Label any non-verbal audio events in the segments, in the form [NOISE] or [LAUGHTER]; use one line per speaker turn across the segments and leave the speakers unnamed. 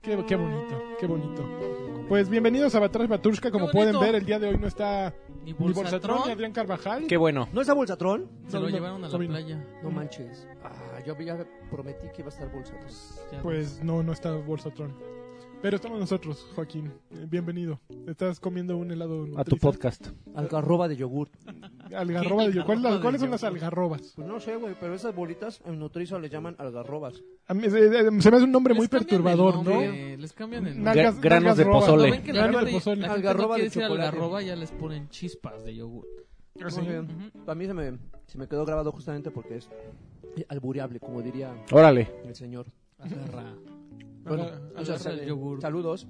Qué, qué bonito, qué bonito. Pues bienvenidos a Batrash Batushka. Como
Qué bonito.
pueden ver, el día de hoy no está ni
Ni Bolsatron.
Bolsatrón ni Adrián Carvajal.
Qué bueno.
¿No está Bolsatrón?
Se
No,
lo
no,
llevaron a la
no vino.
playa.
No manches. Ah, yo ya prometí que iba a estar Bolsatrón.
Ya.
Pues no, no está Bolsatron. Pero estamos nosotros, Joaquín. Eh, Bienvenido. Estás comiendo un helado.
A tu
nutrizas.
podcast.
Algarroba de yogur.
Algarroba
¿Qué
de yogur. ¿Cuál-
algarroba de
¿Cuáles son las
yogur?
algarrobas?
Pues no sé, güey, pero esas bolitas en Nutriza le llaman algarrobas.
A mí, eh, eh, se me hace un nombre
Les
muy
cambian el
perturbador, ¿no?
nombre, Les cambian el
Nalgas-
nombre.
Gra- granos
nalgas
de
robas.
Cuando
pozole.
ven que la
Grano
gente,
de pozole.
la gente no
Algarroba
quiere
de
decir
chocolate.
algarroba, ya les ponen chispas de yogur.
Ah, sí.
Muy bien.
Ujú.
A mí se me, se me quedó grabado justamente porque es albureable, como diría
Órale.
el señor.
Agarra.
Bueno,
Agarra-
muchas
agarra el
sal-
yogur.
Saludos.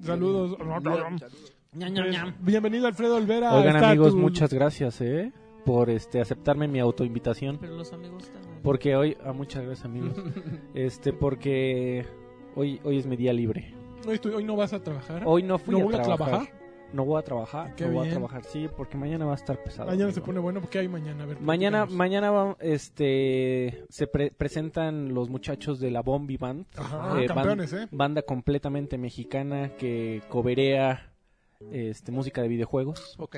Saludos.
Ñam, ñam,
Pues,
ñam.
bienvenido Alfredo Olvera.
Oigan
Ah, Está
amigos,
tu-
muchas gracias, ¿eh? Por este, aceptarme mi autoinvitación.
Pero los amigos están.
Porque hoy... Ah, muchas
[LAUGHS]
gracias amigos. Este, porque hoy, hoy es mi día libre.
Hoy, tu- hoy no vas a trabajar.
Hoy no fui
¿No
a,
voy a
trabajar.
trabajar?
No voy a trabajar.
Qué
no voy
bien.
a trabajar, sí, porque mañana va a estar pesado.
mañana se
amigo.
pone bueno porque hay mañana. A ver,
Mañana,
platicamos.
mañana va- este, se pre- presentan los muchachos de la Bombi Band.
Ajá,
Eh, van-
campeones, ¿eh?
Banda completamente mexicana que coberea este, música de videojuegos.
Ok.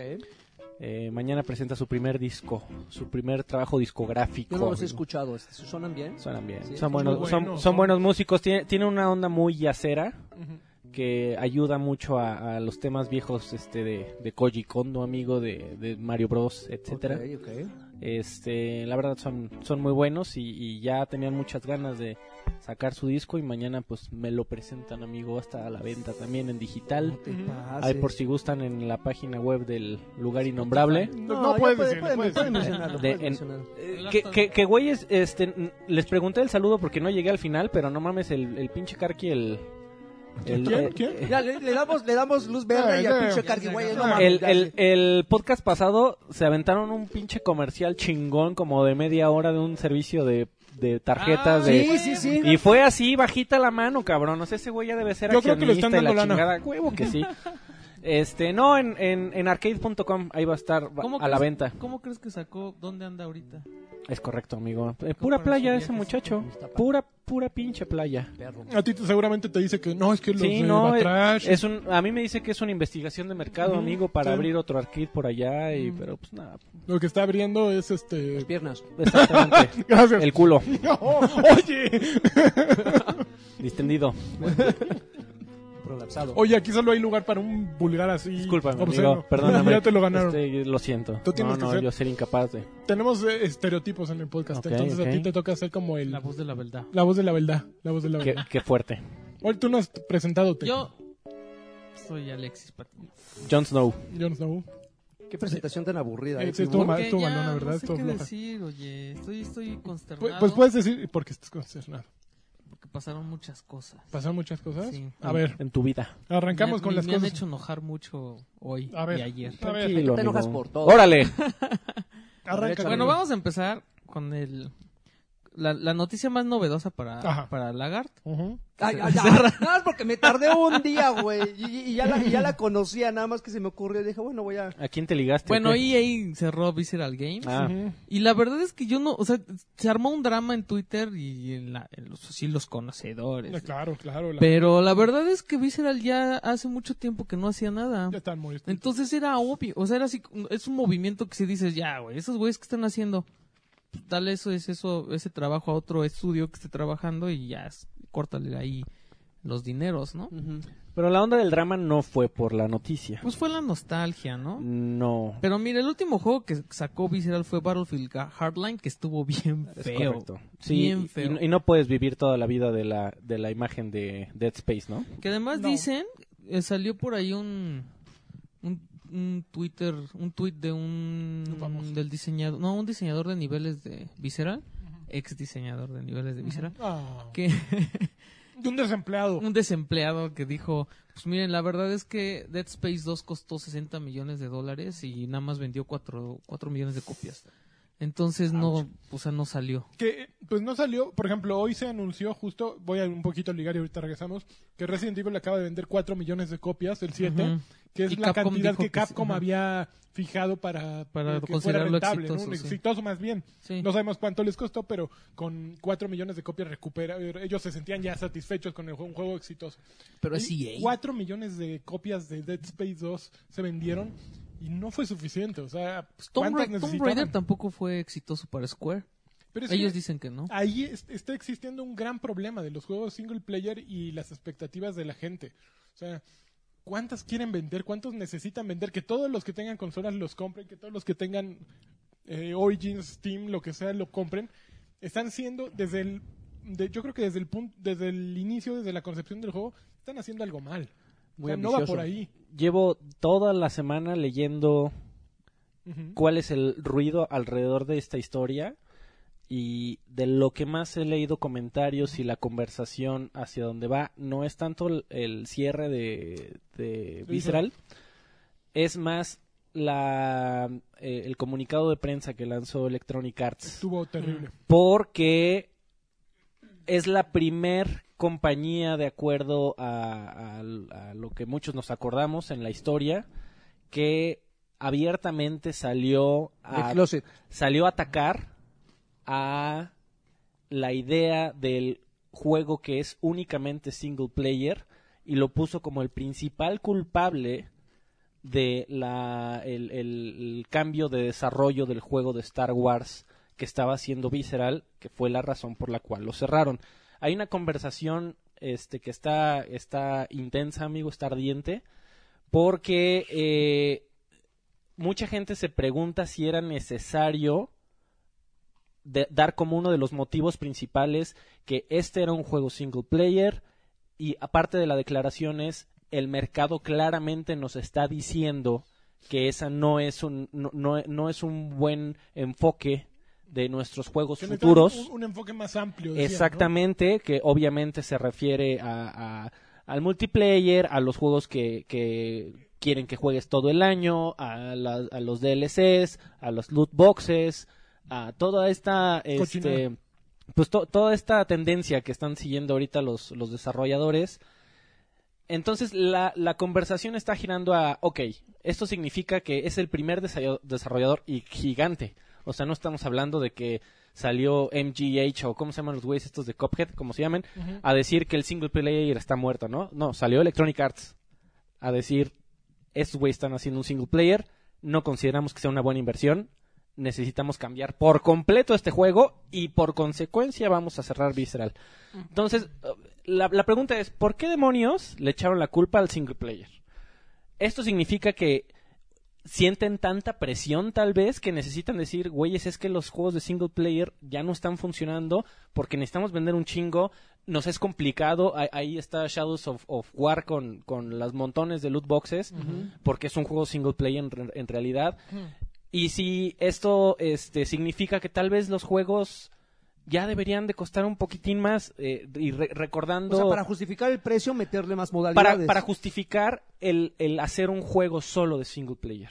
Eh, mañana presenta su primer disco, su primer trabajo discográfico.
Yo no los he escuchado. este, ¿Sonan bien?
Suenan bien.
Sí,
son,
son
buenos,
muy
son,
buenos,
son
son-
buenos músicos. Tiene, tiene una onda muy yacera
Ujú.
que ayuda mucho a, a los temas viejos este, de, de Koji Kondo, amigo de, de Mario Bros, etcétera.
Ok, ok.
Este, la verdad son, son muy buenos y, y ya tenían muchas ganas de sacar su disco y mañana pues me lo presentan amigo hasta a la venta también en digital.
No te
Ujú.
Ahí
pases.
por si gustan en la página web del lugar innombrable.
No,
ya
puedes
puede-
decir,
puede-
puedes
puede
decir.
mencionarlo,
De-
puede
en-
mencionarlo.
Eh, Que, que, que güeyes, este, n- les pregunté el saludo porque no llegué al final, pero no mames, el, el pinche Karki, el... el-
¿Quién?
eh,
¿Quién?
Ya, le, le damos, le damos luz
Ah,
verde y
ya.
al pinche
Ya
Cardi, güey.
se
no
acabó.
mames,
El,
ya,
el-
sí.
el podcast pasado se aventaron un pinche comercial chingón como de media hora de un servicio de, de tarjetas
Ah,
de...
Sí, sí, sí.
Y fue así, bajita la mano, cabrón. No sé, ese güey ya debe ser
Yo creo que le están
accionista y la
dando lana.
chingada. Ah, Huevo que sí. Este, no, en, en, en arcade.com, ahí va a estar va-
¿Cómo
a la
crees-
venta.
¿Cómo crees que sacó? ¿Dónde anda ahorita?
Es correcto, amigo. Eh,
Compran
pura
sus
playa ese
viajes.
muchacho.
Iztapa.
Pura, pura pinche playa.
Perro.
A ti te- seguramente te dice que no, es que los de
Sí, no, eh,
Batrash-
es un, a mí me dice que es una investigación de mercado,
Ujú,
amigo, para
sí.
abrir otro arcade por allá, y,
Ujú.
pero pues nada,
lo que está abriendo es este...
[LAUGHS]
Las piernas.
exactamente,
[LAUGHS] Gracias.
el culo,
No,
[LAUGHS]
oye.
distendido.
Prolapsado.
Oye, aquí solo hay lugar para un vulgar así.
Discúlpame,
obsceno.
amigo,
[LAUGHS]
perdóname.
Ya te lo ganaron.
Este, lo siento.
Tú tienes
No,
que
no,
ser-
yo ser incapaz de...
Tenemos eh, estereotipos en el podcast,
Ok,
entonces
ok.
a ti te toca hacer como el...
La
La,
voz de la verdad.
voz de la verdad. La voz de la
Qué,
verdad.
qué fuerte.
Hoy tú no has presentado. Te...
Yo soy Alexis Patiño.
Jon Snow.
Yo no sé.
Qué presentación tan aburrida.
Eh,
eh,
sí,
Timur.
estuvo mal.
Porque
estuvo
ya
malona, ¿verdad?
No sé
Estuvo
qué
floja.
decir, oye. Estoy, estoy
Pues,
consternado.
pues puedes decir por qué estás consternado.
Porque pasaron muchas cosas.
¿Pasan muchas cosas?
Sí.
A ver,
En tu vida.
arrancamos
Me-
con
me-
las
me han
cosas.
hecho enojar mucho hoy
A ver.
y ayer.
A ver.
Tranquilo,
Te enojas
amigo.
por todo.
¡Órale!
Arranca.
Bueno,
amigo.
vamos a empezar con el la, la noticia más novedosa para,
Ajá.
para Lagart.
Ujú.
Ay, ay, ay, [LAUGHS] nada más porque me tardé un día, güey. Y, y- y ya la, y ya la conocía, nada más que se me ocurrió. Dije, bueno, voy a.
¿A quién te ligaste?
Bueno,
o qué?
EA cerró Visceral Games.
Ah,
Ujú.
Y la verdad es que yo no, o sea, se armó un drama en Twitter y en, la- en los, sí, los conocedores.
Eh, Claro, claro. la-
Pero la verdad es que Visceral ya hace mucho tiempo que no hacía nada.
Ya están molestos.
Entonces era obvio, o sea, era así, es un movimiento que si dices, ya, güey, esos güeyes que están haciendo, pues, dale eso, es eso, ese trabajo a otro estudio que esté trabajando y ya, es- córtale ahí los dineros, ¿no?
pero la onda del drama no fue por la noticia.
Pues fue la nostalgia, ¿no?
No.
Pero mira, el último juego que sacó Visceral fue Battlefield Ga- Hardline, que estuvo bien
Es
feo.
correcto. Sí,
Bien
y-
feo.
Y, y no puedes vivir toda la vida de la, de la imagen de Dead Space, ¿no?
Que además
No.
dicen, eh, salió por ahí un, un, un Twitter, un tweet de un,
Un famoso.
del diseñador, no, un diseñador de niveles de Visceral, ex diseñador de niveles de Visceral,
Ah,
que [LAUGHS]
de un desempleado.
un desempleado que dijo, pues miren, la verdad es que Dead Space 2 costó 60 millones de dólares y nada más vendió 4, millones de copias. Entonces no, o sea, no salió.
Que pues no salió, por ejemplo, hoy se anunció justo, voy a un poquito ligar y ahorita regresamos, que Resident Evil acaba de vender 4 millones de copias, el 7,
Ujú.
que es
Y
la
Capcom
cantidad
dijo
que
que sí,
Capcom
ajá.
había fijado para,
Para
que
considerarlo
¿no?
exitoso,
Un
sí.
exitoso más bien.
Sí.
No sabemos cuánto les costó, pero con 4 millones de copias recupera, eh, ellos se sentían ya satisfechos con el juego, un juego exitoso.
Pero es
Y
E
EA.
4 millones de copias de Dead Space 2 se vendieron y no fue suficiente. O sea, pues,
Tomb, Ra-
¿cuántas
Tomb
necesitaban?
Raider tampoco fue exitoso para Square.
Pero es que
Ellos dicen que no.
Ahí es- está existiendo un gran problema de los juegos single player y las expectativas de la gente. O sea, ¿cuántas quieren vender? ¿Cuántos necesitan vender? Que todos los que tengan consolas los compren, que todos los que tengan eh, Origins, Steam, lo que sea, lo compren. Están siendo desde el de- yo creo que desde el punto, desde el inicio, desde la concepción del juego, están haciendo algo mal.
Muy
o sea, no va
ambicioso.
por ahí.
Llevo toda la semana leyendo
Ujú.
cuál es el ruido alrededor de esta historia y de lo que más he leído comentarios y la conversación hacia donde va no es tanto el, el cierre de, de Visceral, es más la eh, el comunicado de prensa que lanzó Electronic Arts
Estuvo terrible.
porque es la primer compañía de acuerdo a, a- a lo que muchos nos acordamos en la historia que abiertamente salió a,
De Closet.
salió a atacar a la idea del juego que es únicamente single player y lo puso como el principal culpable de la el, el- el cambio de desarrollo del juego de Star Wars que estaba haciendo Visceral, que fue la razón por la cual lo cerraron. Hay una conversación este que está está intensa, amigo, está ardiente, porque eh, mucha gente se pregunta si era necesario de- dar como uno de los motivos principales que este era un juego single player y aparte de la declaración es el mercado claramente nos está diciendo que esa no es un no, no- no es un buen enfoque de nuestros juegos
Que necesitan
futuros.
Un, un enfoque más amplio. decían, ¿no?
Exactamente, que obviamente se refiere a, a- al multiplayer, a los juegos que, que quieren que juegues todo el año, a, la- a los DLCs, a los loot boxes, a toda esta, este,
Cochinero.
pues to- toda esta tendencia que están siguiendo ahorita los, los desarrolladores. Entonces la, la conversación está girando a, ok, esto significa que es el primer desa- desarrollador y gigante. O sea, no estamos hablando de que salió MGH o cómo se llaman los güeyes estos de Cophead, como se llaman,
Ujú.
a decir que el single player está muerto, ¿no? No, salió Electronic Arts a decir, estos güeyes están haciendo un single player, no consideramos que sea una buena inversión, necesitamos cambiar por completo este juego y por consecuencia vamos a cerrar Visceral. Entonces, la, la pregunta es, ¿por qué demonios le echaron la culpa al single player? Esto significa que sienten tanta presión tal vez que necesitan decir, güeyes, es que los juegos de single player ya no están funcionando porque necesitamos vender un chingo, nos es complicado, ahí- ahí está Shadows of, of War con, con las montones de loot boxes, porque es un juego single player en, re- en realidad. Y si esto este, significa que tal vez los juegos ya deberían de costar un poquitín más eh, y re-
O
recordando
sea, para justificar el precio, meterle más
para,
modalidades.
para justificar el, el hacer un juego solo de single player.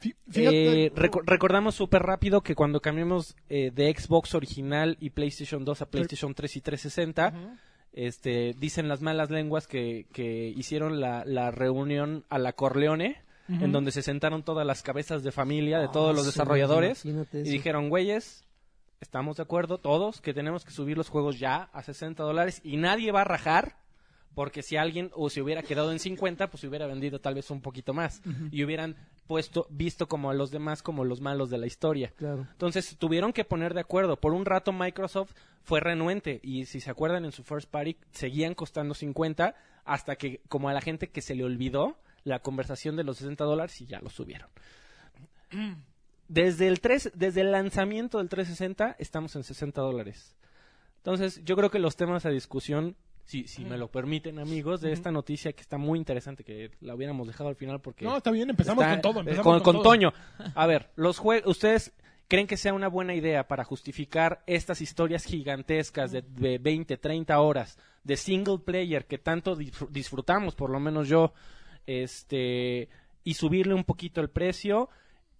Fí- fíjate-
Eh, reco- recordamos súper rápido que cuando cambiamos eh, de Xbox original y PlayStation 2 a PlayStation 3 y 360,
Ujú.
este, dicen las malas lenguas que, que hicieron la, la reunión a la Corleone, en donde se sentaron todas las cabezas de familia de todos los
Ah, sí,
desarrolladores
imagínate
y
eso.
dijeron, güeyes, estamos de acuerdo todos que tenemos que subir los juegos ya a 60 dólares y nadie va a rajar. Porque si alguien o se hubiera quedado en 50, pues se hubiera vendido tal vez un poquito más. Y hubieran puesto, visto como a los demás como los malos de la historia.
Claro.
Entonces tuvieron que poner de acuerdo. Por un rato Microsoft fue renuente y si se acuerdan en su first party seguían costando 50 hasta que como a la gente que se le olvidó la conversación de los 60 dólares y ya lo subieron. Desde el, 3, desde el lanzamiento del 360 estamos en 60 dólares. Entonces yo creo que los temas a discusión, si, si me lo permiten amigos, de esta noticia que está muy interesante, que la hubiéramos dejado al final porque...
No, está bien, empezamos
Está- eh,
con todo. Empezamos
con, con
todo.
Toño. A ver, los jue- ¿ustedes creen que sea una buena idea para justificar estas historias gigantescas de, de 20, 30 horas de single player que tanto disfr- disfrutamos, por lo menos yo, este y subirle un poquito el precio?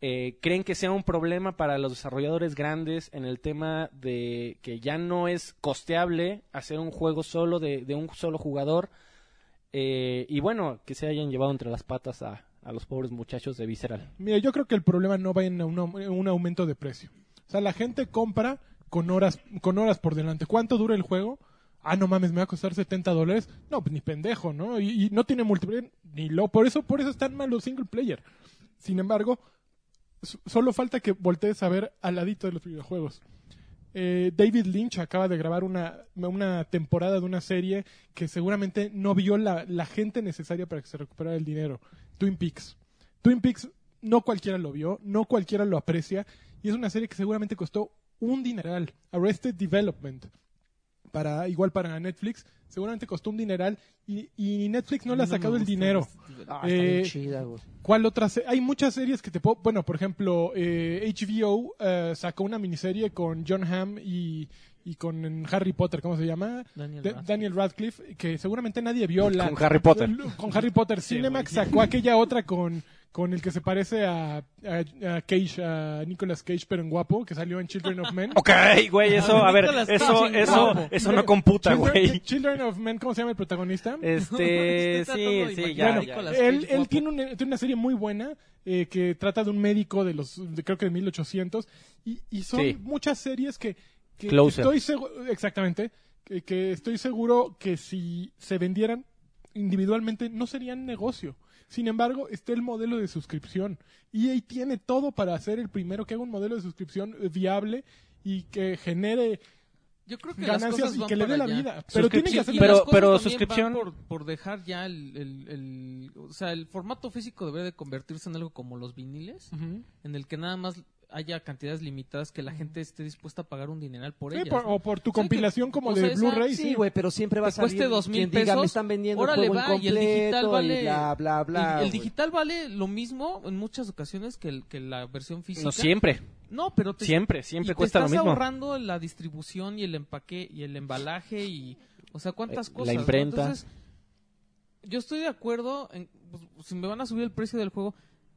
Eh, ¿Creen que sea un problema para los desarrolladores grandes en el tema de que ya no es costeable hacer un juego solo de, de un solo jugador? Eh, y bueno, que se hayan llevado entre las patas a, a los pobres muchachos de Visceral.
Mira, yo creo que el problema no va en un, au- en un aumento de precio. O sea, la gente compra con horas, con horas por delante. ¿Cuánto dura el juego? Ah, no mames, me va a costar 70 dólares. No, pues ni pendejo, ¿no? Y, y no tiene multiplayer ni lo. Por eso, por eso están mal los single player. Sin embargo, so- solo falta que voltees a ver al ladito de los videojuegos. Eh, David Lynch acaba de grabar una, una temporada de una serie que seguramente no vio la, la gente necesaria para que se recuperara el dinero. Twin Peaks. Twin Peaks no cualquiera lo vio, no cualquiera lo aprecia y es una serie que seguramente costó un dineral. Arrested Development. Para, igual para Netflix, seguramente costó un dineral y, y Netflix no le ha sacado el dinero.
Ah, está bien
Eh,
chida, güey.
¿Cuál otra? se- Hay muchas series que te puedo. Bueno, por ejemplo, eh, HBO eh, sacó una miniserie con John Hamm y, y con Harry Potter, ¿cómo se llama?
Daniel
Da-
Radcliffe.
Daniel Radcliffe, que seguramente nadie vio la.
Pues Con Harry Potter.
Con Harry Potter. Cinemax sacó aquella otra con, con el que se parece a, a- a Cage, a Nicolas Cage, pero en guapo, que salió en Children of Men.
Ok,
[LAUGHS]
güey, eso, a ver,
Nicolas Cage
eso,
en
eso,
guapo.
eso [LAUGHS] no computa,
Children-
güey.
Children of Men, ¿cómo se llama el protagonista?
[LAUGHS]
[LAUGHS]
Este,
Estoy tratando
sí,
de
sí,
imaginar a
ya, ya.
Nicolas. Las
él,
Cage
él
guapo.
tiene, una, tiene una serie muy buena eh, que trata de un médico de los de- creo que de 1800 y, y son
Sí.
muchas series que, que
Closer.
estoy seguro exactamente que, que estoy seguro que si se vendieran individualmente no serían negocio sin embargo está el modelo de suscripción EA tiene todo para hacer el primero que haga un modelo de suscripción eh, viable y que genere
Yo creo que las
ganancias
cosas
y
van
que le dé
para
la
allá.
vida pero tiene que
Suscripción-
hacer
Y
Pero-
las cosas
pero
también
suscripción-
van Por, por dejar ya el, el- el- O sea, el formato físico debería de convertirse en algo como los viniles,
Ujú.
en el que nada más haya cantidades limitadas que la gente esté dispuesta a pagar un dineral por
Sí,
ellas.
por-
¿no?
o por tu
O sea, que-
compilación como
o sea,
de
esa-
Blu-ray
Sí, güey, pero siempre va a
Te cueste
salir
dos mil
quien diga, me
pesos,
están vendiendo el
órale,
juego
va, y el digital
incompleto y,
vale-
bla, bla, bla.
el, el
güey.
digital vale lo mismo en muchas ocasiones que, el- que la versión física.
No, siempre,
No, pero te,
siempre, siempre
y te
cuesta lo
estás
mismo.
ahorrando la distribución y el empaque y el embalaje y o sea cuántas
Eh, la
cosas ¿no?
imprenta.
Entonces, yo estoy de acuerdo en, pues, si me van a subir el precio del juego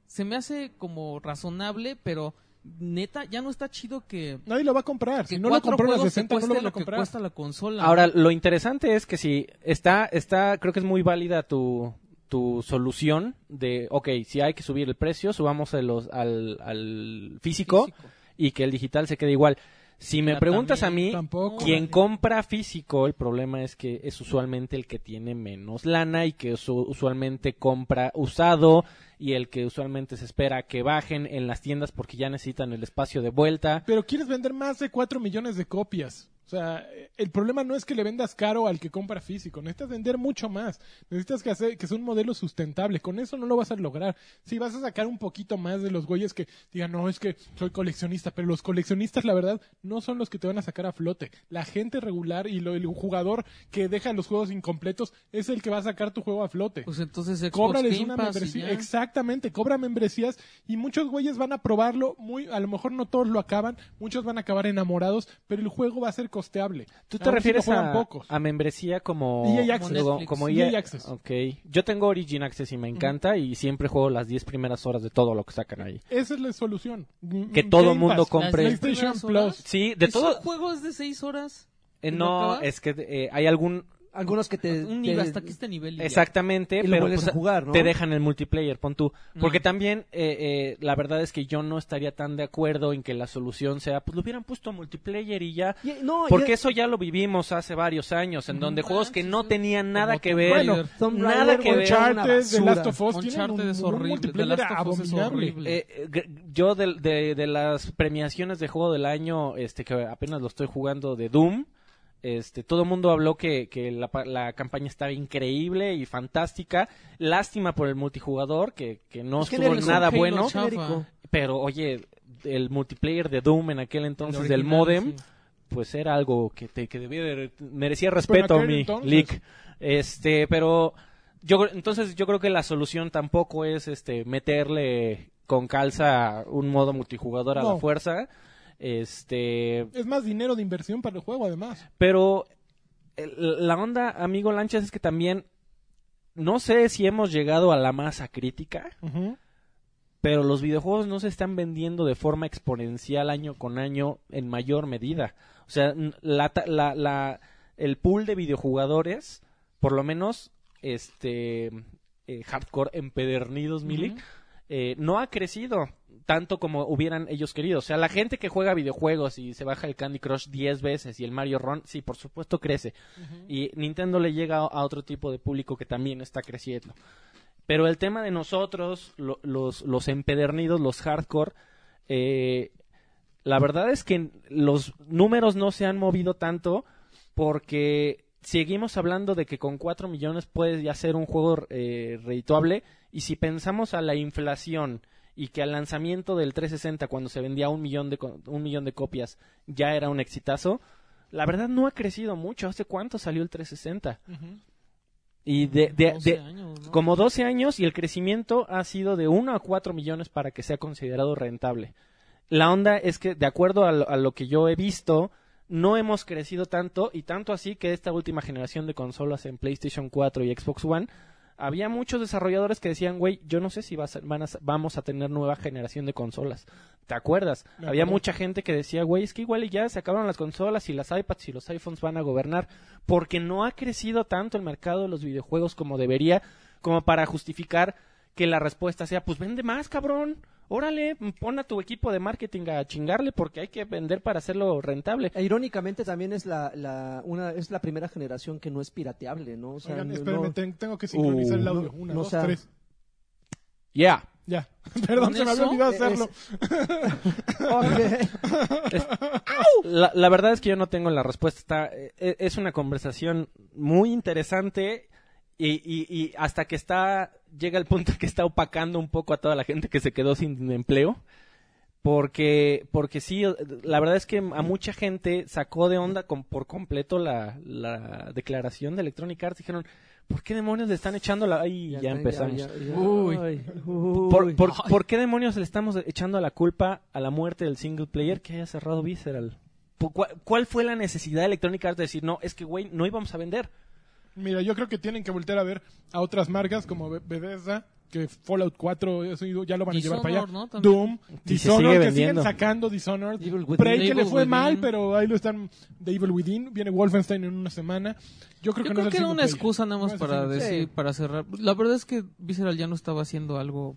se me hace como razonable pero neta ya no está chido que,
Nadie lo va a comprar.
que
Si no lo
cuatro
compró a
juegos
60,
te
no
cueste
lo van a
lo que
comprar.
cuesta la consola
Ahora, lo interesante es que si está, está, creo que es muy válida tu, tu solución de, ok, si hay que subir el precio, subamos a los, al, al físico,
Físico.
y que el digital se quede igual. Si me
Ya
preguntas
también,
a mí,
Tampoco.
quien compra físico, el problema es que es usualmente el que tiene menos lana y que usu- usualmente compra usado y el que usualmente se espera que bajen en las tiendas porque ya necesitan el espacio de vuelta.
Pero quieres vender más de 4 millones de copias. O sea, el problema no es que le vendas caro al que compra físico. Necesitas vender mucho más. Necesitas que, hacer, que sea un modelo sustentable. Con eso no lo vas a lograr. Si vas a sacar un poquito más de los güeyes que digan, no, es que soy coleccionista. Pero los coleccionistas, la verdad, no son los que te van a sacar a flote. La gente regular y lo- el jugador que deja los juegos incompletos es el que va a sacar tu juego a flote.
pues entonces Xbox
cóbrales
Game
una
Pass y
membresía.
ya.
Exactamente, cobra membresías y muchos güeyes van a probarlo. Muy, a lo mejor no todos lo acaban, muchos van a acabar enamorados, pero el juego va a ser costeable.
¿Tú te
Aún si
refieres
lo juegan
a,
pocos.
a membresía como E
EA Access.
como,
Netflix.
como
EA
EA,
Access.
Ok. Yo tengo Origin Access y me encanta y siempre juego las 10 primeras horas de todo lo que sacan ahí.
Esa es la solución. Mm,
Que
mm,
todo
Game
el mundo
Pass.
Las
compre.
diez
PlayStation
primeras horas,
Plus.
Sí, de
¿y
todo
son juegos de seis horas
eh,
¿No
no,
acabas?
es que eh, hay algún
Algunos que te...
un
te-
nivel hasta que este nivel y ya.
Exactamente,
Y lo
pero
vuelves
pues,
a jugar, ¿no?
te dejan el multiplayer, pon tú.
No.
Porque también eh, eh, la verdad es que yo no estaría tan de acuerdo en que la solución sea, pues lo hubieran puesto multiplayer y ya.
Y- no,
Porque
y-
eso ya lo vivimos hace varios años, en donde
Ah,
juegos que
sí,
no
sí.
tenían nada
Como
que
Tomb
ver,
Raider.
bueno,
Tomb
nada
Raider,
que ver.
Uncharted,
Uncharted, The
basura.
Last of Us tienen un,
Uncharted es
un
horrible,
multiplayer
The Last of Us es
abominable.
horrible.
Eh, eh, gr- yo del- de, de las premiaciones de juego del año, este que apenas lo estoy jugando de Doom, este todo el mundo habló que, que la, pa- la campaña estaba increíble y fantástica. Lástima por el multijugador que, que no
Es que
estuvo
era el
nada
Halo,
bueno,
chafa.
genérico.
pero oye, el multiplayer de Doom en aquel entonces
El
del
original,
modem
sí.
pues era algo que te que debía de- merecía respeto
aquel
mi
entonces.
leak este pero yo cre- entonces yo creo que la solución tampoco es este meterle con calza un modo multijugador a
No.
la fuerza este
Es más dinero de inversión para el juego, además.
pero el- la onda amigo lanchas es que también no sé si hemos llegado a la masa crítica
Ujú.
pero los videojuegos no se están vendiendo de forma exponencial año con año en mayor medida. O sea, n- la, ta- la- la- el pool de videojugadores, por lo menos, este, eh, hardcore empedernidos, Milik, eh, no ha crecido tanto como hubieran ellos querido. O sea, la gente que juega videojuegos y se baja el Candy Crush 10 veces y el Mario Run, sí, por supuesto crece. Y Nintendo le llega a- a otro tipo de público que también está creciendo. Pero el tema de nosotros, lo- los, los empedernidos, los hardcore, eh, la verdad es que los números no se han movido tanto porque seguimos hablando de que con 4 millones puede ya ser un juego eh, redituable y si pensamos a la inflación y que al lanzamiento del 360 cuando se vendía un millón de, co- un millón de copias ya era un exitazo, la verdad no ha crecido mucho. ¿Hace cuánto salió el 360?
Ujú.
Y de, de-
12
de-
años, ¿no?
como 12 años y el crecimiento ha sido de 1 a 4 millones para que sea considerado rentable. La onda es que, de acuerdo a lo, a lo que yo he visto, no hemos crecido tanto y tanto así que esta última generación de consolas en PlayStation 4 y Xbox One, había muchos desarrolladores que decían, güey, yo no sé si vas a- van a- vamos a tener nueva generación de consolas. ¿Te acuerdas?
Me
había
acuerdo.
mucha gente que decía, güey, es que igual y ya se acabaron las consolas y las iPads y los iPhones van a gobernar, porque no ha crecido tanto el mercado de los videojuegos como debería, como para justificar que la respuesta sea, pues vende más, cabrón. Órale, pon a tu equipo de marketing a chingarle porque hay que vender para hacerlo rentable.
E irónicamente también es la, la, una, es la primera generación que no es pirateable, ¿no? O sea,
Oigan,
no-
espérenme,
no-
ten- tengo que sincronizar el
no,
audio. Una,
no
dos,
sea-
tres.
Yeah.
Ya. [LAUGHS] Perdón,
¿Con
se me había
eso?
olvidado
Es-
hacerlo.
[LAUGHS] Ok.
[LAUGHS] La, la verdad es que yo no tengo la respuesta. Está- eh, eh, es una conversación muy interesante y, y- y hasta que está llega el punto [LAUGHS] que está opacando un poco a toda la gente que se quedó sin empleo. Porque, porque sí, eh, la verdad es que a mucha gente sacó de onda con, por completo la, la declaración de Electronic Arts. Dijeron, ¿por qué demonios le están echando la...? Ay, ya, empezamos.
ya, ya.
Uy.
Ay, uy.
¿Por, por, por qué demonios le estamos echando la culpa a la muerte del single player que haya cerrado Visceral? ¿Por cua- ¿Cuál, fue la necesidad de Electronic Arts de decir, no, es que, güey, no íbamos a vender?
Mira, yo creo que tienen que voltear a ver a otras marcas como Be- Bethesda, que Fallout 4 eso ya lo van a llevar para allá.
Dishonored, ¿no? También.
Doom,
se
Dishonored,
sigue
que siguen
vendiendo.
sacando Dishonored.
Evil Within.
Prey, que
Evil
le fue
Within.
mal, pero ahí lo están de Evil Within. Viene Wolfenstein en una semana. Yo creo que
Yo
no es
creo que
el
era
single
una
player.
excusa nada
No
más
es el
para
single-
decir, para cerrar. La verdad es que Visceral ya no estaba haciendo algo.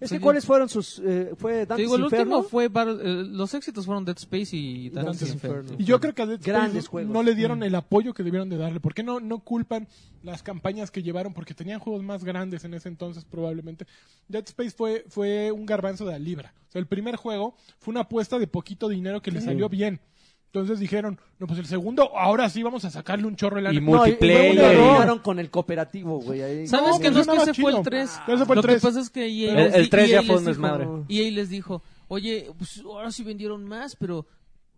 Es
Sí,
que
yo-
cuáles fueron sus eh, fue
Te
Dante's
digo, el
Inferno?
último fue. Battle- eh, los éxitos fueron Dead Space y Dante's
Dante's
Inferno.
Inferno.
Y yo creo que a Dead Space
Grandes
no-
juegos.
no le dieron el apoyo que debieron de darle. ¿Por qué no, no culpan las campañas que llevaron? Porque tenían juegos más grandes en ese entonces probablemente. Dead Space fue, fue un garbanzo de la libra. O sea, el primer juego fue una apuesta de poquito dinero que le salió bien. Entonces dijeron, no, pues el segundo, ahora sí vamos a sacarle un chorro de lana.
Y
No, y- y luego
multiplayer.
le agregaron con el cooperativo, güey. ahí. pues
¿Sabes
No,
que no es que
funcionaba
ese fue
chido.
el 3?
Ah, ese fue el
Lo
tres.
que pasa es que EA
El-
les
el
di-
tres ya
EA
fue un
les dijo-
desmadre.
EA les dijo, oye, pues ahora sí vendieron más, pero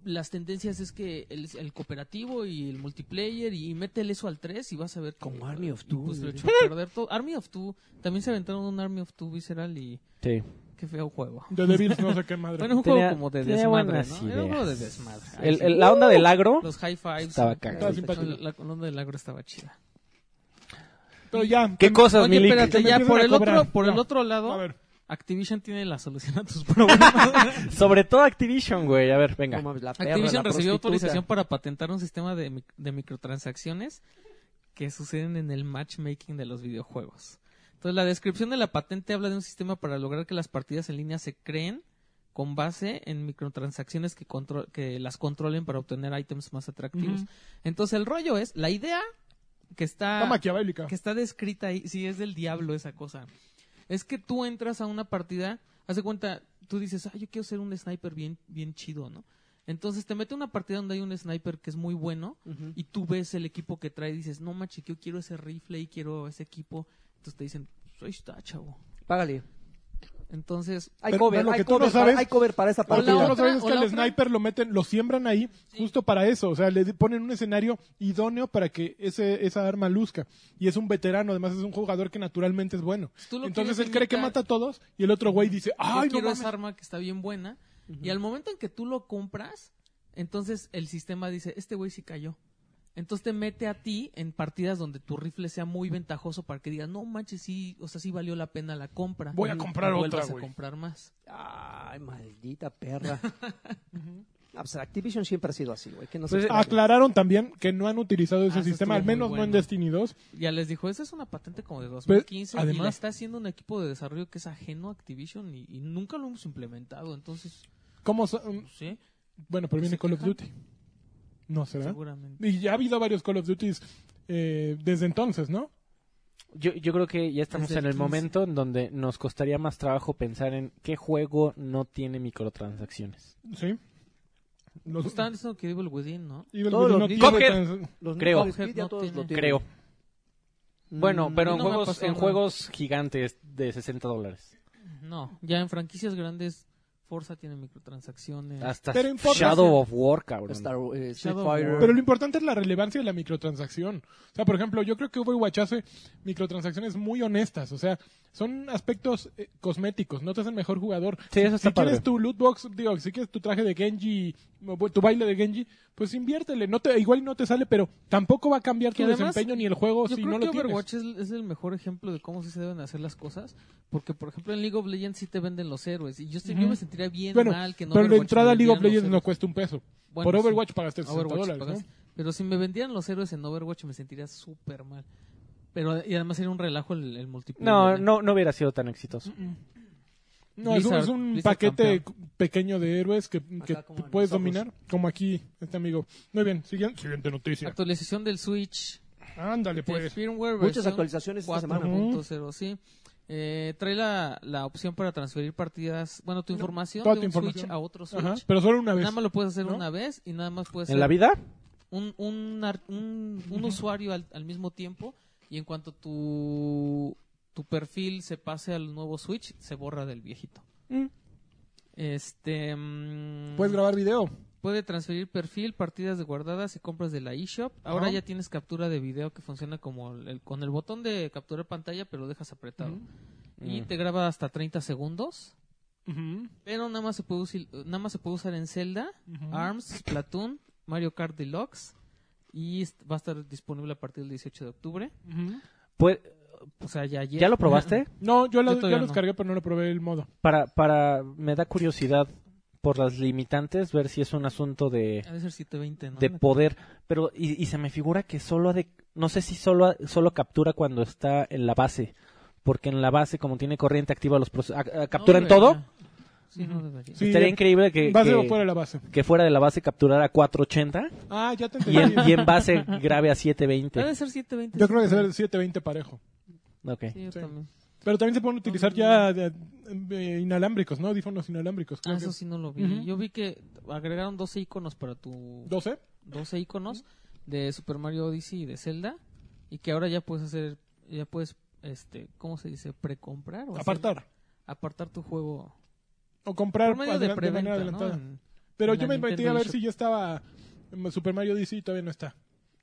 las tendencias es que el, el cooperativo y el multiplayer y métele eso al 3 y vas a ver que-
Como Army of
y
Two,
pues, lo
eh.
echó a perder todo. Army of Two, también se aventaron un Army of Two visceral y
Sí.
qué feo juego.
De Devils, no sé qué madre.
Bueno, un
Tenía-
juego como de
tenía
desmadre,
buenas
¿no? Era un
ideas.
juego de desmadre. Ahí
El-
sí.
el- la onda del agro,
Los high fives.
Estaba cagado.
Estaba simpático.
La, la- la onda del agro estaba chida.
Pero ya.
¿qué cosas,
Oye,
Milik?
espérate,
me
ya
empiezan
por
a
el otro,
cobrar.
por el
No.
otro lado,
A ver.
Activision tiene la solución a tus [LAUGHS] problemas.
Sobre todo Activision, güey. A ver, venga.
No mames, la perra,
Activision
la
recibió
prostituta.
autorización para patentar un sistema de, mic- de microtransacciones que suceden en el matchmaking de los videojuegos. Entonces, la descripción de la patente habla de un sistema para lograr que las partidas en línea se creen con base en microtransacciones que, contro- que las controlen para obtener ítems más atractivos.
Ujú.
Entonces, el rollo es, la idea que está...
Está maquiavélica.
que está descrita ahí, sí es del diablo esa cosa. Es que tú entras a una partida, haz de cuenta, tú dices, ah, yo quiero ser un sniper bien, bien chido, ¿no? Entonces te mete a una partida donde hay un sniper que es muy bueno
Ujú.
y tú ves el equipo que trae y dices, no manches, yo quiero ese rifle y quiero ese equipo. Entonces te dicen, soy está, chavo.
Págale.
Entonces,
Hay
Pero-
cover,
pero lo
hay
que tú
cover,
no
para-
sabes-
hay cover para esa
Porque
la
tú
partida.
no
otra-
sabes
o
que
la
al
otra-
sniper lo meten, lo siembran ahí justo para eso, o sea, le ponen un escenario idóneo para que ese, esa arma luzca. Y es un veterano, además es un jugador que naturalmente es bueno.
Pues Tú lo
Entonces
quieres
él cree que
imitar.
mata a todos y el otro güey dice, ay,
yo
no
quiero
mames.
esa arma que está bien buena. Y al momento en que tú lo compras, entonces el sistema dice, este güey sí cayó. Entonces te mete a ti en partidas donde tu rifle sea muy ventajoso para que digas, no manches, sí, o sea, sí valió la pena la compra.
Voy a comprar
Y
otra,
vuelvas a
güey.
comprar más. [LAUGHS]
Ay, maldita perra. Ah, pues Activision siempre ha sido así, güey. Que no
Pues,
se extrañe.
Aclararon también que no han utilizado ese
Ah, eso
sistema,
estuvo
al
muy
menos no en
bueno.
Destiny 2.
Ya les dijo, esa es una patente como de 2015 y la
además-
está haciendo un equipo de desarrollo que es ajeno a Activision y, y nunca lo hemos implementado, entonces,
¿Cómo son? Mm,
pues, sí,
Bueno, pero viene
¿Se
Call of
quejan?
Duty. No será.
seguramente.
Y ya ha habido varios Call of Duties eh, desde entonces, ¿no?
Yo, yo creo que ya estamos
Desde
en
el
el
15.
momento en donde nos costaría más trabajo pensar en qué juego no tiene microtransacciones.
Sí. Los,
Pues estaban diciendo que Evil Within, ¿no?
Evil
todos
Within
los
no
niños-
tiene
Cuphead.
trans-
Los
creo.
Need for Speed ya
No
todos lo
tiene.
tienen.
Creo. Bueno,
Mm,
pero en
no me
juegos
pasó
en
nada.
juegos gigantes de 60 dólares.
No, ya en franquicias grandes, Forza tiene microtransacciones.
Hasta
Pero en pocas-
Shadow of War, cabrón.
Star, eh, Street
Shadow
Fighter.
War.
Pero lo importante es la relevancia de la microtransacción. O sea, por ejemplo, yo creo que Overwatch hace microtransacciones muy honestas. O sea, son aspectos eh, cosméticos. No te hacen mejor jugador.
Sí, eso
si
está padre.
quieres tu loot box, digo, si quieres tu traje de Genji, o tu baile de Genji, pues inviértele. No te, igual no te sale, pero tampoco va a cambiar tu
Que además,
desempeño ni el juego
Yo
si
creo
Oh, no
que
lo tienes.
Overwatch es, es el mejor ejemplo de cómo sí se deben hacer las cosas, porque por ejemplo en League of Legends sí te venden los héroes y yo, estoy- yo
Ujú.
me sentiría bien
Bueno,
mal que no
pero la
Overwatch me
entrada a League of
vendieran los
Legends no
héroes.
cuesta un peso.
Bueno,
por
sí.
Overwatch pagaste 60
Overwatch
dólares,
pagas.
¿no?
Pero si me vendieran los héroes en Overwatch me sentiría súper mal. Pero y además sería un relajo el, el multiplayer. ¿eh?
No, no, no hubiera sido tan exitoso.
Mm,
No, es un-
Blizzard,
es un
Blizzard
paquete pequeño de héroes que, que
Acá como en
puedes
los ojos.
dominar, como aquí este amigo. Muy bien, siguiente, siguiente noticia.
Actualización del Switch.
Ándale,
de
pues.
firmware
Muchas
versión
actualizaciones esta semana.
4.0, sí. Eh, trae la, la opción para transferir partidas, bueno, tu información
toda
de
tu
un
información.
Switch a otro Switch.
Ajá, pero solo una vez.
Nada más lo puedes hacer
Pues, ¿no?
una vez y nada más puedes
¿En
ser
la vida?
un, un, ar- un, un usuario al, al mismo tiempo y en cuanto tu, tu perfil se pase al nuevo Switch, se borra del viejito.
Mm.
Este mm,
Puedes grabar video.
puede transferir perfil, partidas de guardadas y compras de la eShop. Ahora
Ajá.
ya tienes captura de video que funciona como el, el- con el botón de capturar pantalla, pero lo dejas apretado. Y
Mm.
te graba hasta 30 segundos.
Ujú,
Pero nada más se puede, usil- nada más se puede usar en Zelda,
ujú.
ARMS, Splatoon, Mario Kart Deluxe. Y est- va a estar disponible a partir del 18 de octubre.
Ujú.
Pues,
O sea, ya ayer.
¿Ya lo probaste?
No, yo, la-
Yo
yo
todavía
lo
no.
descargué, pero no lo probé el modo.
Para, para, me da curiosidad por las limitantes, ver si es un asunto de,
[LAUGHS] Ha de ser 720, Eh, ¿no?
de poder. Pero, y, y se me figura que solo ha de, no sé si solo, solo captura cuando está en la base. Porque en la base, como tiene corriente activa los procesos, a- a- captura
No
en todo.
debería. Sí, no debería.
Sí, eh,
Estaría
ya-
increíble que,
Base
que-
o fuera de la base.
que fuera de la base capturara 480
Ah, ya te
y
entendí.
en, y
[LAUGHS]
en base grave a
Ha de
720.
ser 720.
Yo creo que se ve 720 parejo.
Ok.
Ah, Sí, yo
Sí.
también.
Pero también se pueden utilizar ya de- eh, inalámbricos, ¿no? Audífonos inalámbricos.
Ah,
creo
eso
que-
sí no lo vi.
Ujú.
Yo vi que agregaron 12 iconos para tu.
12.
12 iconos de Super Mario Odyssey y de Zelda. Y que ahora ya puedes hacer. Ya puedes. Este, ¿Cómo se dice? ¿Precomprar? o hacer-
Apartar.
apartar tu juego.
O comprar
Por medio de
adelan- de manera
preventa, ¿no?
adelantada.
En-
Pero
en
yo
la
me metí
Nintendo
a ver
eShop.
si ya estaba mm, Super Mario DC y todavía no está.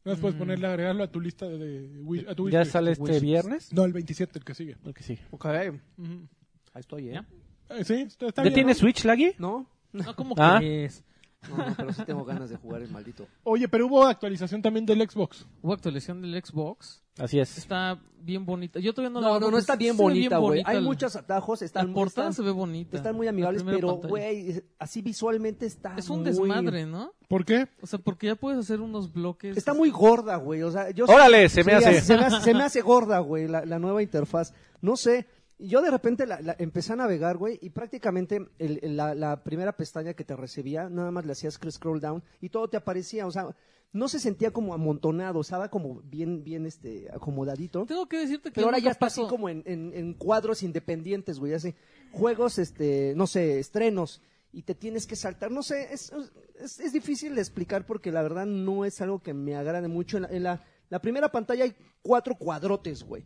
Nada más puedes
Mm.
ponerle, agregarlo a tu lista de, de wish- a tu
¿Ya
wishlist.
sale este
Wishlist.
viernes?
No, el 27, el que sigue.
Lo que sigue.
Ok, ahí
Ujú.
estoy, ¿eh?
¿Ya?
Eh, sí, está, está
¿Ya
bien,
tiene
¿no?
Switch, Laggy?
¿No?
No, como
Ah.
que es.
No, no, pero sí tengo ganas de jugar el maldito.
Oye, pero hubo actualización también del Xbox.
Hubo actualización del Xbox.
Así es.
Está bien bonita. Yo todavía [LAUGHS] no
No,
la
no, no,
porque
está
se-
bien
se ve
bonita, güey. Hay
la-
muchos atajos,
La
están,
portada se
están,
ve bonita.
están muy
La
amigables,
primera
pero,
pantalla.
güey, es- así visualmente está
Es un
muy-
desmadre, ¿no?
¿Por qué?
O sea, porque ya puedes hacer unos bloques.
Está muy gorda, güey. O sea, yo
Órale, se me
Sí,
hace.
Se me
[LAUGHS]
hace, se me hace gorda, güey, la, la nueva interfaz. No sé. Yo de repente la, la- empecé a navegar, güey, y prácticamente el- el- la, la primera pestaña que te recibía, nada más le hacías scroll down y todo te aparecía. O sea, no se sentía como amontonado, estaba como bien, bien, este, acomodadito.
Tengo que decirte que.
Pero ahora
nunca
ya está así
paso-
como en, en- en cuadros independientes, güey. Así, juegos, este, no sé, estrenos. Y te tienes que saltar. No sé, es, es, es difícil de explicar porque la verdad no es algo que me agrade mucho. En la, en la- la primera pantalla hay cuatro cuadrotes, güey.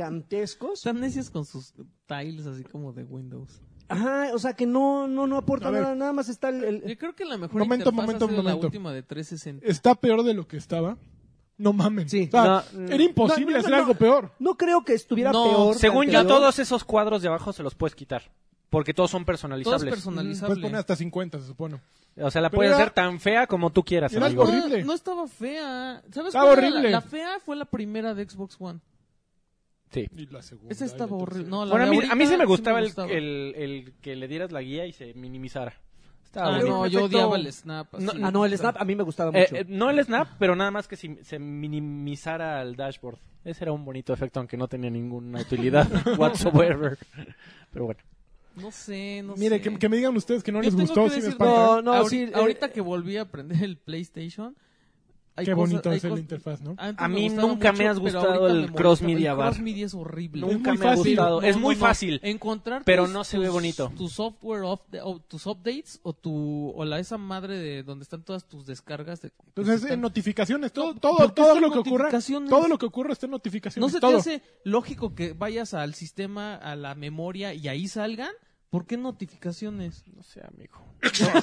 Gigantescos.
Están necios con sus tiles así como de Windows.
Ajá, o sea que no, no, no aporta
A ver.
nada. Nada más está el... el-
Yo creo que la mejor
Momento,
interfaz
momento,
ha sido la
momento.
última de 360.
¿Está peor de lo que estaba? No mamen.
Sí.
O sea,
No,
era imposible
No, no, no,
hacer
no.
algo peor.
No creo que estuviera
No,
peor. que
Según yo,
anterior.
todos esos cuadros de abajo se los puedes quitar. Porque todos
Todo
son
es
personalizables.
personalizable.
Puedes poner hasta 50, se supone.
o sea, la
Pero
puedes
era-
hacer tan fea como tú quieras,
Era
amigo.
algo-
No,
horrible.
No, estaba fea. ¿Sabes
Estaba
cuál era la-
horrible.
La, fea fue la primera de Xbox One.
Sí.
Y la segunda.
Esa
y la
estaba horrible.
tercera.
No, la
Bueno, a
de
mí, a mí
ahorita
sí me gustaba, el-
gustaba.
El, el que le dieras la guía y se minimizara. Estaba
Ah,
bonito.
no,
un
yo
efecto-
odiaba el snap. así.
Ah, no, el snap a mí me gustaba
Eh,
mucho.
eh, no el snap, pero nada más que si- se minimizara el dashboard. Ese era un bonito efecto, aunque no tenía ninguna utilidad whatsoever. Pero bueno.
No sé, no
Mire,
sé.
que, que me digan ustedes que no
Yo
les
tengo
gustó,
que
sí me
decir-
espanta.
No, no,
Ahori-
sí, eh,
ahorita que volví a aprender el PlayStation. hay
Qué
cosas-
bonito
hay
es la
cosas-
interfaz, ¿no?
antes
A
me
mí
gustaba
nunca me
mucho,
has
pero
gustado
ahorita
el
me molesta.
cross-media bar.
El cross-media es horrible.
Es
Nunca
muy
me ha
fácil.
gustado. es
No,
muy
no, Eh, no.
fácil.
Encontrar
pero
tus-
no se ve
tus-
bonito.
Tu software, of the- o tus updates o tu o la esa madre de donde están todas tus descargas. de-
Entonces,
que
eh,
están-
notificaciones, todo,
No,
todo,
¿por qué
todo
son
lo que ocurra,
notificaciones?
todo lo que ocurra está en
¿No
notificaciones,
se
todo.
te hace lógico que vayas al sistema, a la memoria y ahí salgan? ¿Por qué notificaciones?
No sé, amigo.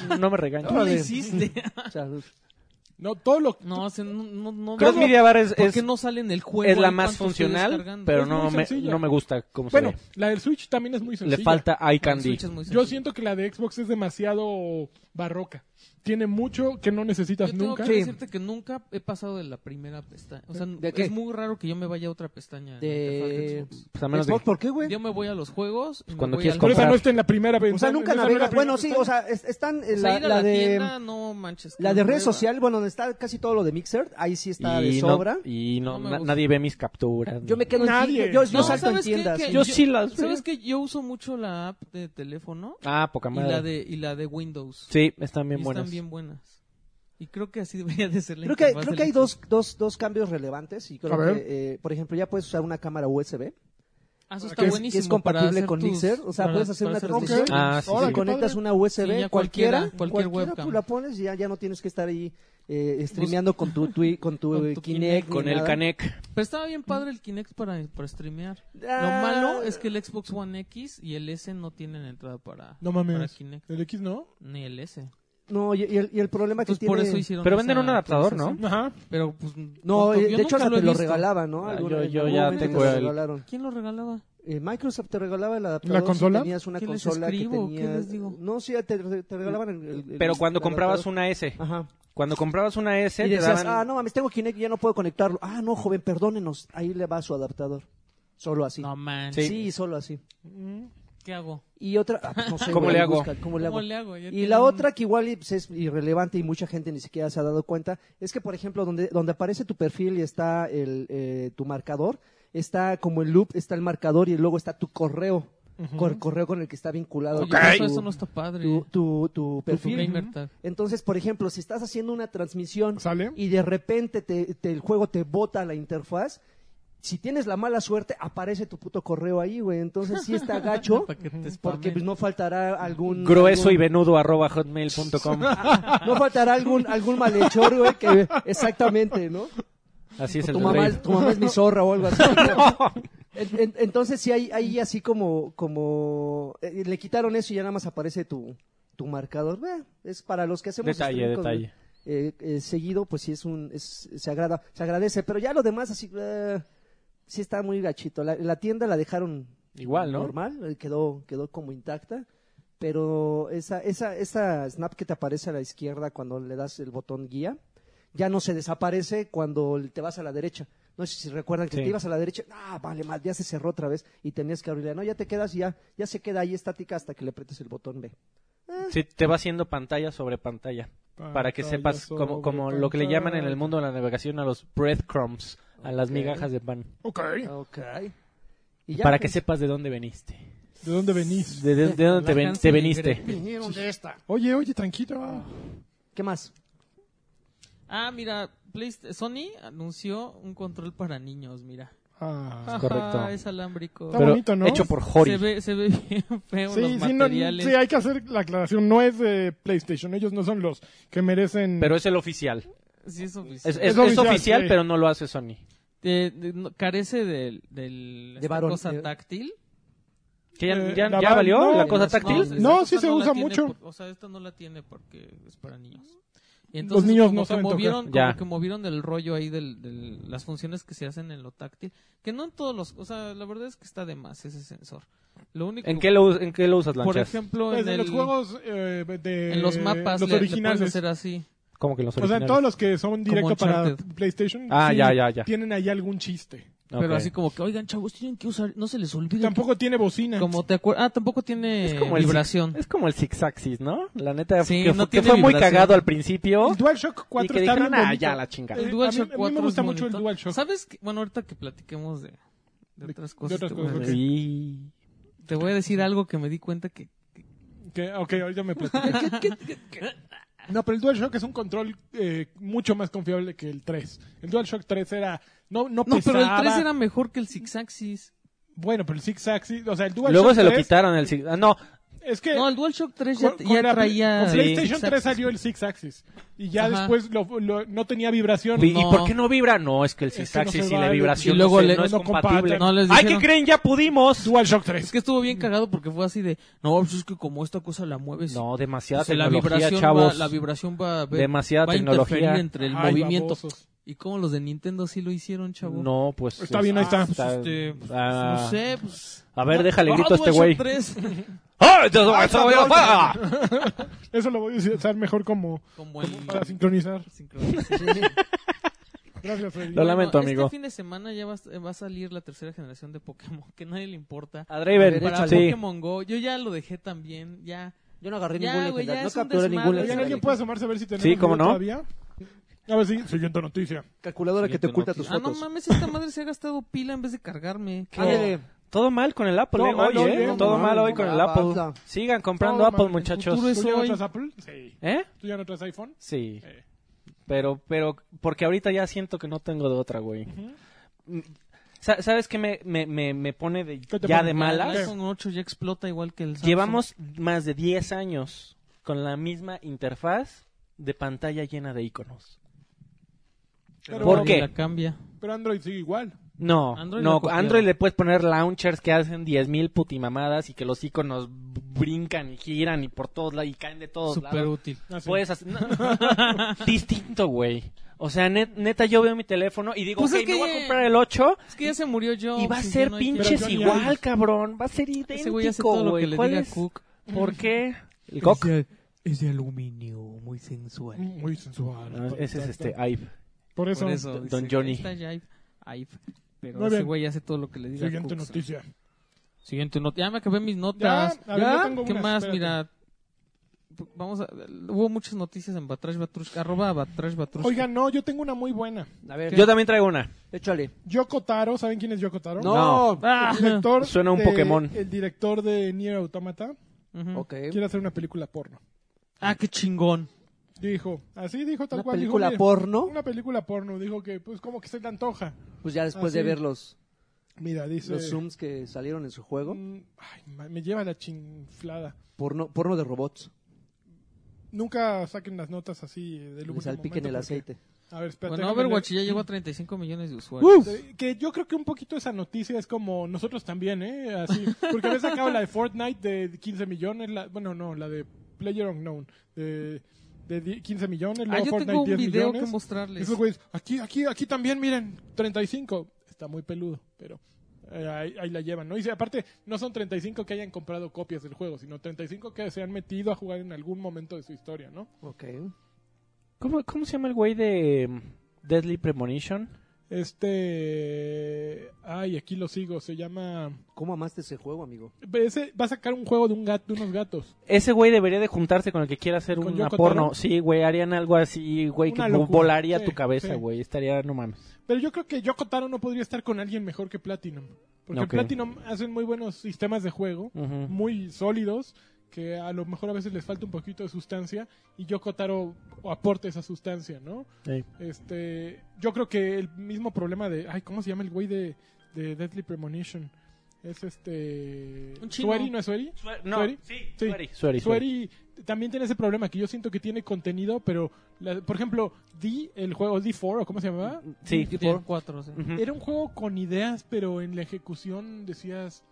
No, no me regañes.
Tú lo hiciste.
O sea,
No, todo lo
no, o sea, no, no, no.
Cross Media Bar es,
¿Por
es-
qué no sale en el juego?
es la
ahí
más
cuando estoy
funcional,
descargando?
pero
Es
no
muy
me,
sencilla.
no me gusta cómo
Bueno,
se ve.
la del Switch también es muy sencilla.
Le falta eye
El
candy.
Switch es
Yo
muy sencillo.
siento que la de Xbox es demasiado barroca. Tiene mucho que no necesitas
Yo tengo
nunca.
que decirte que nunca he pasado de la primera pestaña. O sea,
¿De qué?
es muy raro que yo me vaya a otra pestaña. en la interfaz de
de...
Xbox.
Pues a menos de-
Xbox, ¿Por qué, güey?
Yo me voy a los juegos. y me
cuando
voy
quieres
al-
Pero esa
comprar.
no está en la primera
O sea,
ventana,
nunca
esa no era
navega.
la
Bueno,
primera
sí,
pestaña.
o sea, es- están
O
en
sea,
la,
ir a
la
la
de...
tienda, no manches.
La
qué
de redes
hueva.
sociales, bueno, donde está casi todo lo de Mixer, ahí sí está de
y no-
sobra.
y no,
No me
na-
gusta.
nadie ve mis capturas.
Yo me quedo
Nadie.
en... Yo, yo
No,
salto en
¿sabes qué?
tiendas.
Que-
Yo
yo-
sí las veo.
¿Sabes que Yo uso mucho la app de teléfono
Ah, poca
y
madre.
la de, y la de Windows.
Sí, están bien
y
buenas.
Están bien buenas. Y creo que así [LAUGHS] debería de ser la
Creo que,
interfaz
creo
del
que hay
Xbox.
dos, dos, dos cambios relevantes. Y creo
A ver.
que, eh, por ejemplo, ya puedes usar una cámara USB.
Ah, eso
que
está
es-
que
buenísimo.
es compatible
para
con
hacer tus-
Mixer. O sea,
para-
puedes hacer
para
una
Ok.
transmisión.
transmisiones. Ah, sí,
Ahora,
sí.
qué
conectas
padre.
una USB
Sí, ya
cualquiera,
cualquiera, cualquier webcam.
pues la pones y ya, ya no tienes que estar ahí eh, streameando con tu, twi- con
[LAUGHS]
tu,
Con tu
eh, Kinect.
Kinect.
ni
Con el
nada.
Canec.
Pero estaba bien padre el Kinect para, para streamear. Lo
Ah.
malo es que el Xbox One X y el S no tienen entrada para,
No
para
mames.
Kinect.
El X no.
Ni el S.
No, y, y el, y el problema que
Entonces,
Ah, tiene...
por eso hicieron
Pero venden
esa
un adaptador,
actualización.
¿no?
Ajá.
Pero pues.
No,
tonto,
eh,
yo
de hecho
nunca
hasta
he
te lo
visto.
regalaban, ¿no?
Ah,
Algún-
yo-
en
yo
algún
ya
momento te
tengo
lo
el-
regalaron.
¿Quién lo regalaba?
Eh, Microsoft te regalaba el adaptador.
¿La
si
consola?
Tenías una
¿Qué les
consola
escribo?
que
¿Qué
tenías...
les digo?
No, sí, te, te regalaban el, el- el-
Pero cuando
el
comprabas
adaptador.
una S,
Ajá.
cuando comprabas una S,
Y
te
decías,
daban...
ah, no mames, tengo Kinect y ya no puedo conectarlo. Ah, no, joven, perdónenos. Ahí le va su adaptador. Solo así.
No manches.
sí. solo así.
Mm.
¿Qué hago?
Y otra, ah, pues no sé,
¿Cómo
güey,
le hago?
busca, ¿cómo le hago?
¿Cómo le hago? Ya
Y
tienen
la
un-
otra que igual y, pues, es irrelevante y mucha gente ni siquiera se ha dado cuenta es que, por ejemplo, donde, donde aparece tu perfil y está el, eh, tu marcador, está como el loop, está el marcador y luego está tu correo, con el correo con el que está vinculado
Oye,
tu-
eso, eso no está padre.
tu, tu, tu
Tu
perfil.
gamer tag.
Entonces, por ejemplo, si estás haciendo una transmisión
¿Sale?
y de repente te- te- el juego te bota la interfaz, si tienes la mala suerte, aparece tu puto correo ahí, güey. Entonces, sí
[LAUGHS]
está gacho.
Para que te
Porque
spamen.
pues, no faltará algún...
grueso
algún-
y venudo arroba hotmail.com.
No faltará algún, algún malhechor, güey, que... Exactamente, ¿no?
Así es
O
el
tu, mamá,
rey.
tu mamá es mi zorra o algo así. En- en- entonces sí hay, hay así como... como eh, le quitaron eso y ya nada más aparece tu, tu marcador. Bueno, es para los que hacemos...
Detalle,
stream con-
detalle.
eh, eh, seguido, pues sí es un... es- se, agrada, se agradece, pero ya lo demás así... eh, sí está muy gachito. La, la tienda la dejaron...
Igual, ¿no?
Normal, eh, quedó, quedó como intacta. Pero esa, esa, esa snap que te aparece a la izquierda cuando le das el botón guía, ya no se desaparece cuando te vas a la derecha. No sé si recuerdan que
Sí.
te ibas a la derecha, ah, vale, mal, ya se cerró otra vez y tenías que abrirla. No, ya te quedas, y ya, ya se queda ahí estática hasta que le apretes el botón B.
Sí, te va haciendo pantalla sobre pantalla. Para que
Pantalla
sepas, como,
sobre
como lo que le
pantalla.
llaman en el mundo de la navegación a los breadcrumbs, a las
Ok.
migajas de pan.
Ok.
Ok.
Para
pues. [LAUGHS]
que sepas de dónde veniste.
¿De dónde venís?
De, de- de dónde te,
La
ven-
Hansel
te
y
veniste.
Gretel.
Oye, oye, tranquilo. Ah.
¿Qué más?
Ah, mira, Playst- Sony anunció un control para niños, mira.
Ah.
Ajá, [LAUGHS]
correcto.
Es alámbrico.
Está bonito, ¿no?
Hecho por Hori.
Se ve, se ve bien [LAUGHS] feo los
Sí, sí, no,
materiales.
sí, hay que hacer la aclaración. No es de PlayStation. Ellos no son los que merecen.
Pero es el oficial.
Sí, es
Es,
oficial.
es- es
oficial,
oficial,
sí.
pero no lo hace Sony.
Eh, de- no- carece del, del
De
esta
varón,
cosa
de-
táctil.
¿Que ya,
Eh,
ya-
la
ya
va-
valió
no,
la cosa
no,
táctil?
esta-
No,
esta
sí se
la
usa
tiene
mucho.
por- o sea, esta no la tiene porque es para niños. Y entonces,
niños
como
no
que
saben tocar.
movieron, como
Ya.
que movieron el rollo ahí de las funciones que se hacen en lo táctil, que no en todos los, o sea, la verdad es que está de más ese sensor. Lo único
¿En qué lo, us- en qué lo usas,
por
Lanchas?
ejemplo,
Pues,
en,
en
el-
los juegos eh, de.
en los mapas
Los
le- le
originales.
puedes hacer así.
Como que los
o sea,
originales.
todos los que son directo
Como
para
Uncharted.
PlayStation.
Ah,
sí,
ya, ya, ya.
[LAUGHS]
Tienen ahí algún chiste.
Pero
Ok.
así como que, oigan, chavos, tienen que usar, no se les olvide.
Tampoco tiene bocina.
Como te acuer- Ah, tampoco tiene
el
vibración.
zig- es como el zigzaxis, ¿no? La neta,
Sí,
que,
no
que
tiene
fue muy
vibración.
cagado al principio.
El DualShock 4
y que
está
dijeron,
bien
"Ah,
bonito".
ya la chingada.
Eh,
El
a mí-
DualShock
a mí
4
me gusta
es
mucho el
bonito.
DualShock.
¿Sabes qué? Bueno, ahorita que platiquemos de, de
De-
otras
de
cosas,
otras
te, voy a
cosas,
decir-
Sí.
te voy a decir algo que me di cuenta que...
Que, ok, ahorita me
[LAUGHS]
platicas. No, pero el DualShock es un control eh, mucho más confiable que el 3. El DualShock 3 era... No, no,
No, pero el
pesaba.
3 era mejor que el zigzaxis.
Bueno, pero el Six Axis... O sea, el DualShock
Luego se lo
3
quitaron el zig- ah, No,
Es que...
No, el DualShock 3 ya,
con-
ya
con la-
traía...
con PlayStation 3
zigzaxis.
salió el Six Axis. Y ya
Ajá.
después lo- lo- no tenía vibración.
Vi- ¿Y
No.
por qué no vibra? No, es que el
Es que no
zigzaxis
se
y la
vale.
vibración
Y luego
no, se-
le-
no es
no compatible.
compatible.
No les
¡Ay, qué
dijeron-
creen! ¡Ya pudimos!
DualShock 3.
Es que estuvo bien cagado porque fue así de... No, pues es que como esta cosa la mueves...
No, demasiada
pues la
tecnología,
vibración, va,
chavos.
la vibración va a... ver-
Demasiada
va a
tecnología.
interferir entre el
Ay,
movimiento.
babosos.
¿Y cómo los de Nintendo sí lo hicieron, chavo?
No, pues...
Está bien, ahí está.
Pues, este, pues,
ah.
no sé, pues...
A ver,
Ah,
déjale grito a este güey.
DualShock
[LAUGHS]
3.
¡Ah! ¡Ya se va,
Ah,
se va, ya
no,
va!
Eso lo voy a usar mejor como...
Como el...
Para
[LAUGHS]
sincronizar.
sincronización.
Gracias, Freddy.
Lo lamento,
Bueno,
amigo.
Este fin de semana ya va, a- va a salir la tercera generación de Pokémon, [LAUGHS] que nadie le importa.
A
A ver,
Draven,
Para
échale.
Ah, sí.
Pokémon Go, yo ya lo dejé también, ya.
Yo no agarré
Ya,
ningún
güey, ya
legendario. No
es un
capturé
desmadre. Oigan,
ningún
Oigan,
legendario.
¿alguien puede asomarse a ver si tenemos
Sí, cómo
video
no.
todavía? A ver, sí, siguiente noticia.
Calculadora que te oculta tus
Ah, no
fotos.
mames, esta madre se ha gastado pila en vez de
[LAUGHS]
cargarme.
Ándale.
Todo mal con el Apple,
Todo
eh,
mal,
hoy,
todo
eh.
bien,
Todo
todo
mal
mal,
hoy con
no,
el Apple.
basta.
Sigan comprando
Todo
Apple,
mal, el
muchachos.
futuro es-
¿Tú ya no
hoy.
traes Apple? Sí.
¿Eh?
¿Tú ya no traes iPhone?
Sí.
Eh.
Pero, pero, porque ahorita ya siento que no tengo de otra, güey. Mm, sa- ¿Sabes qué me, me, me, me pone de,
¿Qué te
ya
pone?
de
Mala. El
malas?
iPhone 8 ya explota igual que el Samsung.
Llevamos más de 10 años con la misma interfaz de pantalla llena de iconos.
Pero,
¿Por
Nadie
qué?
La cambia.
Pero Android sigue igual.
No,
Android la
no,
copiaron.
Android le puedes poner launchers que hacen 10.000 putimamadas y que los iconos brincan y giran y por todos lados y caen de todos
Súper
lados.
útil.
Ah, sí.
Puedes hacer... no, no. Distinto, güey. O sea, net- neta, yo veo mi teléfono y digo,
Pues
ok,
es que-
me voy a comprar el 8
Es que ya se murió yo.
y va a ser
Pero
pinches
Johnny
igual,
Ive.
cabrón. Va a ser
Ese güey hace
idéntico,
todo lo que
güey.
le
¿Cuál
diga
es?
Cook.
¿Por qué? ¿El Cock?
Es de aluminio, muy sensual.
Muy sensual.
Ah, Ese es este, Ive.
Por Mm. eso,
Por eso,
Don
dice,
Johnny.
"Esta ya hay- hay". Pero
Muy
ese
bien.
güey hace todo lo que le diga
siguiente
Cook.
noticia.
Siguiente nota. Ya me acabé mis notas.
Ya, a ver, yo tengo
¿Qué
unas,
más?
espérate.
Mira. Vamos a... Hubo muchas noticias en Batrash Batrushka. Arroba Batrash Batrushka.
Oigan, no, yo tengo una muy buena.
A ver,
Yo también traigo una.
échale.
Yoko Taro, ¿saben quién es Yoko Taro?
No.
Ah.
El director
Suena un
de-
Pokémon.
El director de Nier Automata
Ujú.
Ok.
quiere hacer una película porno.
Ah, qué chingón.
Dijo, así dijo tal
Una
cual. dijo,
película
"Mira,
porno.
Una película porno. Dijo que, pues, como que se le antoja.
Pues ya después
Ah,
de
sí.
ver los,
Mira, dice...
los zooms que salieron en su juego.
Mm, ay, ma- me lleva la chinflada.
Porno, porno de robots.
Nunca saquen las notas así eh, del
Le
último
salpiquen
momento,
el
porque-
aceite.
A ver, espérate.
Bueno, Overwatch ya llegó a 35 millones de usuarios. Ah,
Uf. Pues, eh, Que yo creo que un poquito esa noticia es como nosotros también, ¿eh? Así. Porque había sacado la de Fortnite de 15 millones. La, bueno, no, la de Player Unknown de, de die- 15 millones.
ah,
luego
yo
Fortnite
tengo un
10
video que
millones.
mostrarles.
Esos güeyes, aquí, aquí, aquí también, miren, 35. Está muy peludo, pero eh, ahí, ahí la llevan, ¿no? Y si- aparte, no son 35 que hayan comprado copias del juego, sino 35 que se han metido a jugar en algún momento de su historia, ¿no?
Ok.
¿Cómo, cómo se llama el güey de mm, Deadly Premonition?
Este. Ay, aquí lo sigo, se llama.
¿Cómo amaste ese juego, amigo?
Ese va a sacar un juego de, un gato, de unos gatos.
Ese güey debería de juntarse con el que quiera hacer
¿Con
una
Yoko
porno.
Taro?
Sí, güey, harían algo así, güey, que
Una
vo-
locura.
volaría
Sí,
tu cabeza,
sí.
güey. Estaría, no mames.
Pero yo creo que Yoko Taro no podría estar con alguien mejor que Platinum. Porque
Ok.
Platinum hacen muy buenos sistemas de juego,
Ujú.
muy sólidos, que a lo mejor a veces les falta un poquito de sustancia, y Yoko Taro aporta esa sustancia, ¿no?
Sí.
Este, yo creo que el mismo problema de, ay, ¿cómo se llama el güey de, de Deadly Premonition? Es este...
Un chino.
¿Sueri? ¿No es Sueri?
no,
¿Sueri?
sí,
Sí.
Sueri. Sueri, Sueri.
Sueri también tiene ese problema que yo siento que tiene contenido, pero, la- por ejemplo, D, el juego D4, ¿o cómo se llamaba?
Sí.
Tienen cuatro, sí.
Ujú.
Era un juego con ideas, pero en la ejecución decías.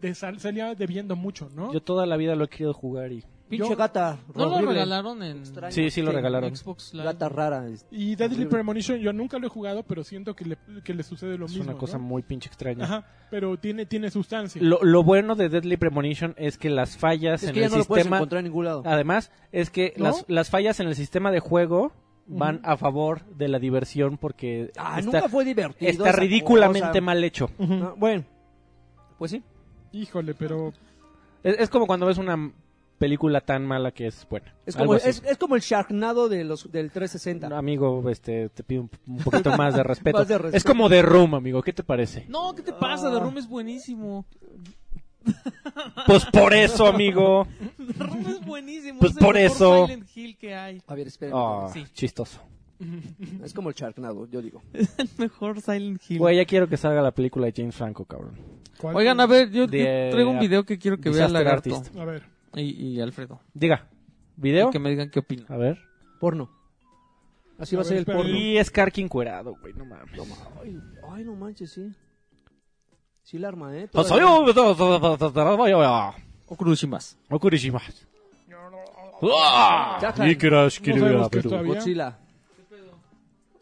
De sal- salía debiendo mucho, ¿no?
Yo toda la vida lo he querido jugar y...
Pinche
Yo-
gata.
¿No lo
horrible.
regalaron en
Extraño.
Sí, sí lo regalaron.
Xbox Live?
Gata rara. es-
Y Deadly
Horrible.
Premonition yo nunca lo he jugado, pero siento que le, que le sucede lo
Es
mismo.
una cosa
¿no?
muy pinche extraña.
Ajá, pero tiene, tiene sustancia.
Lo, lo bueno de Deadly Premonition es que las fallas
Es
en
que ya
el
no lo puedes
sistema... Ah,
encontrar en ningún lado.
Además, es que
¿No?
las, las fallas en el sistema de juego van a favor de la diversión porque
Ah,
está,
nunca fue divertido.
está
esa
ridículamente
cosa.
mal hecho.
Ah, bueno,
Pues sí.
Híjole, pero
Es, es como cuando ves una película tan mala que es buena.
es
Algo
como,
así.
es, es como el Sharknado de los, del 360.
No, amigo, este, te pido un, un poquito más de respeto.
Más de respeto.
Es como de Room, amigo. ¿Qué
[LAUGHS]
te parece?
No, ¿qué te pasa? The Room es [LAUGHS] buenísimo.
Pues por eso, amigo.
The Room es buenísimo.
Pues
es el
por
mejor
eso.
Silent Hill que hay.
A ver, espera.
Ah,
Sí.
Chistoso.
Es como el Sharknado, yo digo.
El [LAUGHS] mejor Silent Hill.
Güey, ya quiero que salga la película de James Franco, cabrón.
¿cuál-
Oigan, a ver, yo, yo
De-
traigo un video que quiero que vea
Disaster
Lagarto
Artist.
A ver.
y, y Alfredo.
Diga,
Y
video.
que me digan qué opinan.
A ver.
Porno. Así
A
va a
ver,
ser el
espera,
porno.
yo-
Y es Karkin cuerado, güey, no mames.
No, ma- ay, ay, no manches, sí. Sí la arma, ¿eh?
Pues,
Todavía-
oye, oye,
O Kurushimas.
no Kurishimas.
Ya,
¡Ah!
Jaime.
No sabemos
Ikarash
qué
Kiruya,
es
pero-
todavía.
Godzilla.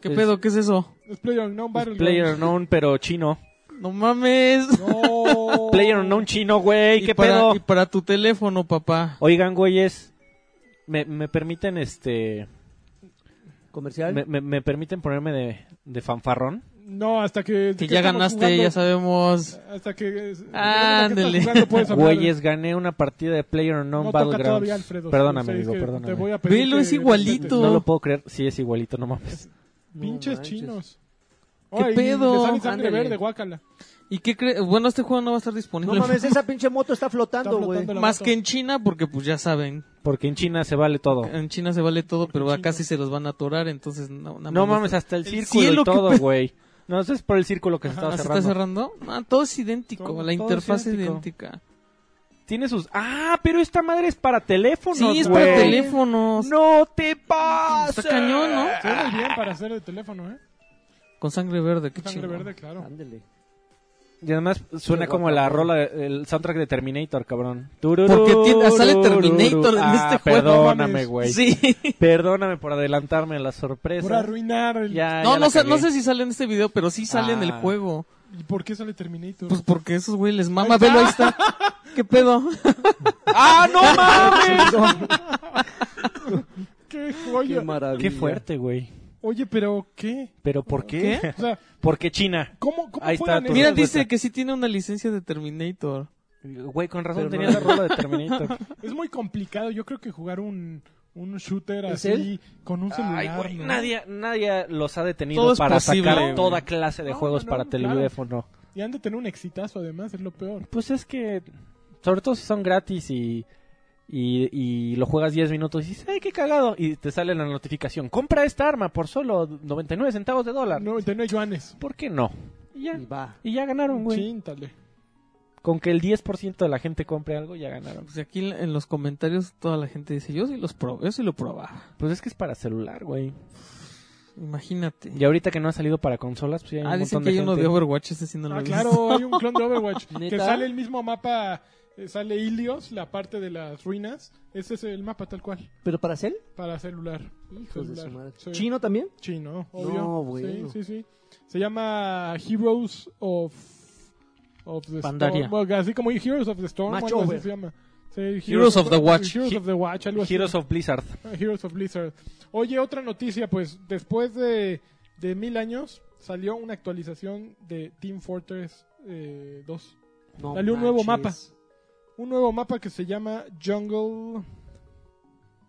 ¿Qué
Es-
pedo? ¿Qué es eso?
Es Player No Battle.
Player Unknown, pero chino.
No mames.
No.
[LAUGHS] Player Unknown chino, güey, qué
para,
pedo.
Y para tu teléfono, papá.
Oigan, güeyes, me, me permiten este.
Comercial.
Me, me- me permiten ponerme de, de fanfarrón.
No, hasta que.
Que ya ganaste, ya sabes.
sabes. Hasta que.
Ándele.
Güeyes, gané una partida de Player Unknown
No toca
Battlegrounds.
todavía, Alfredo.
perdóname,
sí, es
amigo,
que
perdóname.
Te voy a pedir
Velo,
que
es igualito.
respete.
No lo puedo creer, sí es igualito, no mames.
Pinches
No manches.
chinos.
¿Qué
Ay,
pedo?
Le sale sangre
Ándele.
verde, guácala.
¿Y qué crees? Bueno, este juego no va a estar
No
disponible. [LAUGHS]
eh,
mames, esa pinche moto está
Está
flotando, güey.
flotando la
Más
moto.
que en China, porque pues ya saben.
Porque en China se vale todo.
En China se vale todo, pero
en
acá
China.
sí se los van a atorar, entonces no. nada
No
más
mames,
está-
hasta el
El
círculo
cielo,
y
qué
todo,
pe-
güey. No, eso es por el círculo que se
Ah,
estaba
¿se está
cerrando.
cerrando? Ah, todo es idéntico,
Todo-
la
todo
interfaz
es
es
idéntico.
idéntica.
Tiene sus... ¡Ah! Pero esta madre es para teléfonos,
Sí, es
güey.
para teléfonos.
¡No te pases!
Está cañón, ¿no?
Ah.
Se ve muy bien para hacer el teléfono, ¿eh?
Con sangre verde, qué
Sangre
chido.
verde, claro.
Ándele.
Y además suena
Qué
como
guapo.
la rola, el soundtrack de Terminator, cabrón.
Porque tiene- sale Terminator en
Ah,
este juego.
No
Perdóname,
mames.
güey.
[LAUGHS] Sí.
Perdóname por adelantarme a la
Por
sorpresa.
arruinar el.
Ya,
No, no
ya la
sé, no
cagué.
sé si sale en este video, pero sí sale en el
Ah.
juego.
¿Y por qué sale Terminator?
Pues porque esos güeyes les mama. Velo, ahí está.
[LAUGHS]
¿Qué pedo?
¡Ah, no mames!
¿Qué
Qué
joya?
maravilla.
Qué fuerte, güey.
Oye, pero ¿qué?
¿Pero por qué?
O sea,
¿Por qué China?
¿cómo, cómo
Ahí está
juegan
tu-
eso?
[LAUGHS] Mira,
respuesta.
dice que sí tiene una licencia de Terminator.
Güey, con razón
Pero
tenía
no-
la rola de [LAUGHS] Terminator.
Es muy complicado, yo creo que jugar un, un shooter
¿Es
así con un celular.
Ay, güey,
¿no?
nadie, nadie los ha detenido
Todo es
para
posible,
sacar
güey.
toda clase de
No,
juegos
no,
para
no, claro.
teléfono.
Y han de tener un exitazo además, es lo peor.
Pues es que, sobre todo si son gratis y, y, y lo juegas 10 minutos y dices, ¡ay, qué cagado! Y te sale la notificación, compra esta arma por solo 99 centavos de dólar.
99 yuanes.
¿Por qué no? Y ya,
Y va.
y ya ganaron, güey.
Chíntale.
Con que el 10% de la gente compre algo, ya ganaron.
Pues aquí en- en los comentarios toda la gente dice, yo sí los probé, yo sí lo probaba.
Pues es que es para celular, güey.
Imagínate.
Y ahorita que no ha salido para consolas, pues ya hay un
ah, dicen
montón
que
de
hay uno
gente.
de Overwatch, ese sí no lo
Ah,
he visto.
claro, hay un clon de
[LAUGHS]
Overwatch que
¿Neta?
sale el mismo mapa, eh, sale Ilios, la parte de las ruinas. Ese es el mapa tal cual,
¿Pero para hacer?
para celular.
Hijos de su
Celular,
madre.
sí.
¿Chino también?
Chino, obvio.
No, bueno.
Sí, sí, sí. Se llama Heroes of, of the
Pandaria.
Storm. Bueno, así como Heroes of the Storm.
Match
algo así
over.
se llama. Sí,
Heroes of the Watch.
Heroes
He-
of the Watch, algo así.
Heroes of Blizzard.
Ah, Heroes of Blizzard. Oye, otra noticia, pues después de, de mil años salió una actualización de Team Fortress eh, 2.
No
Dale un nuevo
manches.
Un nuevo mapa que se llama Jungle...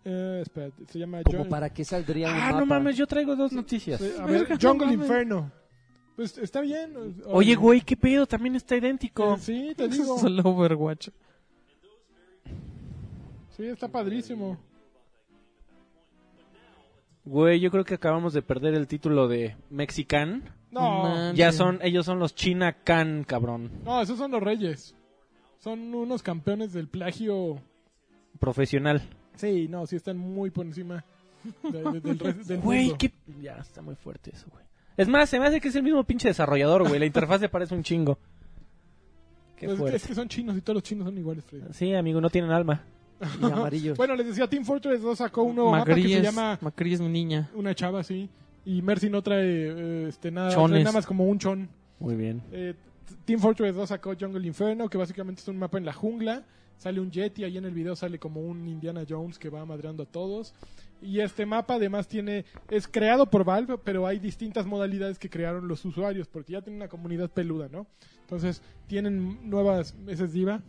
Eh, espérate, se llama
¿Como
Jun-
para qué saldría un
Ah,
mapa?
no mames, yo traigo dos noticias.
Sí, a ver, Jungle Inferno. Pues está bien. o- eh,
Oye, güey, qué pedo, también está idéntico.
Sí,
[LAUGHS]
te digo.
Solo Overwatch.
Sí, está padrísimo.
Güey, yo creo que acabamos de perder el título de Mexican.
No,
Man.
Ya
Sí.
son, ellos son los China Can, cabrón.
no, esos son los reyes. Son unos campeones del plagio.
Profesional.
Sí, no, sí están muy por encima de- de- del, re- del
Güey,
mundo.
qué... Ya, está muy fuerte eso, güey. Es más, se me hace que es el mismo pinche desarrollador, güey. La interfaz se parece un chingo. Qué
Pues, es
fuerte.
que son chinos y todos los chinos son iguales, Freddy.
Sí, amigo, no tienen alma.
Y amarillo.
Bueno, les decía, Team Fortress 2 sacó un nuevo mapa que
Macri
se
es,
llama
Macri es mi niña.
Una Chava, así Y Mercy no trae eh, este, nada,
Chones.
trae nada más como un chon.
Muy bien.
Eh, Team Fortress 2 sacó Jungle Inferno, que básicamente es un mapa en la jungla. Sale un Yeti, ahí en el video sale como un Indiana Jones que va madreando a todos. Y este mapa además tiene, es creado por Valve, pero hay distintas modalidades que crearon los usuarios, porque ya tienen una comunidad peluda, ¿no? Entonces, tienen nuevas, esa es diva.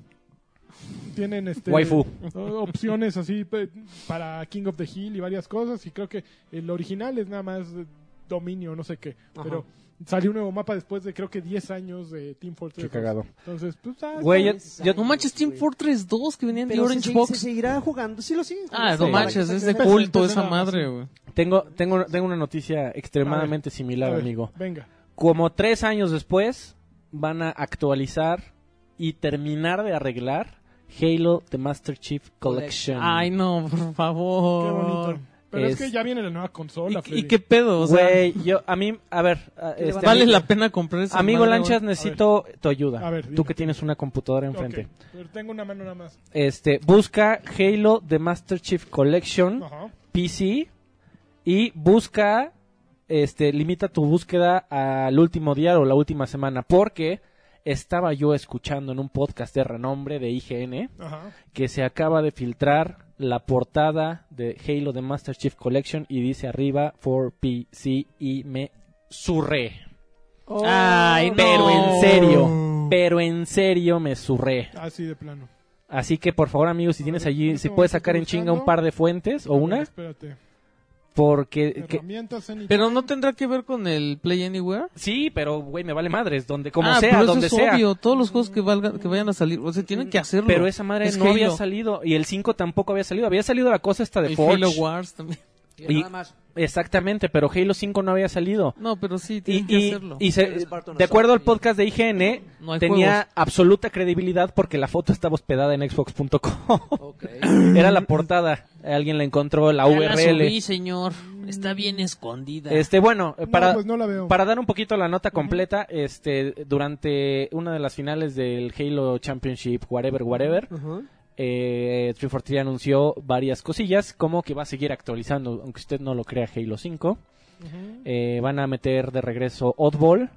Tienen este
Waifu.
o- opciones así pe- para King of the Hill y varias cosas. Y creo que el original es nada más eh, dominio, no sé qué.
Ajá.
Pero salió un nuevo mapa después de creo que 10 años de Team Fortress.
Qué
2.
cagado.
Entonces, pues, ah,
Güey, yo, yo-
No manches, Team Fortress 2 que venían de
Pero
Orange
se,
Box.
se seguirá jugando. Sí lo siguen jugando.
Ah, no
Sí.
manches,
Para que
es
[LAUGHS] se
de
quede-
culto
Entonces,
esa
nada más.
madre, güey.
tengo, tengo, tengo una noticia extremadamente
a
similar,
ver,
amigo.
Venga.
Como tres años después, van a actualizar y terminar de arreglar Halo The Master Chief Collection.
Ay, no, por favor.
Qué bonito. Pero es,
Es-
que ya viene la nueva
¿Y-
consola,
Ah, ¿Y,
Freddy.
qué pedo? O sea,
Güey, yo, a mí, a ver, a-
¿Qué le van
este,
a-
vale
amigo-
la pena comprar esa
amigo
madre,
Lanchas,
güey?
necesito tu ayuda.
A ver, dime.
Tú que tienes una computadora
Ok,
enfrente.
pero tengo una mano nada más.
Este, busca Halo The Master Chief Collection
Ajá.
PC y busca, este, limita tu búsqueda al último día o la última semana, porque estaba yo escuchando en un podcast de renombre de IGN
Ajá.
que se acaba de filtrar la portada de Halo The Master Chief Collection y dice arriba for PC y me surré.
Oh,
Ay, no.
Pero en serio, pero en serio me surré.
Así Ah, de plano.
Así que por favor, amigos,
A
si tienes
ver,
allí,
¿qué
si
tengo
puedes
que
sacar en
buscando?
chinga un par de fuentes o
A ver,
una,
Espérate.
porque que-
Herramientas en
Pero no tendrá que ver con el Play Anywhere.
sí, pero güey, me vale madres, donde como
ah,
sea,
pero eso
donde
es
sea.
obvio. Todos los juegos que, valgan, que vayan a salir, o sea, tienen que hacerlo.
Pero esa madre
Es
no había
Halo.
salido y el 5 tampoco había salido, había salido la cosa esta de
El
Forge.
Halo Wars también.
Y- Exactamente, pero Halo 5 no había salido.
No, pero sí,
Y,
tienen que
y-
hacerlo.
y se-
El Spartan
de acuerdo al
Assault.
podcast de IGN,
No hay
tenía
juegos.
absoluta credibilidad porque la foto estaba hospedada en xbox.com.
[LAUGHS]
[LAUGHS]
Ok.
Eh,
Era la portada, alguien la encontró, la URL.
señor. Está bien escondida.
Este, bueno, eh,
No,
para,
pues no la veo.
para dar un poquito la nota completa, este, durante una de las finales del Halo Championship, whatever, whatever,
Ajá.
eh, 343 anunció varias cosillas, como que va a seguir actualizando, aunque usted no lo crea, Halo 5.
Ujú.
Eh, van a meter de regreso Oddball,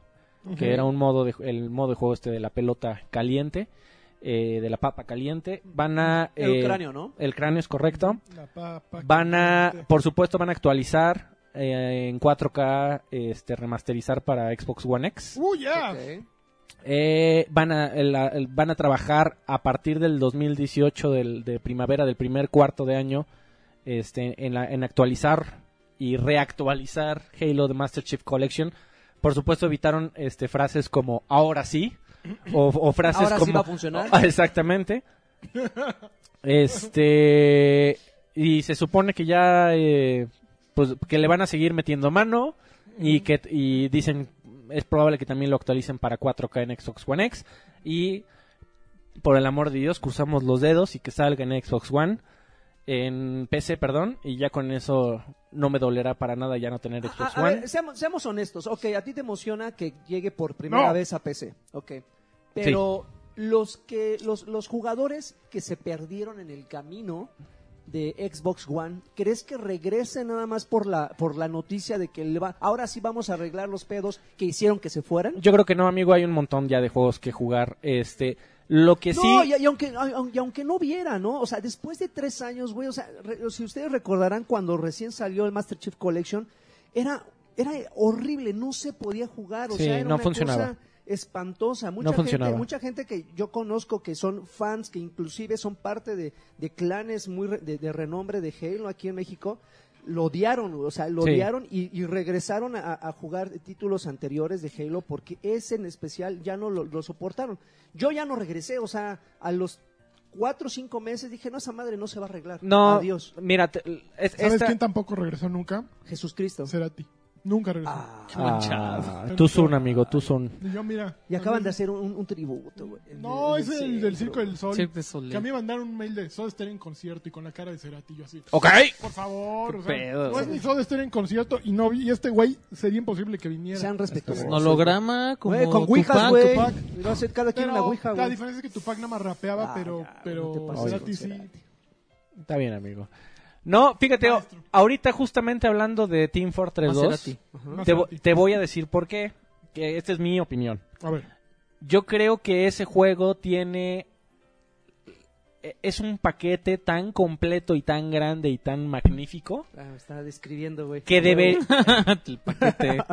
que era un modo de, el modo de juego este de la pelota caliente, eh, de la papa caliente. Van a...
El
eh,
cráneo, ¿no?
El cráneo es correcto.
La papa.
Van a,
caliente.
por supuesto, van a actualizar eh, en 4K, este, remasterizar para Xbox One X.
¡Uh, ya!
Ok.
Eh, van, a, el- la- el- van a trabajar a partir del 2018, del, de primavera, del primer cuarto de año, este, en, la- en actualizar y reactualizar Halo The Master Chief Collection. Por supuesto, evitaron este, frases como ahora sí, o, o frases
Ahora
como
sí va a funcionar.
[LAUGHS]
Ah, Exactamente. Este. Y se supone que ya. eh, pues que le van a seguir metiendo mano. Y que y dicen. Es probable que también lo actualicen para 4K en Xbox One X. Y. Por el amor de Dios, cruzamos los dedos y que salga en Xbox One. En PC, perdón. Y ya con eso no me dolerá para nada ya no tener
A-
Xbox
a- a
One.
ver, seamos, seamos honestos. Ok, a ti te emociona que llegue por primera
No.
vez a PC. Ok. Pero los, que, los, los jugadores que se perdieron en el camino de Xbox One, ¿crees que regresen nada más por la, por la noticia de que le va, ahora sí vamos a arreglar los pedos que hicieron que se fueran?
Yo creo que no, amigo. Hay un montón ya de juegos que jugar. Este. Lo que sí.
No, y, y aunque, au- y aunque no viera, ¿no? O sea, después de tres años, güey, o sea, re- si ustedes recordarán cuando recién salió el Master Chief Collection, era, era horrible, no se podía jugar, o
Sí,
sea, era
no
una
funcionaba.
cosa espantosa. Mucha, gente,
funcionaba.
mucha gente que yo conozco que son fans, que inclusive son parte de, de clanes muy re- de, de renombre de Halo aquí en México, lo odiaron, güey, o sea, lo
Sí.
odiaron y, y regresaron a, a jugar títulos anteriores de Halo porque ese en especial ya no lo, lo soportaron. Yo ya no regresé, o sea, a los cuatro o cinco meses dije, no, esa madre no se va a arreglar.
No,
Adiós.
mira, te- es,
¿Sabes
esta-
quién tampoco regresó nunca?
Jesús Cristo.
Cerati. Nunca regresó.
Ah,
Ah, tú son, amigo, tú son.
Y yo, mira.
y acaban de hacer un, un- un tributo, güey.
No, es el del Circo del Sol.
Cirque du Soleil.
Que a mí me mandaron un mail de Soda Stereo en concierto y con la cara de Cerati y yo así.
Ok.
Por favor, o sea,
pedo,
no es
güey.
ni Soda Stereo en concierto y no vi- y este güey sería imposible que viniera.
Sean respetuosos.
Holograma como
Güey, con
Tupac.
Ouijas, güey.
Tupac.
Va a ser cada quien
Pero
la Ouija,
la
güey.
diferencia es que Tupac nada más rapeaba,
Ah,
pero,
ya, no te
pero
pases
Cerati
con
sí.
Cerati.
Está bien, amigo. No, fíjate, o- ahorita justamente hablando de Team Fortress
Más
2,
Cerati.
más
te, vo-
Cerati.
te voy a decir por qué. Que esta es mi opinión.
A ver,
Yo creo que ese juego tiene eh, es un paquete tan completo y tan grande y tan magnífico
Ah, me estaba describiendo, güey.
que, debe,
[LAUGHS] El paquete.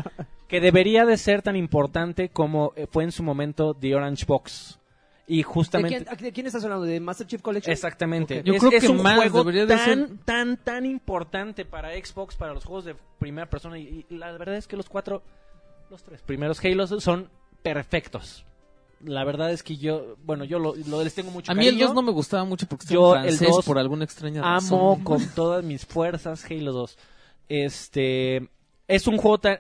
que debería de ser tan importante como eh, fue en su momento The Orange Box. Y
¿De
justamente...
quién, a- de quién estás hablando? ¿De Master Chief Collection?
Exactamente.
Ok.
Yo
es,
creo
es
que
un
más
juego
debería de
tan,
ser-
tan, tan importante para Xbox, para los juegos de primera persona. Y, y la verdad es que los cuatro, los tres primeros Halo son perfectos. La verdad es que yo, bueno, yo lo, lo les tengo mucho
A mí el
cariño.
2 no me gustaba mucho porque
Yo,
estaba en
el
francés
2
por alguna extraña
Amo
razón.
con todas mis fuerzas Halo 2. Este, es un juego tan...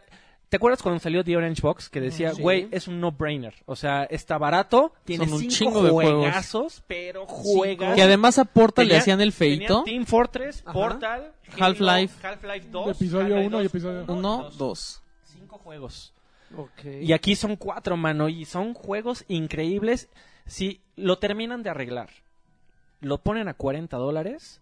¿Te acuerdas cuando salió The Orange Box? Que decía,
Sí.
güey, es un no-brainer. O sea, está barato, tiene
Son un
cinco
chingo de juegos.
juegazos, pero juegas.
Que además a Porta le
Tenía-
hacían el
tenía
feito.
Team Fortress,
Ajá.
Portal, Halo,
Half-Life.
Half-Life 2.
Episodio
Half-Life
uno y
2,
episodio-
uno,
Uno,
dos.
dos.
Cinco juegos.
Ok.
Y aquí son cuatro, mano. Y son juegos increíbles. Si lo terminan de arreglar, lo ponen a 40 dólares.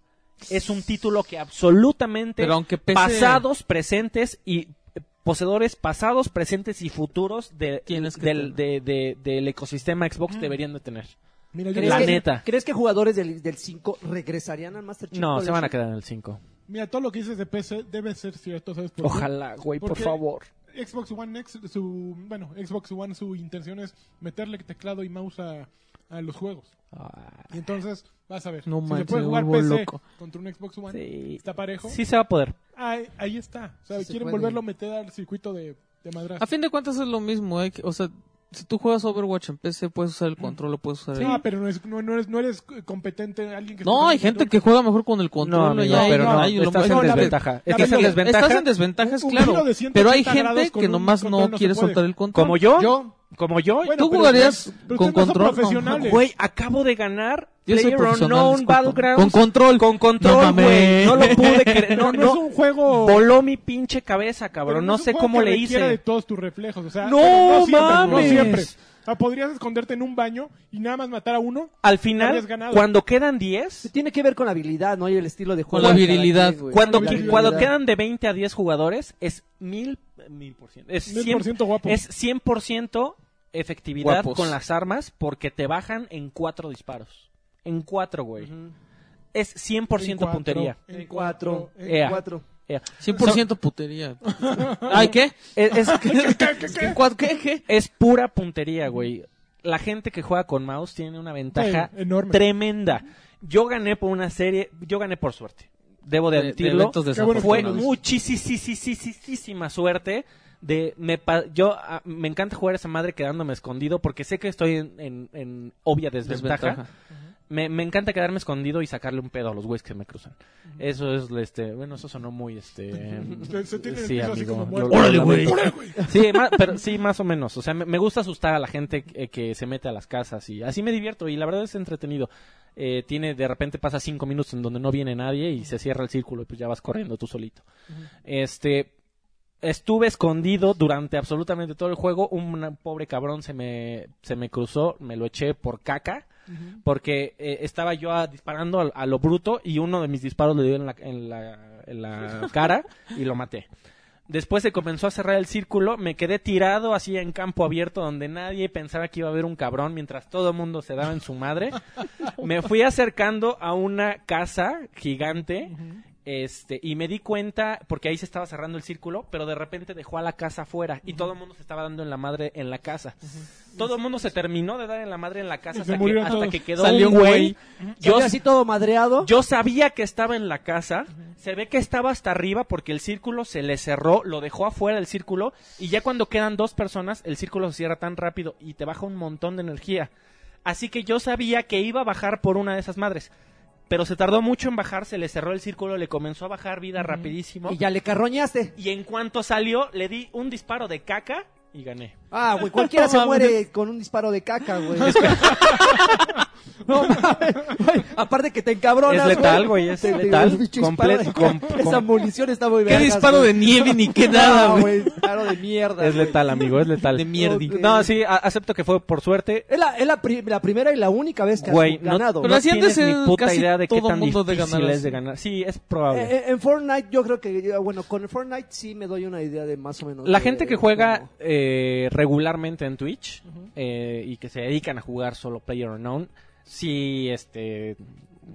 Es un título que absolutamente
Pero aunque pese...
pasados, presentes y eh, poseedores pasados, presentes y futuros de,
Tienes que tener.
del, de- de- del ecosistema Xbox
Mm.
deberían de tener.
Mira, yo
¿Crees
La
creo
que-
que-
neta.
¿Crees que jugadores del, del 5 regresarían al Master Chief
No, se
Collection?
van a quedar en el 5.
mira, todo lo que dices de PC debe ser cierto, ¿sabes por qué?
Ojalá, güey, por
Porque-
favor.
Xbox One X, su, bueno, Xbox One su intención es meterle teclado y mouse a, a los juegos.
Ah,
Y entonces, vas a ver,
No
si se
manches,
puede
me
jugar
vuelvo
PC
loco.
contra un Xbox One,
sí.
está parejo,
Sí se va a poder.
ahí, ahí está. O sea,
Sí se
quieren
puede.
volverlo a meter al circuito de, de madrazo.
A fin de cuentas es lo mismo. hay que- O sea, si tú juegas Overwatch en PC, puedes usar el control o puedes
Ah,
usar el...
No, Mm. Ah, pero no, es- no- no eres, no eres competente alguien que...
No,
esté-
hay gente que juega mejor con el control.
amigo,
y hay-
pero no,
hay- lo-
estás en
hay-
desventaja.
la-
Estás en
la-
desventaja.
Estás en desventajas,
Un- un
claro.
giro de 180
Pero hay gente
grados con
que
un
nomás no
control no se
quiere
puede.
soltar el control.
Como yo,
Yo-
como yo,
Bueno,
¿Tú
pero
jugarías
ustedes- pero
con
ustedes no son
control?
profesionales.
güey, acabo de ganar
Yo soy profesional,
PlayerUnknown
disculpa.
Battlegrounds
Con control.
con control,
No mames.
güey. No, lo
[LAUGHS]
pude creer. No,
Pero no, es
no.
un juego...
Voló mi pinche cabeza,
pero
cabrón.
es
No
un
sé
juego
cómo
que
le
requiera de
hice.
todos tus reflejos, o sea...
¡No
pero siempre,
mames!
No siempre. O sea, podrías esconderte en un baño y nada más matar a uno.
Al
habrías
final,
ganado.
cuando quedan 10,
Tiene que ver con la habilidad, ¿no? Y el estilo de
Con
juego.
la
de cada
virilidad.
quien, güey.
cuando,
la
que-
realidad.
cuando quedan de 20 a 10 jugadores, es mil, mil por ciento. Es
Mil
cien-
por ciento guapo.
es 100% efectividad
Guapos.
con las armas porque te bajan en cuatro disparos. En cuatro, güey.
Ujú.
Es 100%
En cuatro,
puntería.
En cuatro. eh.
[LAUGHS] en
Ea.
En cuatro.
100%
[LAUGHS]
putería. ¿Ay qué?
Es, es- [LAUGHS]
¿Qué? ¿Cuál- ¿Qué? ¿Qué?
es pura puntería, güey. La gente que juega con mouse tiene una ventaja
Sí, enorme.
tremenda. Yo gané por una serie, yo gané por suerte. Debo de
De- de
admitirlo.
eventos
Qué bueno que
fue
no lo
desafortunados.
muchísima suerte de me pa- yo ah, me encanta jugar a esa madre quedándome escondido porque sé que estoy en, en- en obvia desventaja,
Desventaja.
Me, me encanta quedarme escondido y sacarle un pedo a los güeyes que me cruzan eso es este bueno eso sonó muy este
[LAUGHS] Se- se tiene el
sí,
piso así
amigo,
como
lo-
muerto.
lo
Órale,
lamento.
Órale, güey.
Sí, ma- pero sí, más o menos. O sea, me, me gusta asustar a la gente eh, que se mete a las casas y así me divierto y la verdad es entretenido. Eh, tiene, de repente pasa cinco minutos en donde no viene nadie y se cierra el círculo y pues ya vas corriendo tú solito. Este, estuve escondido durante absolutamente todo el juego. Un pobre cabrón se me, se me cruzó, me lo eché por caca porque eh, estaba yo ah, disparando al- a, lo bruto y uno de mis disparos le dio en la, en la- en la cara y lo maté. Después se comenzó a cerrar el círculo, me quedé tirado así en campo abierto donde nadie pensaba que iba a haber un cabrón mientras todo el mundo se daba en su madre. Me fui acercando a una casa gigante este, y me di cuenta, porque ahí se estaba cerrando el círculo, pero de repente dejó a la casa afuera y todo el mundo se estaba dando en la madre en la casa. Todo el mundo se terminó de dar en la madre en la
Y
casa
se
hasta que,
murieron
hasta
todos.
que quedó
Salió
un
un
güey. Yo,
Yo así todo madreado.
yo sabía que estaba en la casa, se ve que estaba hasta arriba porque el círculo se le cerró, lo dejó afuera el círculo y ya cuando quedan dos personas el círculo se cierra tan rápido y te baja un montón de energía. Así que yo sabía que iba a bajar por una de esas madres. Pero se tardó mucho en bajar, se le cerró el círculo, le comenzó a bajar vida rapidísimo.
Y ya le carroñaste.
Y en cuanto salió, le di un disparo de caca y gané.
Ah,
[LAUGHS]
güey, cualquiera se
No mames.
muere con un disparo de caca, güey. no mames. güey. Aparte que te encabronas,
Es letal, güey, es
Te- te-
letal.
un pinche disparo de
Completo,
caca.
com-
Esa
com-
munición está muy
¿Qué
vergas,
disparo
güey.
de nieve ni qué
[LAUGHS]
nada,
No,
güey?
güey, disparo de mierda,
Es
güey.
letal, amigo, es letal.
De mierdi.
Ok.
No, sí, a- acepto que fue por suerte.
Es la, es la, pri- la primera y la única vez que
Güey,
has
no,
ganado.
no
Pero así han de
tienes
ser
ni puta
casi
idea de qué
todo
tan
mundo de
difícil
ganar
es de
así.
ganar. Sí, es probable.
Eh, eh, en Fortnite yo creo que, eh, bueno, con Fortnite sí me doy una idea de más o menos.
La
de-
gente que
de
juega
cómo-
eh, regularmente en Twitch eh, y que se dedican a jugar solo Player Unknown sí, este...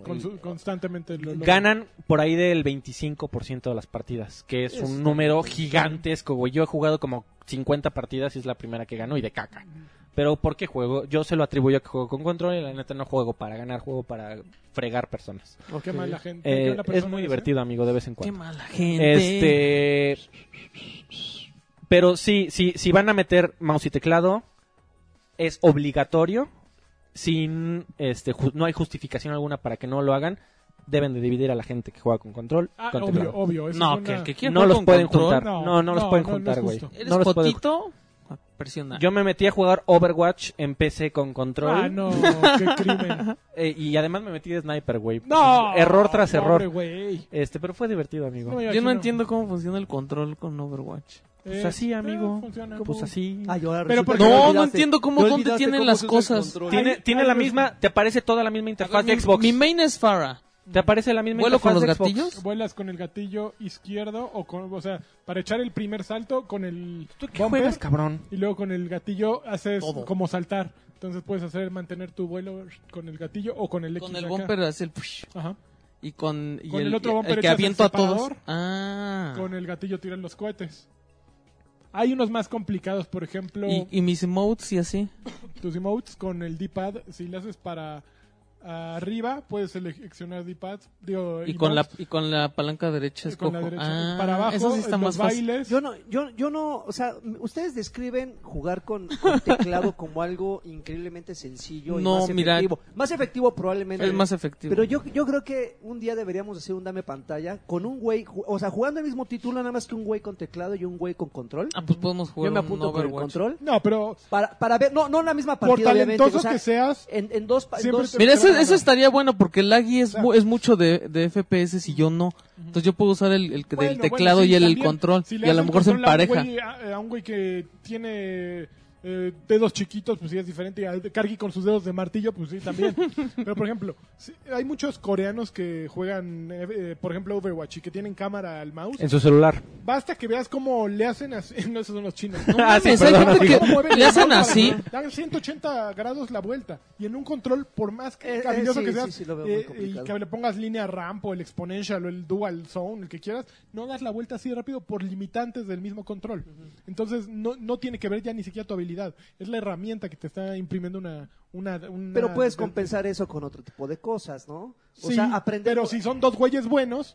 Con-
el-
constantemente lo logran.
ganan por ahí del 25% de las partidas, que es
Este,
un número gigantesco, güey. Yo he jugado como 50 partidas y es la primera que gano y de caca. Pero ¿por qué juego? Yo se lo atribuyo a que juego con control y la neta no juego para ganar, juego para fregar personas.
Qué
Ok.
mala gente.
Eh,
qué mala
es
persona
muy
eres,
divertido, amigo, de vez en
Qué
cuando.
mala gente.
Este. Pero sí, sí, si van a meter mouse y teclado, es obligatorio. Sin, este, ju- no hay justificación alguna para que no lo hagan. Deben de dividir a la gente que juega con control.
¿eh? Ah,
con
obvio,
teclado.
obvio. eso
No,
es
que
una- Ah,
el que quiera
No
jugar
los
con
pueden
control,
juntar.
No,
No, no, los
no,
pueden
no, no
juntar,
es
güey.
justo.
Eres ah,
No los pueden-
potito. a Presionar.
Yo me metí a jugar Overwatch, empecé con control.
Ah, no, qué crimen.
eh, y además me metí de sniper, güey.
No.
Error tras
pobre
error.
güey.
Este, pero fue divertido, amigo.
No,
Yo no entiendo cómo funciona el control con Overwatch.
pues
Eh,
así,
eh,
amigo.
funciona.
pues así.
Ay, Ah, ahora
Pero
resulta
porque-
que
No,
no
olvidaste-
entiendo cómo- dónde
olvidaste
tienen
cómo
las
se usa el
cosas.
control.
Tiene,
Ay,
tiene
ay,
la
Dios.
misma, te aparece toda la misma
A ver,
interfaz
mi,
de Xbox.
mi main es Farah.
Te aparece la misma
¿Vuelo con
interfaz
los
de Xbox.
gatillos?
Vuelas con el gatillo izquierdo o con, o sea, para echar el primer salto con el
¿Tú qué
bumper,
juegas, cabrón?
y luego con el gatillo haces
Todo.
como saltar. Entonces puedes hacer mantener tu vuelo con el gatillo o con el X
Con el
acá.
bumper hace el push.
Ajá.
Y con, y
Con el otro bumper
que
echas el
aviento a todos.
separador.
Ah.
Con el gatillo tiran los cohetes. Hay unos más complicados, por ejemplo,
Y, y mis emotes y así.
tus emotes con el D-pad, si le haces para arriba puedes seleccionar D-pad, digo,
Y con, la,
emotes,
y con la palanca derecha
y con la
escojo.
derecha.
Ah,
para abajo
eso sí está
los
más fácil.
bailes.
Yo no, yo, yo no, o sea, m- ustedes describen jugar con, con
[LAUGHS]
teclado como algo increíblemente sencillo y
No,
más
mira.
efectivo. Más efectivo probablemente.
Es más efectivo.
Pero yo, yo creo que un día deberíamos hacer un dame pantalla con un güey, ju- o sea, jugando el mismo título, nada más que un güey con teclado y un güey con control.
Ah, pues podemos jugar
yo me
un
apunto con el
Overwatch.
control.
No, pero
Para, para ver, no, no la misma
por
partida, obviamente.
talentoso
o sea,
que seas,
en, en dos, pa- en
Siempre
dos-
te-
Mira, eso,
Pero-
eso estaría bueno porque el laggy es,
sea-
mu- es mucho de, de FPS y yo no. Entonces yo puedo usar el, el que-
Bueno,
del
bueno,
teclado
sí,
y el, el
también.
control.
Si le
y a
das
lo
el
mejor se
control a un
empareja.
güey- A a un güey que tiene eh, dedos chiquitos, pues sí es diferente. Y al de Kargi con sus dedos de martillo, pues sí
[LAUGHS]
también. Pero por ejemplo, sí, hay muchos coreanos que juegan, eh, eh, por ejemplo, Overwatch y que tienen cámara al mouse.
En su celular.
Basta que veas cómo le hacen así. [LAUGHS] No, esos son los chinos.
[LAUGHS] Ah, sí,
mames, hay
perdón,
gente
amigo.
¿Cómo mueven
que le
el
hacen
mouse para
así.
que Dan 180 grados la vuelta. Y en un control, por más
Eh, eh,
cariñoso
sí,
que
sí,
seas,
sí, lo veo muy
eh, y
complicado.
que le pongas línea ramp o el exponential o el dual zone, el que quieras, no das la vuelta así rápido por limitantes del mismo control. Entonces, no, no tiene que ver ya ni siquiera tu habilidad. Es la herramienta que te está imprimiendo una... una, una-
Pero puedes
de-
compensar eso con otro tipo de cosas, ¿no? O
eh, Sí,
sea, aprender.
pero si son dos güeyes buenos...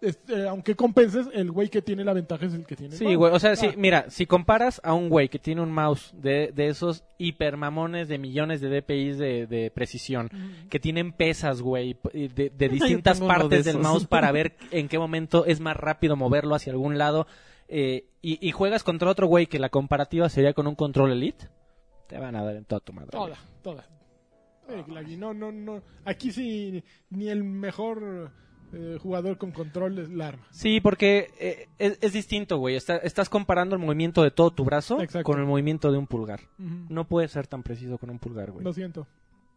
este, aunque compenses, el güey que tiene la ventaja es el que tiene el
Sí,
mouse.
güey. O sea,
Ah,
sí, mira, si comparas a un güey que tiene un mouse de, de esos hipermamones de millones de DPIs de, de precisión, que tienen pesas, güey, p- y de,
[LAUGHS]
de distintas
tengo uno
partes
de
del
esos.
mouse
[LAUGHS]
para ver en qué momento es más rápido moverlo hacia algún lado, eh, y, y juegas contra otro güey que la comparativa sería con un control elite, te van a dar en toda tu madre. güey.
Toda, toda. Eh, Glagui, no, no, no. Aquí sí, ni el mejor eh, jugador con control es la arma.
Sí, porque eh, es, es distinto, güey. Está- estás comparando el movimiento de todo tu brazo
Exacto.
con el movimiento de un pulgar.
Ujú.
No puedes ser tan preciso con un pulgar, güey.
Lo siento.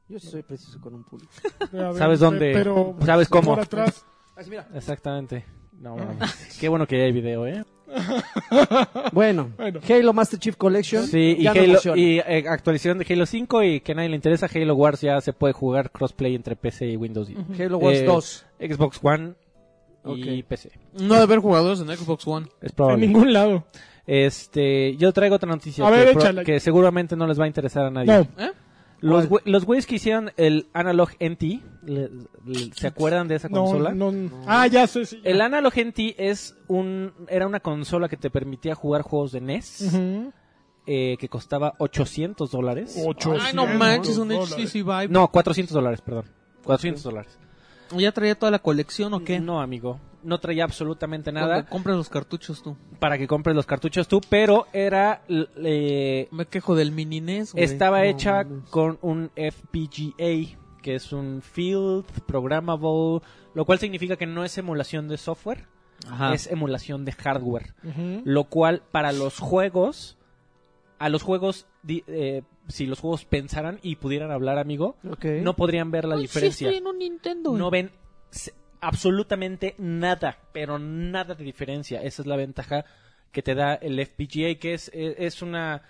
Yo sí soy preciso con un
[LAUGHS]
pulso.
A ver,
¿Sabes
eh,
dónde?
Pero
¿Sabes cómo?
por atrás.
Así, mira.
Exactamente. No,
Ah. [LAUGHS]
mames. Qué bueno que hay video, ¿eh?
Bueno,
Bueno.
Halo Master Chief Collection.
Sí, y,
ya no
Halo,
emociona.
y eh, actualización de Halo 5 y que a nadie le interesa, Halo Wars ya se puede jugar crossplay entre PC y Windows. y-
Halo Wars
eh,
2.
Xbox One y
Ok.
PC.
eh,
No debe haber jugadores en Xbox One.
Es
En
probable.
ningún lado.
Este, yo traigo otra noticia
A
que,
ver,
pro-
échala.
que seguramente no les va a interesar a nadie.
No.
¿Eh?
Los, güe- los güeyes que hicieron el Analog NT, le- le- ¿se acuerdan de esa consola?
No, no, no. Ah, ya sé. Sí, ya.
El Analog NT es un, era una consola que te permitía jugar juegos de NES,
Ujú.
eh, que costaba 800 dólares.
800
Ay, no manches, un
dólares.
HTC Vive.
No, 400 dólares, perdón. 400 dólares.
¿Ya traía toda la colección o qué?
No, amigo. No traía absolutamente
Cuando
nada
compras los cartuchos tú.
para que compres los cartuchos tú, pero era... l- eh,
Me quejo del mini NES, güey.
estaba
No
hecha
mames.
con un FPGA, que es un Field Programmable, lo cual significa que no es emulación de software,
Ajá.
es emulación de hardware.
Ujú.
Lo cual para los juegos, a los juegos, di- eh, si los juegos pensaran y pudieran hablar, amigo,
Ok.
no podrían ver la
Ay, sí,
diferencia.
estoy en un Nintendo. güey.
No ven s- absolutamente nada, pero nada de diferencia. Esa es la ventaja e, que te da el FPGA, que es, eh, es una...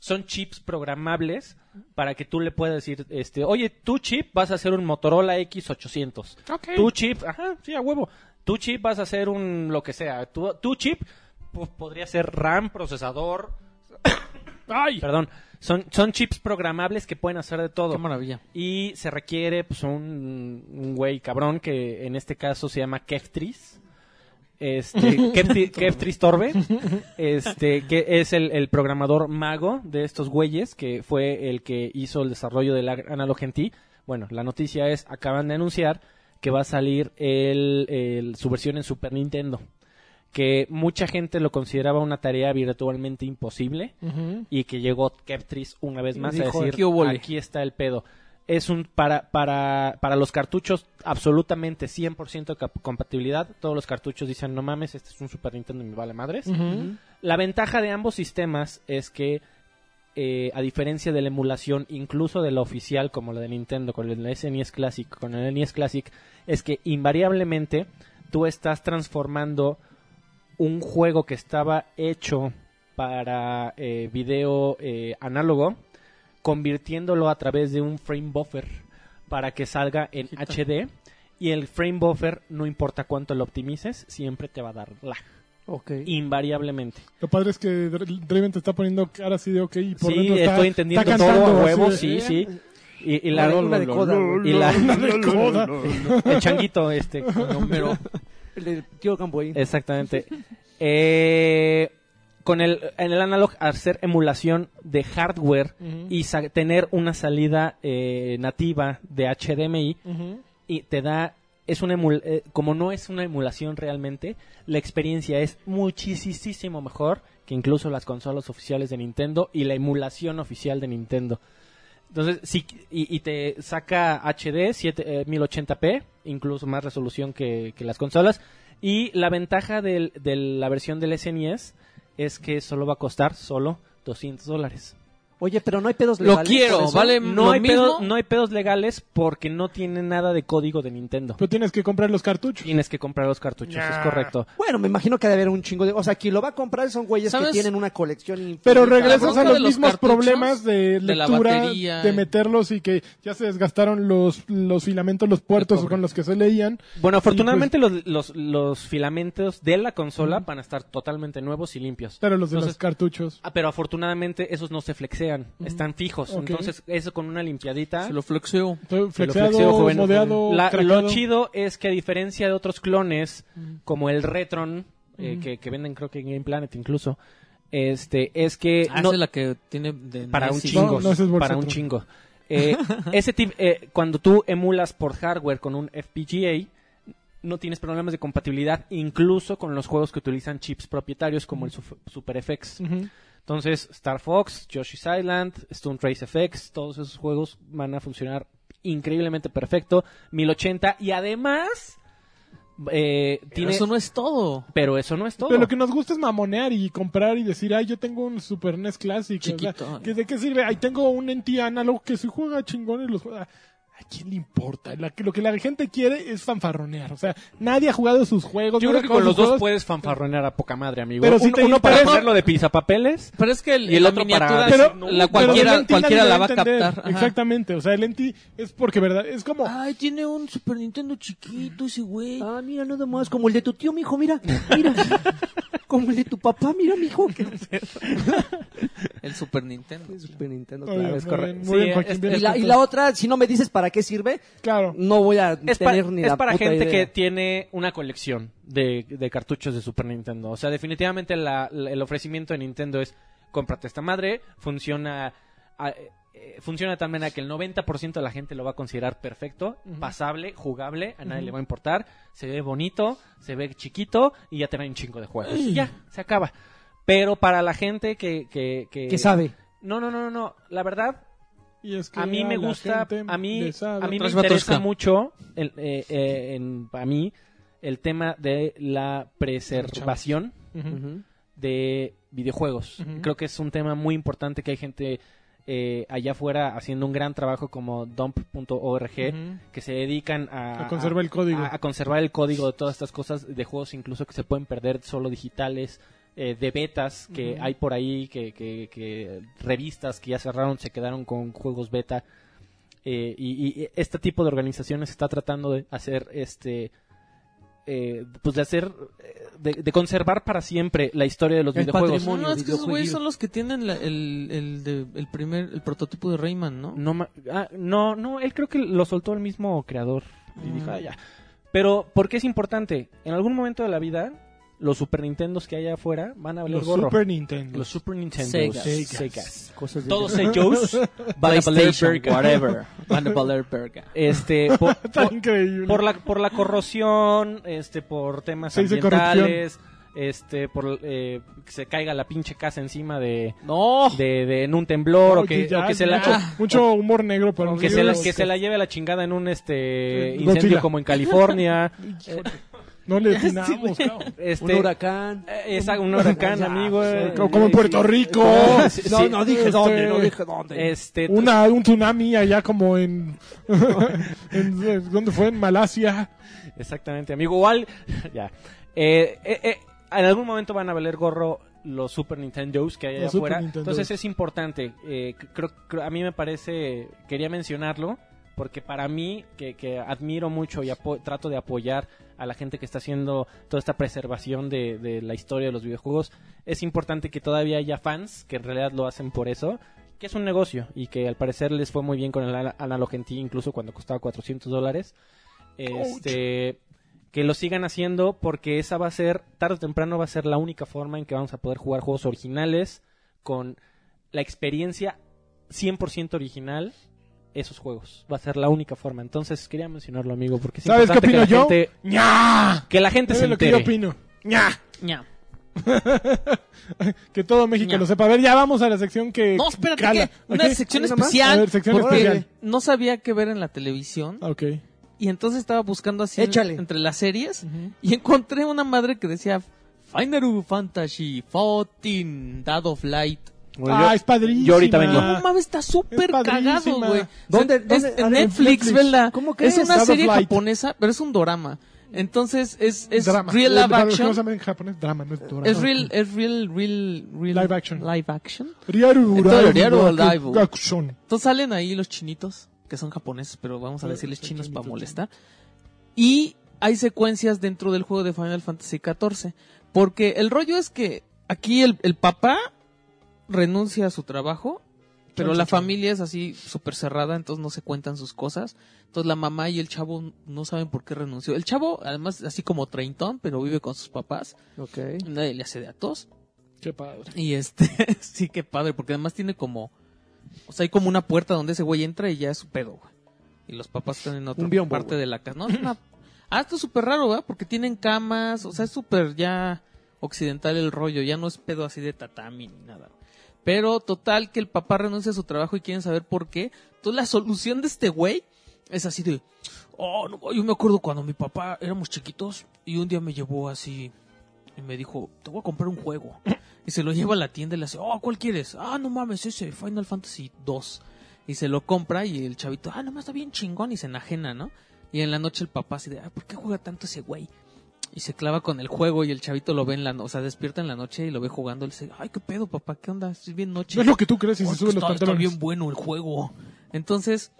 Son chips programables para que tú le puedas decir, este, oye, tu chip vas a hacer un Motorola X800.
Ok.
Tu chip, ajá, sí, a huevo. Tu chip vas a hacer un lo que sea. Tu, tu chip pues, podría ser RAM, procesador.
¡Ay!
Perdón. Son, son chips programables que pueden hacer de todo.
Qué maravilla.
Y se requiere pues, un, un güey cabrón que en este caso se llama Keftris. Este, Kefti- Keftris Torbe, este, que es el, el programador mago de estos güeyes, que fue el que hizo el desarrollo del ag- Analog NT. Bueno, la noticia es, acaban de anunciar que va a salir el, el- su versión en Super Nintendo, que mucha gente lo consideraba una tarea virtualmente imposible,
Ujú.
y que llegó Keptris una vez
Y
más
dijo,
a decir
"Aquí hubo le".
aquí está el pedo. Es un para para para los cartuchos absolutamente 100% de cap- compatibilidad. Todos los cartuchos dicen, "No mames, este es un Super Nintendo y me vale madres."
Ujú.
La ventaja de ambos sistemas es que eh, a diferencia de la emulación, incluso de la oficial como la de Nintendo con el SNES Classic, con el NES Classic, es que invariablemente tú estás transformando un juego que estaba hecho para eh, video eh, análogo, convirtiéndolo a través de un frame buffer para que salga en HD. Y el frame buffer, no importa cuánto lo optimices, siempre te va a dar lag,
Ok.
invariablemente.
Lo padre es que Dr- Draven te está poniendo cara así de ok y por
Sí,
dentro está,
estoy entendiendo
está
todo
cantando
a
así
huevo,
de,
sí,
eh,
sí. Y, y la,
Una de coda, güey.
y la-
[LAUGHS] Coda.
[LAUGHS] el changuito, este, pero
El del tío Gamboy.
exactamente. Eh, con el en el analog hacer emulación de hardware
Ujú.
y sa- tener una salida eh, nativa de HDMI
Ujú.
y te da es una emul- eh, como no es una emulación realmente, la experiencia es muchísimo mejor que incluso las consolas oficiales de Nintendo y la emulación oficial de Nintendo. Entonces, sí, y, y te saca HD 7, eh, 1080p, incluso más resolución que, que las consolas. Y la ventaja del- de la versión del SNES es que solo va a costar solo 200 dólares.
Oye, pero no hay pedos
Lo
legales.
quiero,
con eso.
¿vale?
No
Em, ¿Lo
hay,
mismo?
pedos, no hay pedos legales porque no tiene nada de código de Nintendo.
Pero tienes que comprar los cartuchos.
Tienes que comprar los cartuchos, es
Nah.
correcto.
Bueno, me imagino que ha de haber un chingo de... O sea, quien lo va a comprar son güeyes que
¿Sabes?
tienen una colección infinita.
Pero
La
regresas
bronca
a los
de los
mismos
cartuchos,
problemas de
de la
lectura, de,
batería, eh.
meterlos y que ya se desgastaron los, los filamentos, los puertos
cobre.
con los que se leían.
Bueno, afortunadamente
pues.
los, los, los filamentos de la consola van a estar totalmente nuevos y limpios.
Pero los de los
Entonces-
cartuchos.
Ah, pero afortunadamente esos no se flexean, están fijos.
Ok.
Entonces, eso con una limpiadita.
Se lo flexeo.
se lo
Flexeado,
flexeo, joven.
modeado,
La- lo
craqueado.
chido es que a diferencia de otros clones, como el Retron, eh, que, que venden creo que en Game Planet incluso, este, es que...
Ah,
no-
esa es la que tiene de E
para un
Nesis.
chingo.
No, no, ese es
para
Borsetron.
un chingo. Eh, ese tip, eh, cuando tú emulas por hardware con un FPGA, no tienes problemas de compatibilidad, incluso con los juegos que utilizan chips propietarios como el Suf- Super FX.
Ujú.
Entonces, Star Fox, Yoshi's Island, Stone Trace FX, todos esos juegos van a funcionar increíblemente perfecto. 1080 y además, eh,
Pero
tiene.
eso no es todo.
Pero eso no es todo.
Pero lo que nos gusta es mamonear y comprar y decir, ay, yo tengo un Super NES Classic. o sea,
Chiquito.
¿que ¿De qué sirve? Ay, tengo un NT análogo que si juega chingón y los juega. ¿A quién le importa? La- lo que la gente quiere es fanfarronear. O sea, nadie ha jugado sus juegos.
Yo
no
creo que
recuerdo
con los
sus
dos
juegos.
puedes fanfarronear a poca madre, amigo.
Pero si
uno,
te
uno para
interesa-
hacerlo de pizapapeles
Pero es que el,
Y el
la
otro para-
miniatura
Pero-
es-
pero
la
del
cualquiera,
NT
cualquiera
nadie
la
lo
va a
entender.
captar. Ajá.
Exactamente. O sea, el NT es porque, ¿verdad? Es como...
Ah,
Ay, tiene un Super Nintendo chiquito ese güey.
Ah, mira, nada más, como el de tu tío, mijo, mira, [LAUGHS] mira. como el de tu papá, mira, [LAUGHS] mijo. Que...
El Super Nintendo.
Super Nintendo,
Muy
claro.
bien,
pues,
muy
es correcto.
bien, muy
Sí,
bien, Joaquín,
es-
bien.
Y la, y la otra, si no me dices para qué sirve,
Claro.
no voy a
es, pa-
tener ni
es
la
para
puta
gente
idea.
que tiene una colección de, de cartuchos de Super Nintendo. O sea, definitivamente la- la- el ofrecimiento de Nintendo es cómprate esta madre, funciona a- eh, funciona de tal manera que el 90% de la gente lo va a considerar perfecto, pasable, jugable, a nadie le va a importar, se ve bonito, se ve chiquito y ya te trae un chingo de juegos. Y ya, se acaba. Pero para la gente que... Que, que-
Que sabe.
No, no, no, no, no. La verdad,
Y es que
a mí
a
me
la
gusta,
gente
a mí,
le sabe.
a mí me
Tras Batushka.
interesa mucho, el, eh, eh, en- a mí, el tema de la preservación
Ujú.
Ujú.
de videojuegos.
Ujú.
Creo que es un tema muy importante que hay gente eh, allá afuera haciendo un gran trabajo como dump.org
Ujú.
que se dedican a,
A conservar el código.
a- a conservar el código de todas estas cosas, de juegos incluso que se pueden perder solo digitales, eh, de betas que hay por ahí, que, que- que revistas que ya cerraron se quedaron con juegos beta. Eh, y, y este tipo de organizaciones está tratando de hacer este eh, pues de hacer eh, de, de conservar para siempre la historia de los
El
videojuegos
patrimonio.
Pues, No, es que esos güeyes
videojueguil.
son los que tienen la- el, el, de- el primer, el prototipo de Rayman, [LAUGHS] ¿no?
No, ma- ah, no, no, él creo que lo soltó el mismo creador. Y
Mm.
dijo, "Ah, ya". Pero, ¿por qué es importante? En algún momento de la vida, los Super Nintendos que hay afuera van a valer
Los
gorro.
Super Nintendo.
Los Super Nintendo.
Segas.
Segas.
Cosas de-
Todos ellos.
Van a valer
PlayStation,
verga.
whatever.
Van a valer verga.
Este, por,
[LAUGHS] Está
por-
increíble.
por la, por la corrosión, este, por temas
Se dice
ambientales, este, por eh, que se caiga la pinche casa encima de,
¡No!
de, de- en un temblor o
Oye,
que,
ya,
o que se
ya.
la... [LAUGHS]
mucho humor negro para un
Que se, la,
video.
que se la lleve a la chingada en un este
Sí,
incendio
Eh, Godzilla.
como
[LAUGHS]
en California.
No
[LAUGHS]
le atinamos, cabrón.
este,
[LAUGHS]
Un huracán.
eh, esa- un huracán,
Ya,
amigo.
sí.
eh,
Como, como en
sí,
Puerto
sí.
Rico.
sí,
no,
sí.
no dije
Este-
dónde, no dije dónde.
Este,
[LAUGHS] Una, un tsunami allá como en, [LAUGHS] en- en- ¿Dónde fue? En Malasia.
Exactamente, amigo. Igual, [LAUGHS] ya. Eh, eh, eh, en algún momento van a valer gorro los Super Nintendos que hay allá
Los Super
afuera.
Nintendos.
Entonces es importante. eh, c- creo, creo- a mí me parece, quería mencionarlo, porque para mí, que, que admiro mucho y apo- trato de apoyar a la gente que está haciendo toda esta preservación de, de la historia de los videojuegos, es importante que todavía haya fans que en realidad lo hacen por eso. Que es un negocio y que al parecer les fue muy bien con el ana- Analog NT, incluso cuando costaba 400 dólares. Este, que lo sigan haciendo porque esa va a ser, tarde o temprano va a ser la única forma en que vamos a poder jugar juegos originales con la experiencia 100% original esos juegos. Va a ser la única forma. Entonces quería mencionarlo, amigo, porque es
¿Sabes qué
importante
opino
que la
yo?
gente,
¡Ña!
que la gente
Este
Es
se
lo que yo
entere.
opino. ¡Ña!
Ya.
Que todo México
Ña.
lo sepa. A ver, ya vamos a la sección que.
No, espérate,
Eh, cala.
que una
¿Ok?
sección
¿Una más?
especial.
A ver, sección
porque
especial.
no sabía qué ver en la televisión.
Ah, Ok.
Y entonces estaba buscando así en-
Échale.
entre las series. Y encontré una madre que decía Final Fantasy 14 Dado Flight.
Bueno, yo-
ah, es padrísimo.
yo ahorita vengo.
No mames, está súper
Ah, padrísima.
cagado, güey.
¿Dónde-
O sea,
dónde?
es-
A
en
ver,
Netflix,
Netflix.
vela.
¿Cómo
es
crees?
una
Dado
serie
Flight.
japonesa, pero es un dorama. Entonces es, es
Drama.
real
Eh,
live
para los que no
action.
saben en japonés, drama, no es drama.
Es real, es real, real, real
Live action.
Live action.
Riaru,
Entonces,
riaru,
Riaru Riaru.
action.
Entonces salen ahí los chinitos, que son japoneses, pero vamos a
Pero
decirles
son
chinos para
chinitos,
molestar. Y hay secuencias dentro del juego de Final Fantasy XIV. Porque el rollo es que aquí el, el papá renuncia a su trabajo, pero
Chon,
la
chon, chon.
familia es así súper cerrada, entonces no se cuentan sus cosas. Entonces la mamá y el chavo no saben por qué renunció. El chavo, además, así como treintón, pero vive con sus papás.
Ok.
Nadie le hace de atos.
Qué padre.
Y este, [LAUGHS] sí, qué padre, porque además tiene como. O sea, hay como una puerta donde ese güey entra y ya es su pedo, güey. Y los papás están en otra
Un biombo,
parte
güey.
de la casa. No, es
[LAUGHS]
una- Ah, esto es súper raro, ¿verdad? Porque tienen camas, o sea, es súper ya occidental el rollo, ya no es pedo así de tatami ni nada. Pero total, que el papá renuncia a su trabajo y quieren saber por qué. Entonces, la solución de este güey es así de. Oh, no, yo me acuerdo cuando mi papá éramos chiquitos y un día me llevó así y me dijo, te voy a comprar un juego. Y se lo lleva a la tienda y le hace, oh, ¿cuál quieres? Ah, no mames, ese, Final Fantasy 2. Y se lo compra y el chavito, ah, nomás está bien chingón y se enajena, ¿no? Y en la noche el papá así de, ah, ¿por qué juega tanto ese güey? Y se clava con el juego y el chavito lo ve en la noche, o sea, despierta en la noche y lo ve jugando. Y le dice, ay, qué pedo, papá, ¿qué onda? Es bien noche.
No es lo que tú crees si
Oh,
se
es que
suben los
está- está
pantalones.
bien bueno el juego. Entonces,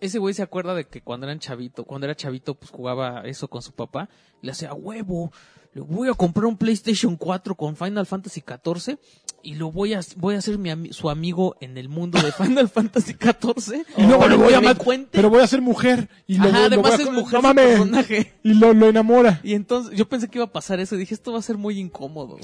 ese güey se acuerda de que cuando eran chavito, cuando era chavito, pues jugaba eso con su papá. Le hacía "A huevo. Le voy a comprar un PlayStation 4 con Final Fantasy 14 y lo voy a voy a hacer mi ami- su amigo en el mundo de Final [LAUGHS] Fantasy 14.
Y luego le voy a
dar
mat- Pero voy a ser mujer. Y lo,
Ajá,
lo voy
además
a-
es mujer
No
su
mames.
personaje.
Y lo, lo enamora.
Y entonces yo pensé que iba a pasar eso y dije, esto va a ser muy incómodo.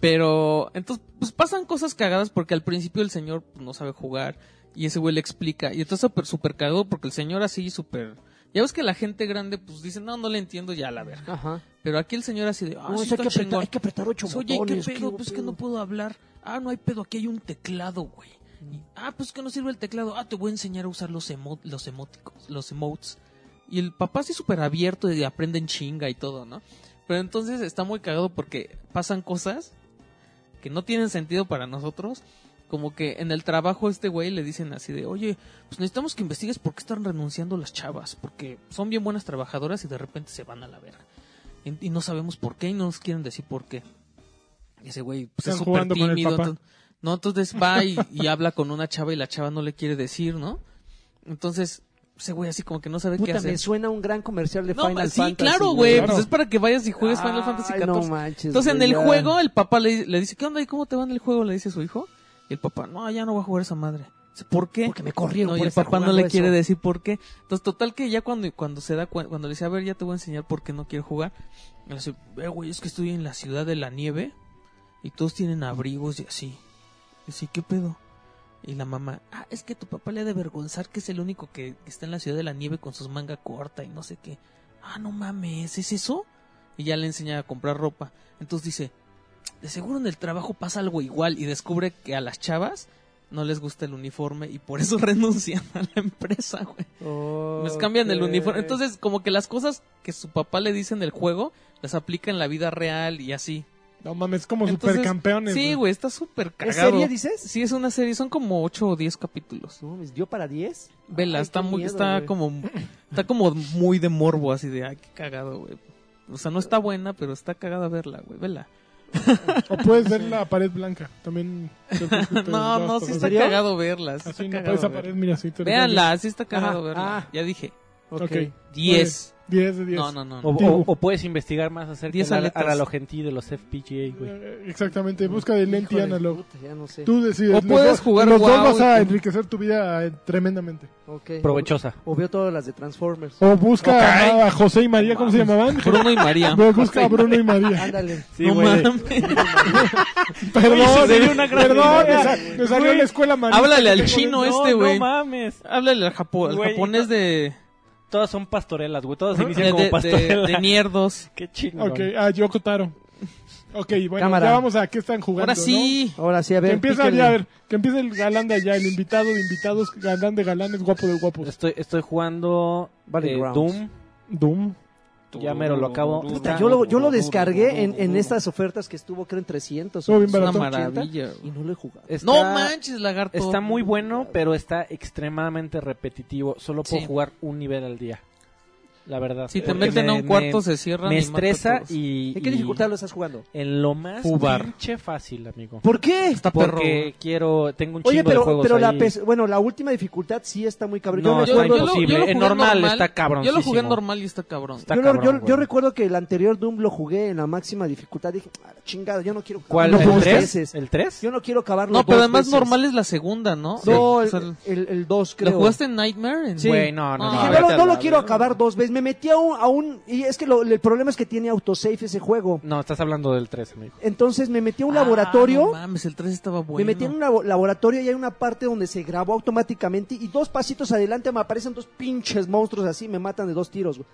Pero entonces, pues pasan cosas cagadas porque al principio el señor pues, no sabe jugar y ese güey le explica. Y entonces súper, súper cagado porque el señor así súper... Ya ves que la gente grande pues dice, no, no le entiendo ya a la verga.
Ajá.
Pero aquí el señor así de, ah,
No,
sí
eso
está
hay, que apretar,
chingón.
hay que apretar ocho
Pues, Oye, ¿y ¿qué
botones.
pedo?
hubo
Pues que no
pedo?
puedo hablar. Ah, no hay pedo, aquí hay un teclado, güey. Y, ah, pues que no sirve el teclado. Ah, te voy a enseñar a usar los, emo- los emóticos, los emotes. Y el papá sí súper abierto y aprende en chinga y todo, ¿no? Pero entonces está muy cagado porque pasan cosas que no tienen sentido para nosotros. Como que en el trabajo este güey le dicen así de, oye, pues necesitamos que investigues por qué están renunciando las chavas, porque son bien buenas trabajadoras y de repente se van a la verga. Y, y no sabemos por qué y no nos quieren decir por qué. Y ese güey pues,
Están
es súper
jugando con el
tímido.
papá.
entonces- no, entonces va y, y [LAUGHS] habla con una chava y la chava no le quiere decir, ¿no? Entonces, ese güey así como que no sabe qué
Puta,
hacer.
me suena un gran comercial de
No,
Final
sí,
Fantasy.
claro, güey.
Claro.
Pues es para que vayas y juegues Final
Ay,
Fantasy XIV.
no manches,
Entonces, en
güey,
el
ya.
juego, el papá le, le dice, ¿qué onda? ¿Y cómo te va en el juego? Le dice su hijo. Y el papá, no, ya no va a jugar esa madre. Dice, ¿Por qué?
Porque me corrieron
No,
por
y el
estar
papá no
jugando
le quiere
eso.
decir por qué. Entonces, total que ya cuando, cuando se da cuen- cuando le dice, a ver, ya te voy a enseñar por qué no quiero jugar. Le dice, "Eh, güey, es que estoy en la ciudad de la nieve y todos tienen abrigos y así. Dice, ¿qué pedo? Y la mamá, ah, es que tu papá le ha de avergonzar que es el único que, que está en la ciudad de la nieve con sus manga corta y no sé qué. Ah, no mames, ¿es eso? Y ya le enseña a comprar ropa. Entonces dice, de seguro en el trabajo pasa algo igual y descubre que a las chavas no les gusta el uniforme y por eso [LAUGHS] renuncian a la empresa, güey.
Oh.
Les cambian el
Ok.
uniforme. Entonces, como que las cosas que su papá le dice en el juego, las aplica en la vida real y así.
No mames, es como
Entonces,
supercampeones.
Sí,
¿no?
güey, está súper
¿Es
cagado.
serie, dices?
Sí, es una serie, son como 8 o 10 capítulos.
No, ¿me dio para 10?
Vela,
Ay,
está
qué
muy,
miedo,
está
güey.
como, está como muy de morbo, así de, ay, qué cagado, güey. O sea, no está buena, pero está cagada verla, güey, vela. [LAUGHS]
O puedes ver la pared blanca.
[LAUGHS]
También.
No, no, sí está
¿En serio?
cagado verla. Sí
Así
está
no,
cagado
esa
verla.
pared, mira, sí te
Véanla, sí está cagado
Ah,
verla.
ah.
Ya dije,
Ok.
Ok.
10.
10 de 10.
No, no, no.
O,
no.
o- o puedes investigar más acerca
Diez
de
aletas.
la lo gentil de los FPGA, güey.
Eh, Exactamente, busca de lente
Hijo de
analog.
puta, ya no sé.
Tú decides.
O
los
puedes
dos-
jugar
Los dos
WoW
vas a
y-
enriquecer tu vida eh, tremendamente.
Ok.
Provechosa.
O veo todas las de Transformers.
O busca a- a José y María, ¿cómo se llamaban?
[LAUGHS] Bruno y María.
Ve, Busca a [LAUGHS] Bruno y María.
Ándale.
Sí,
no
güey.
mames.
[LAUGHS]
[LAUGHS]
Perdón,
sería una gran
perdón,
idea.
me sa- me salió en la escuela amarilla.
Háblale al
Tengo
chino
de-
este, güey.
No mames.
Háblale al, japo- al
Güey,
japonés
[LAUGHS]
de,
Todas son pastorelas, güey. Todas
de,
inician como
de-
pastorelas.
de mierdos.
[LAUGHS] Qué chingón.
Ok, a Yoko Taro. Ok, bueno,
Cámara.
ya vamos a qué están jugando.
Ahora
¿no?
sí.
Ahora sí, a ver.
Que empieza
píquenle.
ya, a ver, que empiece el galán de allá, el invitado de invitados, galán de galanes, guapo de guapos.
Estoy, estoy jugando eh,
Battlegrounds.
Doom.
Doom.
Ya mero lo acabo.
Puta, yo, lo, yo lo descargué en, en estas ofertas que estuvo, creo, en 300.
Estuvo bien
Es una
barato.
maravilla.
Y no lo he jugado.
Está-
No manches, lagarto.
Está muy bueno, pero está extremadamente repetitivo. Solo puedo
Sí.
jugar un nivel al día. La verdad.
Si te
Porque
meten a
me-
un cuarto,
me-
se cierran.
me
y mata a
estresa
todos.
y.
¿En qué
y
dificultad lo estás jugando?
En lo más
Jugar.
pinche fácil, amigo.
¿Por qué?
Está perro.
Porque quiero. Tengo un chingo
Oye,
de
pero,
juegos
pero la
ahí.
pes- bueno, la última dificultad sí está muy cabrón.
No,
yo
está
recuerdo,
lo-
imposible.
lo
En
jugué
normal está
Yo lo jugué
cabroncísimo.
en normal y está cabrón.
Está
yo lo- yo-
cabrón,
yo
güey.
recuerdo que el anterior Doom lo jugué en la máxima dificultad. Dije, "Ah, la chingada, yo no quiero
¿Cuál?
acabarlo
¿El
dos
3?
veces.
¿El 3?
Yo no quiero acabarlo
No, pero
dos
además
veces.
normal es la segunda, ¿no?
No,
O
el-
sea,
el, el 2, creo.
¿Lo jugaste en Nightmare? En-
Sí.
Güey, no, no,
No,
no.
Dije,
Ah,
no,
vete
lo-
a
no
la
lo quiero
verga.
acabar dos veces. Me metí a un... a un- y es que lo- el problema es que tiene autosave ese juego.
No, estás hablando del 3, amigo.
Entonces me metí a un
Ah,
laboratorio.
no mames, el 3 estaba bueno.
Me metí en un labo- laboratorio y hay una parte donde se grabó automáticamente y dos pasitos adelante me aparecen dos pinches monstruos así, me matan de dos tiros, güey.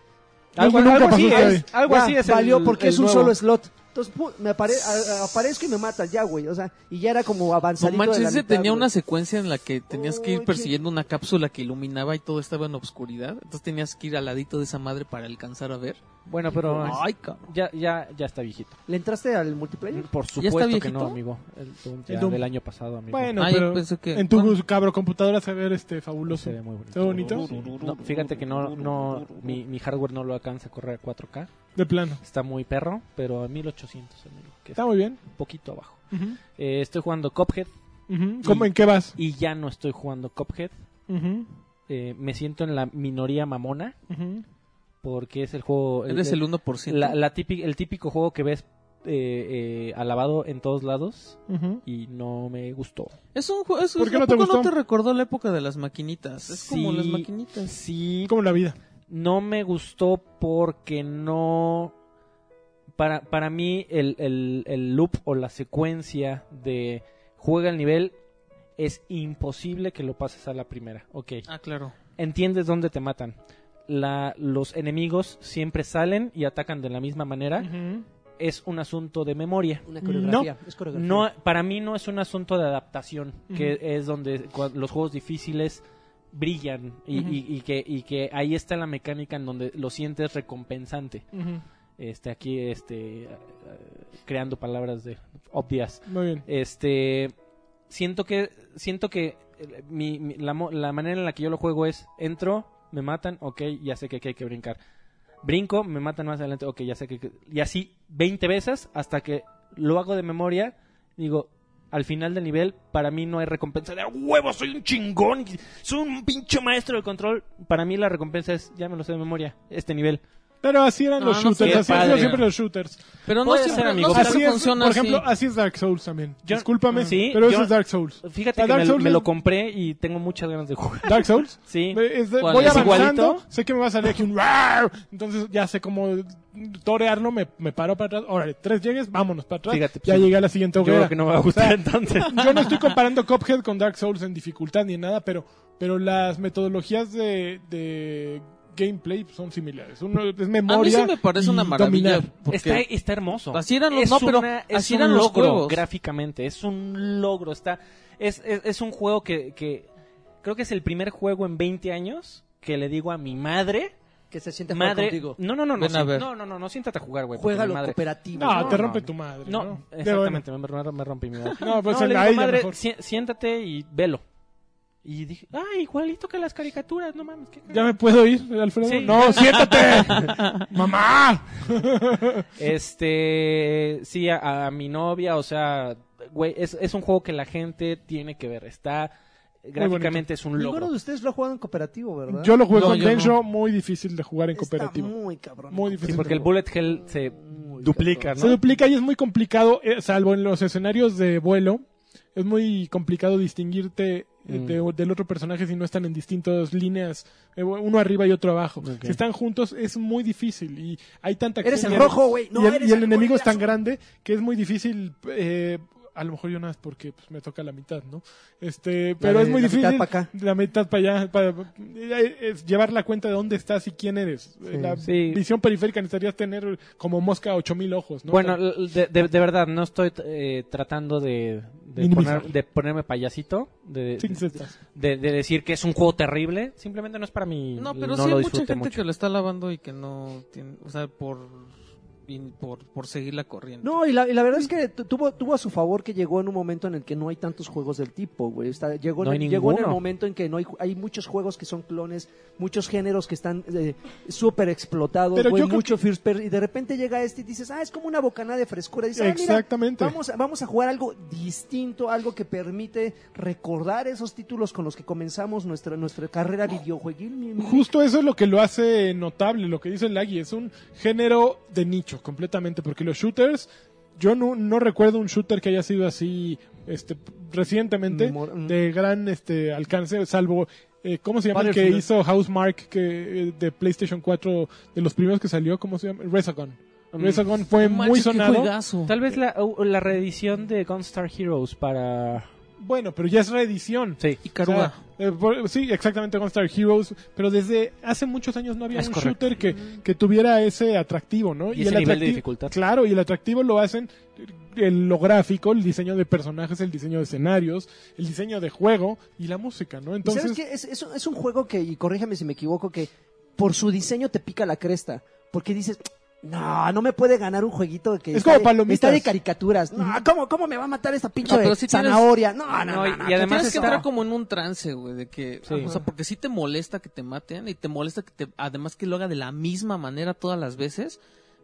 Algo,
nunca
algo así
pasó
es.
ahí.
Algo
Ya,
así es. el-
Valió porque
el
es un
nuevo.
solo slot. Entonces pu- me apare- a- a- aparezco y me mata ya, güey. O sea, y ya era como
No
avanzadito.
manches,
de la
ese
mitad,
tenía
güey.
una secuencia en la que tenías que
Oye.
ir persiguiendo una cápsula que iluminaba y todo estaba en obscuridad. Entonces tenías que ir al ladito de esa madre para alcanzar a ver.
Bueno, pero.
Ay, cabrón.
Ya, ya, ya está viejito.
¿Le entraste al multiplayer?
Por
está
supuesto que
viejito?
no, amigo. El Doom ya
El Doom.
del año pasado, amigo.
Bueno,
Ah, yo
pero
pensé que-
en tu
bueno.
cabro computadora se ve este fabuloso.
pues,
Se ve muy bonito.
¿Está bonito?
No, fíjate que no, no, mi, mi hardware no lo alcanza a correr a 4K.
De plano.
Está muy perro, pero a 1800, amigo. Que
Está
está
muy bien.
un poquito abajo.
Ujú.
Eh, estoy jugando Cophead
Ujú. ¿Cómo, ¿En qué vas?
y ya no estoy jugando Cophead.
Ujú.
Eh, me siento en la minoría mamona
Ujú.
porque es el juego. el-
Eres
el-
el 1%.
la, la típica- el típico juego que ves eh, eh, alabado en todos lados
Ujú.
y no me gustó.
Es un juego. Es,
¿Por
es-
qué no
¿a
te
poco
gustó?
no te recordó la época de las maquinitas? Es como las maquinitas.
Sí,
Como la vida.
no me gustó porque no. Para, para mí, el, el- el loop o la secuencia de juega el nivel es imposible que lo pases a la primera. Ok,
Ah, claro.
entiendes dónde te matan. La, los enemigos siempre salen y atacan de la misma manera.
Ujú.
Es un asunto de memoria.
Una
No.
coreografía. es coreografía.
No, para mí no es un asunto de adaptación,
Ujú.
que es donde cua- los juegos difíciles brillan y,
Ujú.
y- y que, y que ahí está la mecánica en donde lo sientes recompensante.
Ujú.
Este, aquí, este, eh, creando palabras de obvias.
Muy bien.
Este, siento que, siento que eh, mi- mi- la, mo- la manera en la que yo lo juego es, entro, me matan, ok, ya sé que aquí hay que brincar. Brinco, me matan más adelante, ok, ya sé que... que- Y así 20 veces hasta que lo hago de memoria, digo, al final del nivel, para mí no hay recompensa de "¡Ah, huevo, soy un chingón, soy un pinche maestro del control. Para mí la recompensa es, ya me lo sé de memoria, este nivel.
Pero así eran
No,
los
no,
shooters,
qué
así han sido
padre.
siempre los shooters.
Pero no
Puede
siempre,
ser, amigo,
no
pero-
siempre
Así es,
funciona
por ejemplo,
así.
así es Dark Souls también.
Yo-
Discúlpame,
Sí,
pero
yo-
eso es Dark Souls.
Fíjate
O sea,
que
Dark
me,
Souls
me
es-
lo compré y tengo muchas ganas de jugar.
Dark Souls.
Sí.
Es de-
¿Cuál?
voy
¿Es
avanzando,
igualito?
sé que me va a salir aquí un "Rar", entonces ya sé cómo torearlo, me, me paro para atrás, órale, tres llegues, vámonos para atrás,
Fíjate, pues,
ya
sí.
llegué a la siguiente
Yo
hoguera.
creo que no me va a gustar
O sea,
entonces.
yo no estoy comparando Cophead con Dark Souls en dificultad ni en nada, pero, pero las metodologías de, de gameplay son similares. Uno es
A mí
memoria.
sí me parece una
y
maravilla.
dominar.
porque-
Está, está hermoso.
Así eran los-
es
no, pero
una- es
así
un
eran los
logro
juegos.
gráficamente, es un logro. Está, es, es, es un juego que, que creo que es el primer juego en 20 años que le digo a mi madre.
Que se siente mal
madre,
contigo.
no, no, no, no,
Ven a
sí,
ver.
no, no, no, no, siéntate a jugar, güey. porque
Juega
mi
lo
madre-
cooperativo.
No, te
no,
rompe
no.
tu madre. No,
No, exactamente, me, me- me
[LAUGHS]
rompí mi madre.
No, pues
le
en la
digo,
ella
madre,
mejor.
si- siéntate y velo. Y dije, ah, igualito que las caricaturas, no mames. qué
¿Ya me puedo ir, Alfredo?
Sí.
No, siéntate. Mamá.
Este, sí, a, a mi novia, o sea, güey, es, es un juego que la gente tiene que ver. Está, gráficamente es un
Ninguno
logro.
de ustedes lo ha jugado en cooperativo, ¿verdad?
Yo lo jugué
No,
con
yo no.
Densho, muy difícil de jugar en cooperativo.
Está muy cabrón.
Muy
Sí,
difícil.
porque el
de jugar.
Bullet Hell se
Muy
duplica,
Se
¿no?
duplica y es muy complicado, eh, salvo en los escenarios de vuelo. Es muy complicado distinguirte eh,
Mm.
de- del otro personaje si no están en distintas líneas, eh, uno arriba y otro abajo.
Ok.
Si están juntos es muy difícil y hay tanta
Eres
acción
el
y
rojo, güey. No,
y el,
eres
y el
el
enemigo es
gorilazo.
tan grande que es muy difícil. eh, a lo mejor yo nada más porque pues, me toca la mitad, ¿no? Este, pero
de-
es muy
la mitad
difícil.
pa' acá.
La mitad para allá. para- eh, es llevar la cuenta de dónde estás y quién eres. Eh, la
sí.
visión periférica necesitarías tener como mosca 8000 ojos, ¿no?
Bueno, l- de, de- de verdad, no estoy eh, tratando de, de,
Minimizar.
poner- de ponerme payasito, de,
Sí, sí, estás.
de, de decir que es un juego terrible. Simplemente no es para mí.
No, pero
no
sí
lo
hay mucha
disfruté
gente
mucho.
que lo está lavando y que no tiene, o sea, por in- por, por seguir la corriente.
No, y la, y la verdad es que tu- tuvo, tuvo a su favor que llegó en un momento en el que no hay tantos juegos del tipo, güey. Está- llegó,
No
en,
hay
llegó en el
ninguno.
momento en que no hay, hay muchos juegos que son clones, muchos géneros que están eh, súper explotados,
Pero
güey,
yo creo
mucho first person, y de repente llega este y dices, ah, es como una bocanada de frescura. Y dices, "Ah, mira,
Exactamente.
vamos, a- vamos a jugar algo distinto, algo que permite recordar esos títulos con los que comenzamos nuestra, nuestra carrera videojueguil. mi- mi-
Justo eso es lo que lo hace notable, lo que dice Laggy. Es un género de nicho, completamente. Porque los shooters, yo no, no recuerdo un shooter que haya sido así este, recientemente,
Memor- mm.
de gran este, alcance, salvo. eh, ¿Cómo se llama el que
Battlefield.
hizo Housemark que, eh, de PlayStation 4 de los primeros que salió? ¿Cómo se llama? Resogun.
Mm.
Resogun fue
No manches,
muy
qué
sonado.
juegazo.
Tal vez la, uh, la reedición de Gunstar Heroes para...
Bueno, pero ya es reedición.
Sí.
Y Caruga.
O sea, eh, por- sí, exactamente, Gunstar Heroes. Pero desde hace muchos años no había
Es
un
correcto.
shooter que, que tuviera ese atractivo, ¿no?
Y ese nivel de
atractivo-
dificultad.
Claro, y el atractivo lo hacen el, lo gráfico, el diseño de personajes, el diseño de escenarios, el diseño de juego y la música, ¿no?
¿Y
Entonces,
¿Sabes qué? Es, es, es un juego que, y corrígeme si me equivoco, que por su diseño te pica la cresta. Porque dices, no, no me puede ganar un jueguito que
Es
está,
como
de-
palomitas.
está de caricaturas. No, ¿cómo, ¿cómo me va a matar esta pinche
No, pero sí tienes-
zanahoria?
Ah,
No,
No, no, no,
y-
no,
y además
Tienes que
está-
entrar como en un trance, güey, de que,
Sí.
o sea, porque sí te molesta que te maten y te molesta que te, además que lo haga de la misma manera todas las veces,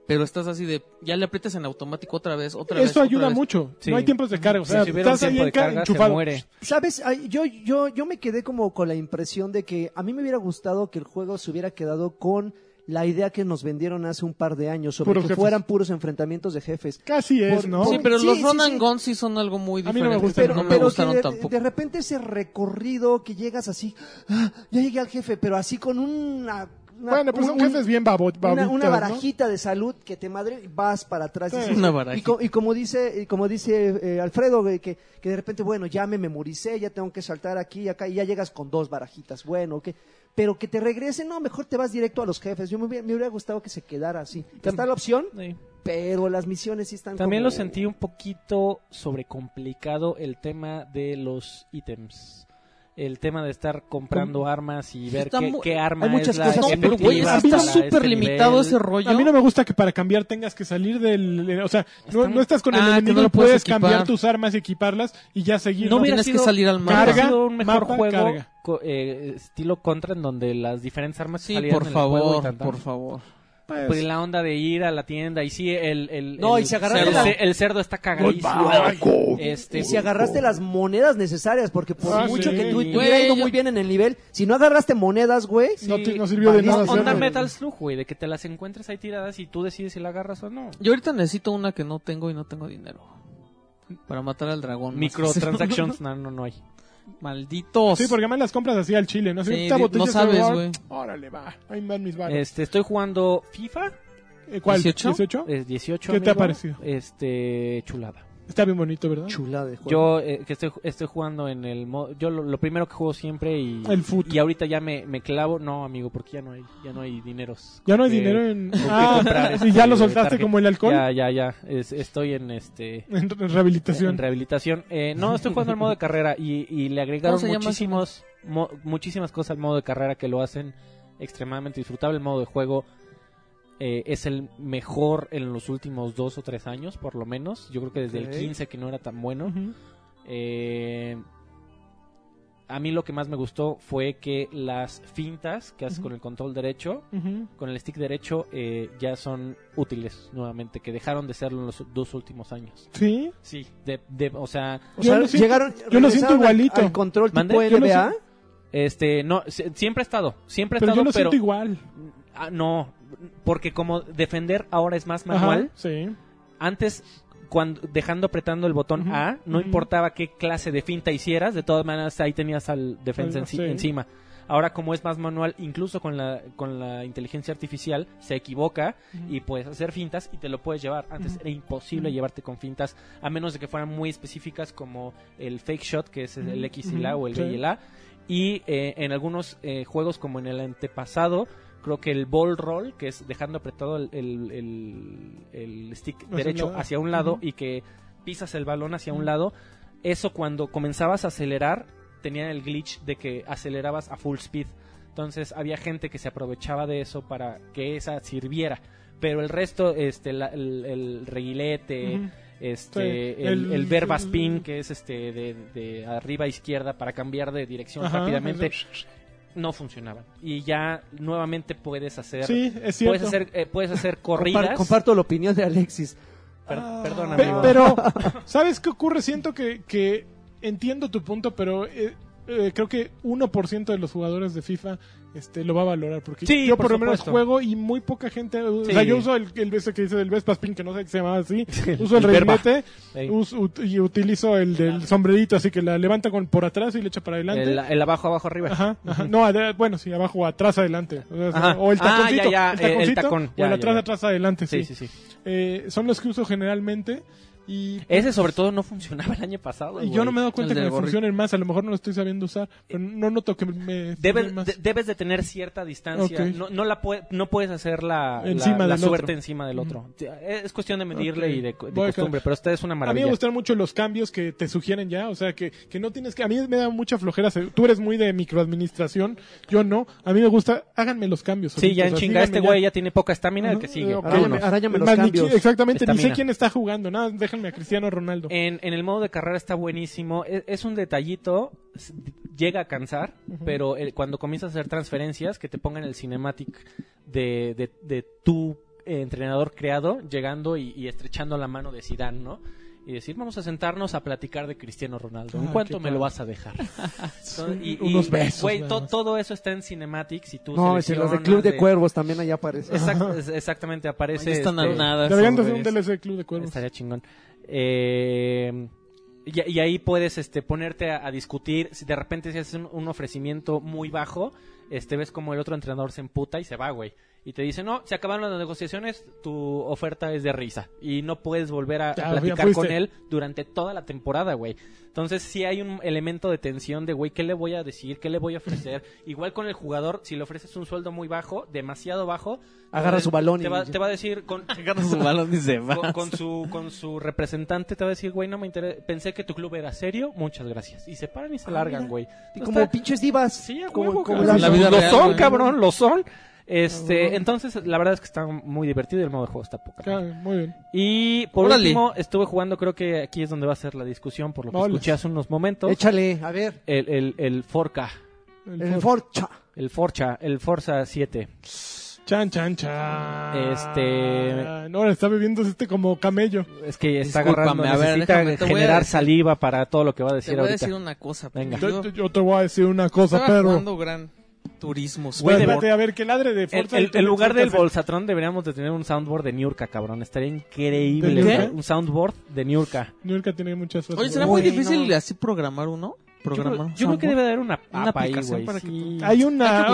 pero estás así de, ya le aprietas en automático otra vez, otra vez.
eso
otra
ayuda
vez.
mucho.
Sí.
No hay tiempos de carga. O
Si
sea,
tuviera un
estás ahí
tiempo
en
de
ca-
carga, se
enchufado.
muere.
¿Sabes? Ay, Yo, yo, yo me quedé como con la impresión de que a mí me hubiera gustado que el juego se hubiera quedado con la idea que nos vendieron hace un par de años sobre
Puros
que
jefes.
fueran puros enfrentamientos de jefes.
Casi es,
Por-
¿no?
Sí, pero
Sí,
los
sí,
Ronan
sí.
Guns sí son algo muy
A mí no me
diferente.
gustan.
no
Pero-
me
pero
gustaron
que de,
tampoco.
de repente ese recorrido que llegas así, "Ah, ya llegué al jefe, pero así con una... una-
Bueno, pues pero
un-
son
un-
jefes bien babot,
una-
babitas,
una,
¿no?
barajita de salud que te madre y vas para atrás.
Sí.
Y dices,
Una barajita.
Y, co- y como dice, y como dice eh, Alfredo, güey, que, que de repente, bueno, ya me memoricé, ya tengo que saltar aquí y acá, y ya llegas con dos barajitas, bueno, que Pero que te regresen, no, mejor te vas directo a los jefes. Yo me hubiera, me hubiera gustado que se quedara así. Está la opción,
Sí.
pero las misiones sí están
También
como-
lo sentí un poquito sobrecomplicado el tema de los ítems. El tema de estar comprando armas y ver
Está
qué,
mu-
qué arma
hay muchas
es la
cosas
No, pero
efectiva
güey,
efectivas
está
para
súper
este
limitado
nivel.
ese rollo.
A mí no me gusta que para cambiar tengas que salir del... eh, O sea, no,
Está-
no estás con el
Ah, que no
enemigo,
lo puedes
puedes
equipar.
cambiar tus armas y equiparlas y ya seguir.
No hubiera
Tienes que
sido
salir al mapa.
carga,
Ha sido un mejor
mapa,
juego
carga.
co- eh, estilo contra en donde las diferentes armas
Sí,
salían
por
en el juego y
favor,
tan, tan.
por favor.
Pues,
Pues la onda de ir a la tienda y sí, el, el,
No,
el
y se agarraron
cerdo,
la-
el cerdo está cagadísimo. Este,
Y si agarraste las monedas necesarias, porque por
Ah,
mucho
sí.
que tú
Güey,
hubiera ido
yo-
muy bien en el nivel, si no agarraste monedas, güey,
No te- no sirvió de
valiste
nada
madre.
Onda
hacerlo.
Metal Slug, güey, de que te las encuentres ahí tiradas y tú decides si la agarras o no.
Yo ahorita necesito una que no tengo y no tengo dinero. Para matar al dragón.
Microtransactions, no, no, no hay.
Malditos.
Sí, porque además las compras así al chile, ¿no? Así,
Sí,
esta
di-
botella
no
se va a
sabes,
dar.
güey.
Órale, va. Ahí van mis balas.
Este, estoy jugando FIFA,
Eh, ¿Cuál?
18?
es 18.
¿Qué te ha
amigo.
parecido?
Este, chulada.
Está bien bonito, ¿verdad?
Chulada de juego.
Yo eh, que estoy, estoy jugando en el mo- yo lo, lo primero que juego siempre y
El fut.
y ahorita ya me, me clavo, no, amigo, porque ya no hay ya no hay dineros.
Ya no hay
Que-
dinero en...
con eh, que comprar,
Ah, [LAUGHS]
este,
y ya lo soltaste
tarjeta.
como el alcohol.
Ya, ya, ya, Es- estoy en este
[LAUGHS] En re-
en
rehabilitación.
rehabilitación. Eh, no, estoy jugando al modo de carrera y, y le agregaron
¿Cómo se llama ese
muchísimos mo- muchísimas cosas al modo de carrera que lo hacen extremadamente disfrutable. El modo de juego eh, es el mejor en los últimos dos o tres años, por lo menos. Yo creo que desde
Ok.
el 15 que no era tan bueno.
Ujú.
Eh, a mí lo que más me gustó fue que las fintas que haces
Ujú.
con el control derecho,
Ujú.
con el stick derecho, eh, ya son útiles nuevamente, que dejaron de serlo en los dos últimos años.
Sí.
Sí, de, de- o sea,
o
yo
sea,
lo siento-
llegaron,
yo lo siento
regresaron al-
igualito.
Al, control tipo
¿Mande?
Yo lo
NBA.
este, no, si- siempre ha estado, siempre ha
Pero yo
estado,
lo
pero
siento igual.
ah, no, porque como defender ahora es más
Ajá,
manual,
sí.
antes cuando dejando apretando el botón
Ujú,
A, no
ujú.
importaba qué clase de finta hicieras, de todas maneras ahí tenías al defensa
Al-
enci-
sí.
encima. Ahora como es más manual, incluso con la con la inteligencia artificial se equivoca y puedes hacer fintas y te lo puedes llevar. Antes
Ujú.
era imposible
Ujú.
llevarte con fintas a menos de que fueran muy específicas como el fake shot que es el
Ujú,
X y la
ujú,
o el
sí.
B y el A y eh, en algunos eh, juegos como en el antepasado creo que el ball roll, que es dejando apretado el, el- el- el stick
Hacia
derecho
un lado.
hacia un lado
Ujú.
y que pisas el balón hacia un lado, eso cuando comenzabas a acelerar tenía el glitch de que acelerabas a full speed. Entonces había gente que se aprovechaba de eso para que esa sirviera. Pero el resto, este, la- el, el reguilete,
Ujú.
este,
Sí,
el,
el-
el verba spin,
el-
que es este de, de arriba a izquierda para cambiar de dirección
Ajá,
rápidamente,
eso.
no funcionaban. Y ya nuevamente puedes hacer
Sí, es cierto.
puedes hacer eh, puedes hacer
Compar-
corridas
comparto la opinión de Alexis.
Per-
Ah.
perdón
Pe-
amigo
Pero, ¿sabes qué ocurre? Siento que, que entiendo tu punto, pero eh, eh, creo que 1% de los jugadores de FIFA este, lo va a valorar. Porque
Sí,
yo
por
por, lo menos
supuesto.
juego y muy poca gente. O sea,
Sí.
yo uso el, el ese que dice del Vespa Spin, que no sé qué se llama así.
[LAUGHS] Sí,
Uso el
el Verba.
reglete
Sí.
uso- ut- y utilizo el del sombrerito, así que la levanta con, por atrás y le echa para adelante.
el, el abajo abajo arriba
Ajá, ajá. No, ade- bueno, sí, abajo, atrás, adelante. O, sea,
Ajá.
o el
Ah, ya,
taconcito.
ya,
el
eh, el
taconcito.
tacón.
o
Ya,
el
ya,
atrás,
ya.
atrás, adelante, sí.
sí sí sí
Eh, son los que uso generalmente. Y
ese sobre todo no funcionaba el año pasado
Y
Pues, güey.
yo no me he dado cuenta
El
que me
del gorrito.
funcionen más. A lo mejor no lo estoy sabiendo usar. Pero no noto que me.
Debes,
más.
de- debes de tener cierta distancia.
Ok.
No, no, la pue- no puedes hacer la, la-
Encima
la
del
suerte
otro.
encima del otro. e, Es cuestión de medirle
Ok.
y de, de
Voy a-
costumbre, pero esta es una
A mí me
maravilla.
gustan mucho los cambios que te sugieren ya, o sea, que, que no tienes que... A mí me da mucha flojera, se- tú eres muy de microadministración, yo no. A mí me gusta, háganme los cambios.
Sí,
solitos,
ya
o
en
sea,
chinga este
díganme
güey
ya.
ya tiene poca estamina, el que
Ajá,
sigue.
eh, ok.
Vámonos.
Aráñame los
Más ni
cambios.
qui- exactamente, ni
Estamina. Eh,
sé quién está jugando, nada, déjenme a Cristiano Ronaldo.
En, en el modo de carrera está buenísimo. Es, es un detallito, s- llega a cansar, pero el- cuando comienzas a hacer transferencias, que te pongan el cinematic de, de, de tu eh, entrenador creado llegando y, y estrechando la mano de Zidane, ¿no? Y decir, vamos a sentarnos a platicar de Cristiano Ronaldo. ¿En
Ah,
cuánto
qué
me
padre.
lo vas
[LAUGHS]
a dejar? Entonces, y- y,
Unos besos.
güey,
nada
to-
más.
todo eso está en cinematics y tú
No, si los de Club de,
seleccionas
Cuervos también allá aparecen.
Exact- es- exactamente, aparece.
Ahí están
este,
armadas.
Deberían de hacer un
[LAUGHS]
Sobre
DLC de Club de Cuervos.
Estaría chingón. Eh, y, y ahí puedes este, ponerte a, a discutir. Si de repente si haces un, un ofrecimiento muy bajo, este, ves como el otro entrenador se emputa y se va, güey. Y te dice, no, se acabaron las negociaciones, tu oferta es de risa. Y no puedes volver a, a
Ya, ya
platicar
fuiste.
con él durante toda la temporada, güey. Entonces sí hay un elemento de tensión de, güey, ¿qué le voy a decir? ¿Qué le voy a ofrecer? Igual con el jugador, si le ofreces un sueldo muy bajo, demasiado bajo...
Agarra
te-
su balón y-
Te va, te va a decir... Con,
Agarra su balón y se va.
con, con su con su representante te va a decir, güey, no me interesa, pensé que tu club era serio, muchas gracias. Y se paran y
Ah,
se largan, güey.
Y
Pues
No
como
está-
pinches divas.
Sí, a
como,
huevo,
como
cabrón.
las-
La vida
lo
real,
son,
güey.
cabrón, lo son. Este,
Cabrón.
entonces la verdad es que está muy divertido y el modo de juego está poca.
Ah, Muy bien.
Y por
Órale.
último, estuve jugando, creo que aquí es donde va a ser la discusión por lo que
Vale.
escuché hace unos momentos,
Échale, a ver.
el el el Forca,
El
El
Ford.
Forcha.
el Forcha, el Forza 7.
Chan, chan, chan.
Este-
Ahora está bebiendo este como camello.
Es que está
Discúlpame,
agarrando,
a ver,
necesita
déjame, te voy a
generar
decir-
saliva para todo lo que va a decir
Te voy a
ahorita.
decir una cosa.
Venga.
Yo
Yo, yo te voy a decir una cosa,
estaba
pero.
jugando gran turismo.
Bueno,
Güey, de-
Sport.
espérate, a ver, que ladre de
En,
Forza.
en-
y tú
en
me
lugar del
explicas el-
Bolsatron deberíamos de tener un soundboard de Niurka, cabrón. Estaría increíble.
¿De Niurka?
güey. Un soundboard de Niurka.
Niurka tiene muchas
Oye,
horas.
¿será muy
Güey,
difícil
no.
así programar uno?
Yo,
Programar
creo-
un Ah,
yo creo que
soundboard.
debe de haber una
Una
app ahí,
aplicación
güey,
para que
sí.
Hay, una,
Hay que
hay un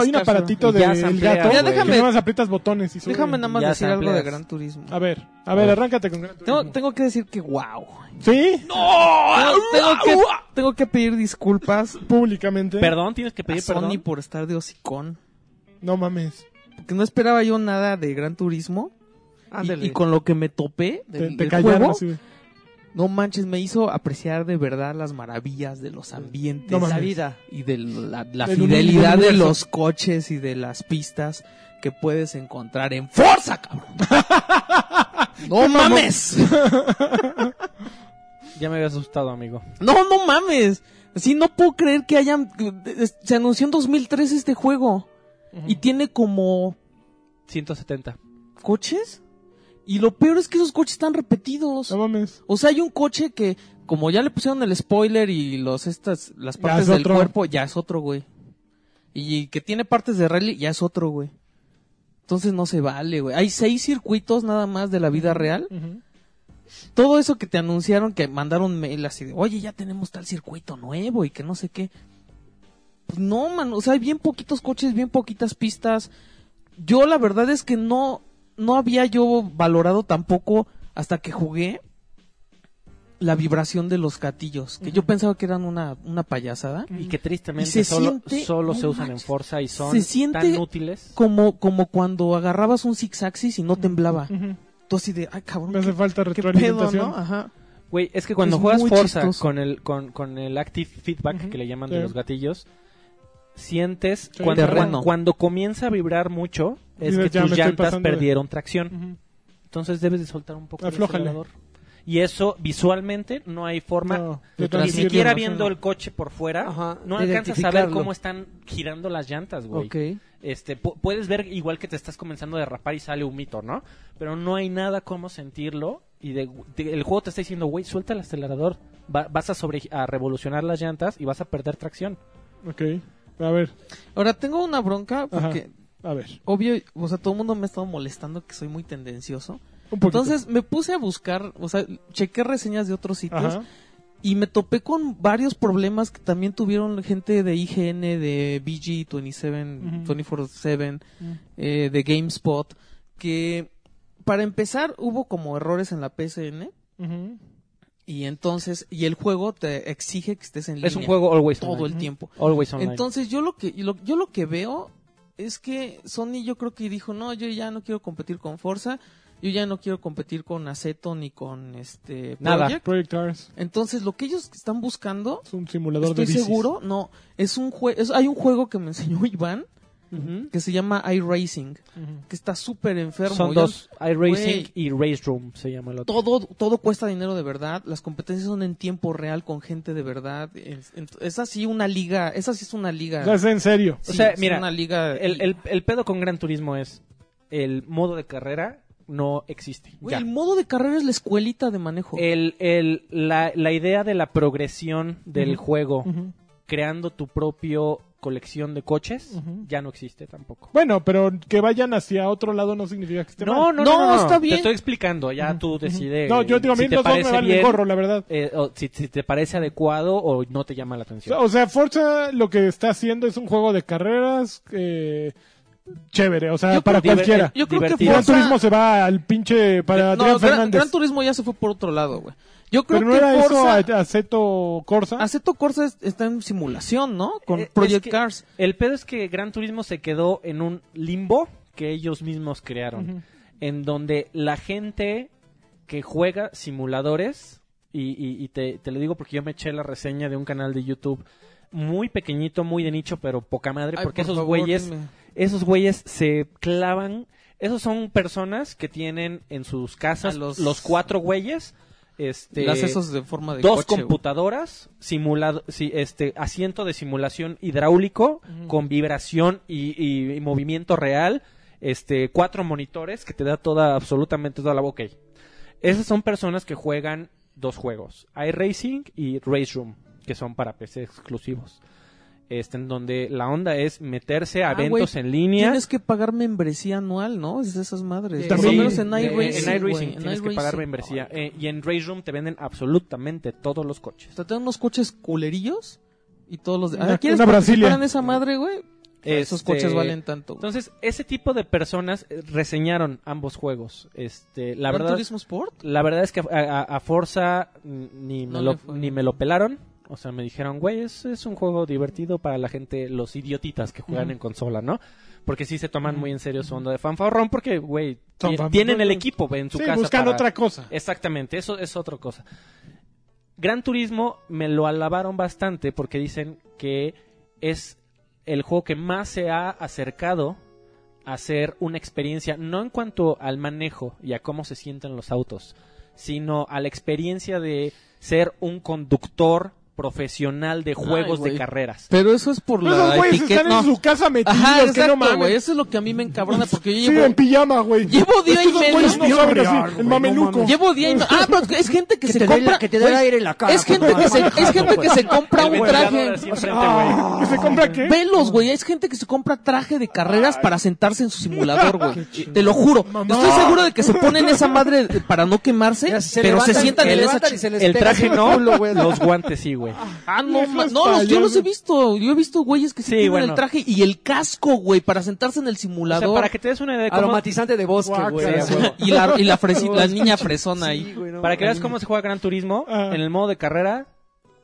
buscárselo.
aparatito
Ya
del
samplea,
gato.
Mira,
güey,
déjame-
Que nada más aprietas botones y sube.
Déjame nada más
Ya
decir algo de
sampleas.
Gran Turismo.
A ver, a ver, arráncate con Gran Turismo.
Tengo, tengo que decir que wow.
¿Sí?
Tengo, tengo que, tengo que pedir disculpas
Públicamente.
Perdón, tienes que
a
pedir
Sony
perdón.
por estar de hocicón.
No mames.
Porque no esperaba yo nada de Gran Turismo. Y,
Ándale.
y con lo que me topé
Te,
del,
te
del
callaron
juego,
así de-
no manches, me hizo apreciar de verdad las maravillas de los ambientes.
No mames.
la vida.
y de la, la
Del
fidelidad
uni-
de
del universo.
los coches y de las pistas que puedes encontrar en Forza,
[LAUGHS]
cabrón. No mames.
Ya me había asustado, amigo.
No, no mames. Sí, no puedo creer que hayan... Se anunció en 2003 este juego. Y tiene como
170.
coches. Y lo peor es que esos coches están repetidos.
No mames.
O sea, hay un coche que, como ya le pusieron el spoiler y los estas, las
Ya
partes
es
del
otro.
cuerpo, ya es otro, güey. Y que tiene partes de rally, ya es otro, güey. Entonces no se vale, güey. Hay seis circuitos nada más de la vida real.
Ujú.
Todo eso que te anunciaron, que mandaron mail así de, oye, ya tenemos tal circuito nuevo y que no sé qué. Pues no, man, o sea, hay bien poquitos coches, bien poquitas pistas. Yo la verdad es que no, no había yo valorado tampoco hasta que jugué la vibración de los gatillos, que yo pensaba que eran una, una payasada.
Y que tristemente
Y se
solo,
siente-
solo
no
se usan en
manches.
Forza y son
Se siente-
tan útiles.
Como, como cuando agarrabas un zigzaxis y no temblaba.
Ujú.
Tú así de, ay cabrón,
Me hace
qué,
falta
qué pedo,
retroalimentación.
¿no? Ajá.
Güey, es que cuando
Es
juegas
muy
Forza
chistoso.
con el, con, con el active feedback
Ujú.
que le llaman
Sí.
de los gatillos, sientes
Sí.
cuando,
Terreno.
cuando, cuando comienza a vibrar mucho, es
Dices,
que
"Ya
tus
me estoy
llantas
pasando de-".
perdieron tracción.
Ujú.
Entonces debes de soltar un poco
Aflójale.
el acelerador. Y eso visualmente no hay forma,
No,
Ni
de
ni
transmitirlo,
siquiera
transmitirlo.
viendo el coche por fuera,
Ajá,
no
de
alcanzas a ver
identificarlo.
cómo están girando las llantas, güey.
Ok.
Este, pu- puedes ver igual que te estás comenzando a derrapar y sale un mito, ¿no? Pero no hay nada como sentirlo y de- de- el juego te está diciendo, güey, suelta el acelerador, Va- vas a, sobre, a revolucionar las llantas y vas a perder tracción.
Ok. A ver,
Ahora tengo una bronca porque
a ver.
obvio, o sea, todo el mundo me ha estado molestando que soy muy tendencioso.
Un poquito.
Entonces me puse a buscar, o sea, chequé reseñas de otros sitios
Ajá.
y me topé con varios problemas que también tuvieron gente de IGN, de BG 27,
Ujú.
24/7,
Ujú.
eh, de GameSpot, que para empezar hubo como errores en la PSN
Ujú.
y entonces y el juego te exige que estés en línea
Es un juego always
todo
online.
el tiempo.
Always online.
Entonces yo lo que lo- yo lo que veo es que Sony yo creo que dijo no yo ya no quiero competir con Forza yo ya no quiero competir con Aceto ni con este
Nada.
Project.
Project Cars
Entonces lo que ellos están buscando
es un simulador
estoy
de bicis.
seguro no es un juego hay un juego que me enseñó [LAUGHS] Iván
Ujú.
que se llama iRacing
Ujú.
que está súper enfermo
Son
Yo-
dos, iRacing
Güey.
y Race Room se llama el otro.
todo todo cuesta dinero de verdad las competencias son en tiempo real con gente de verdad es, es así una liga esa sí es una liga
O sea, es en serio.
Sí,
O sea,
es
mira,
una liga
El, el- el pedo con Gran Turismo es el modo de carrera no existe.
Güey,
ya. Eh,
el modo de carrera es la escuelita de manejo.
El- el- la, la idea de la progresión del
Ujú.
juego
Ujú.
creando tu propio colección de coches
Ujú.
ya no existe tampoco.
Bueno, pero que vayan hacia otro lado no significa que esté mal.
no, no, está bien.
Te estoy explicando, ya tú decides.
No, yo digo, a mí
si te
los dos me
parece
valen
bien,
gorro, la verdad.
eh, o si, si te parece adecuado o no te llama la atención.
O sea, Forza lo que está haciendo es un juego de carreras eh, chévere, o sea,
Yo
Ah, para
creo-
cualquiera.
Yo creo que
divertido.
Gran
Forza...
Turismo se va al pinche para
no,
Adrián
Gran-
Fernández.
Gran Turismo ya se fue por otro lado, güey. Yo creo
pero no
que
era
Forza... Ah,
eso a- Aceto Corsa.
Aceto Corsa es- está en simulación, ¿no? Con
Eh, es
Project
que
Cars.
El pedo es que Gran Turismo se quedó en un limbo que ellos mismos crearon,
Ujú.
en donde la gente que juega simuladores, y, y- y te, te lo digo porque yo me eché la reseña de un canal de YouTube muy pequeñito, muy de nicho, pero poca madre,
Ay,
porque
por
esos
favor,
güeyes
dime.
esos güeyes se clavan. Esos son personas que tienen en sus casas
A
los,
los-
cuatro güeyes, este,
Las esos de forma de
dos
coche, güey.
computadoras, simulado, sí, este, asiento de simulación hidráulico con vibración y, y- y movimiento real. este, cuatro monitores que te da toda, absolutamente toda la boca. Ok. Esas son personas que juegan dos juegos, iRacing y Race Room, que son para PC exclusivos. Este, en donde la onda es meterse a
Ah,
eventos
güey,
en línea.
Tienes que pagar membresía anual, ¿no? Es de esas madres.
Sí.
Por lo
Sí,
menos en
eh,
iRacing.
en iRacing
güey, en
tienes que
iRacing.
pagar membresía. Eh, y en Race Room te venden absolutamente todos los coches.
O sea, te dan unos coches culerillos y todos los... de-
Una-
Ah, ¿Quieres
una Brasilia.
participar en esa madre, güey? Esos
Este,
coches valen tanto. güey.
Entonces, ese tipo de personas eh, reseñaron ambos juegos. Este, la
¿Gran
verdad,
Turismo Sport?
la verdad es que a, a- a Forza mm, ni me,
No
lo,
le fue.
ni me lo pelaron. O sea, me dijeron, güey, es, es un juego divertido para la gente, los idiotitas que juegan en consola, ¿no? Porque sí se toman muy en serio su onda de fanfarrón, porque, güey,
Son
ti-
fanfarrones.
tienen el equipo en su
Sí,
casa.
buscan
para-
otra cosa.
Exactamente, eso es otra cosa. Gran Turismo me lo alabaron bastante porque dicen que es el juego que más se ha acercado a ser una experiencia, no en cuanto al manejo y a cómo se sienten los autos, sino a la experiencia de ser un conductor profesional de juegos de
güey.
carreras.
Pero eso es por
Esos
la
güeyes
etiqueta.
están en
Pues, no.
su casa metidos,
Ajá,
que no
exacto,
mames.
güey. Eso es lo que a mí me encabrona porque
Sí,
yo llevo...
en pijama, güey.
Llevo día y
Estos
medio.
güeyes no
Yo
saben
creo,
así,
güey,
en
no
mameluco.
mames.
Llevo día y me- Ah, pero es gente que,
Que
se
te dé
compra...
la- que te dé el
güey,
aire en la cara,
Es gente
papá.
que
[LAUGHS]
se, es gente que se compra
El
un
ventilador
traje...
así
O sea,
enfrente, güey.
ah, ¿Que se compra qué?
Velos, güey. Es gente que se compra traje de carreras para sentarse en su simulador, güey. Te lo juro.
Mamá.
Estoy seguro de que se ponen esa madre de- para no quemarse,
Mira,
pero
levantan-
se sientan en esa
levantan y
chi-
se les
El
pega
traje
así
no,
el culo, güey.
los guantes sí, güey.
Ah, no,
Eso
ma-
es
no, los- yo los
payaso.
he visto. Yo he visto güeyes que se
Sí,
ponen
bueno.
el traje y el casco, güey, para sentarse en el
O sea,
simulador.
para que te des una idea de cómo,
[LAUGHS] Aromatizante de bosque, güey.
Guácala,
a
Sí,
huevo.
y la, y la, fresi- la niña fresona
Sí,
ahí.
güey, no
Para que
mames.
veas cómo se juega Gran Turismo,
Ah.
en el modo de carrera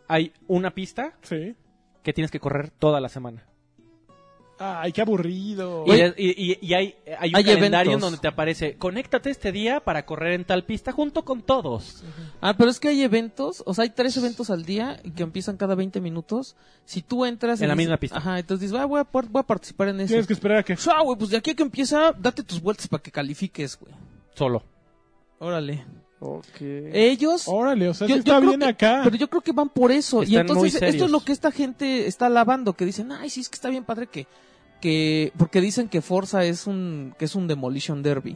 hay una pista
Sí.
que tienes que correr toda la semana.
Ay, qué aburrido.
Y, es- y- y- y hay, eh, hay un
Hay
calendario en
eventos.
donde te aparece, conéctate este día para correr en tal pista junto con todos.
Ah, pero es que hay eventos, o sea, hay tres eventos al día que empiezan cada 20 minutos. Si tú entras...
En
y
la
dices-
misma pista.
Ajá, entonces dices, ah, voy a, par- voy a participar en ese.
Tienes que esperar a que...
Ah, güey, pues de aquí a que empieza, date tus vueltas para que califiques, güey.
Solo.
Órale.
Eh,
Ellos.
Órale, o sea,
yo-
sí
yo
está
creo
bien
que-
acá.
Pero yo creo que van por eso. y
Están muy
entonces, esto
serios.
es lo que esta gente está alabando, que dicen, ay, sí, es que está bien padre que. que porque dicen que Forza es un. que es un demolition derby.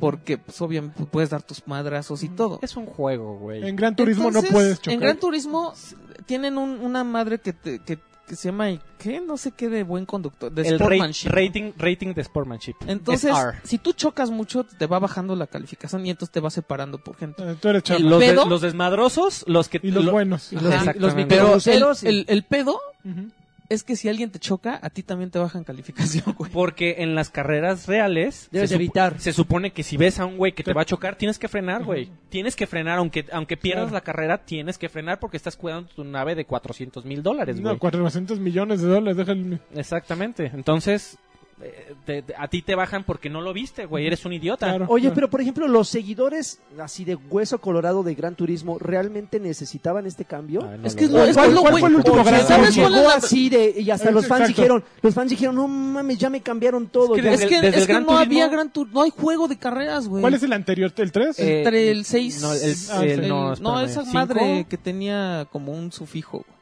Porque, pues, obviamente, puedes dar tus madrazos y todo.
Es un juego, güey.
En Gran Turismo
Entonces,
no puedes chocar.
En Gran Turismo s- tienen un- una madre que, te- que, que se llama. ¿Qué? No sé qué de buen conductor. De
El ra-
sportsmanship.
rating, rating de Sportmanship.
Entonces,
SR.
si tú chocas mucho, te va bajando la calificación y entonces te va separando por gente.
Eh, Tú eres chapa.
el
los, de-
pedo-
los desmadrosos, los que...
Y los
lo-
buenos.
Ajá.
Exactamente.
Los
Pero el,
microbuseros y-
el- el pedo
Ujú.
es que si alguien te choca, a ti también te bajan calificación, güey.
Porque en las carreras reales...
Debes
se supo-
evitar.
Se supone que si ves a un güey que te va a chocar, tienes que frenar, güey. Tienes que frenar, aunque, aunque pierdas
Claro.
la carrera, tienes que frenar porque estás cuidando tu nave de 400 mil dólares, güey.
No, 400 millones de dólares, déjale.
Exactamente. Entonces, eh, te- te- a ti te bajan porque no lo viste, güey. Eres un idiota.
Claro.
Oye, pero por ejemplo, los seguidores así de hueso colorado de Gran Turismo, ¿realmente necesitaban este cambio?
Ay, Ah, no
Es
lo
que es
veo.
lo, es
¿Cuál-
lo,
cuál
güey.
fue el último
O sea,
gran
¿Sabes
¿Sabes
Turismo?
llegó
cuál es la-
así de, y hasta
Es
los fans
exacto.
dijeron, los fans dijeron, no mames, ya me cambiaron todo.
Es que
ya".
Es
desde-
que,
desde
es
el
que
Gran
no había
Turismo-
gran Tur- no hay juego de carreras, güey.
¿Cuál es el anterior? ¿El 3?
Eh,
Entre el 6
no, el-
Ah,
el-
sí.
no, espérame,
esa
¿cinco?
madre que tenía como un sufijo. güey.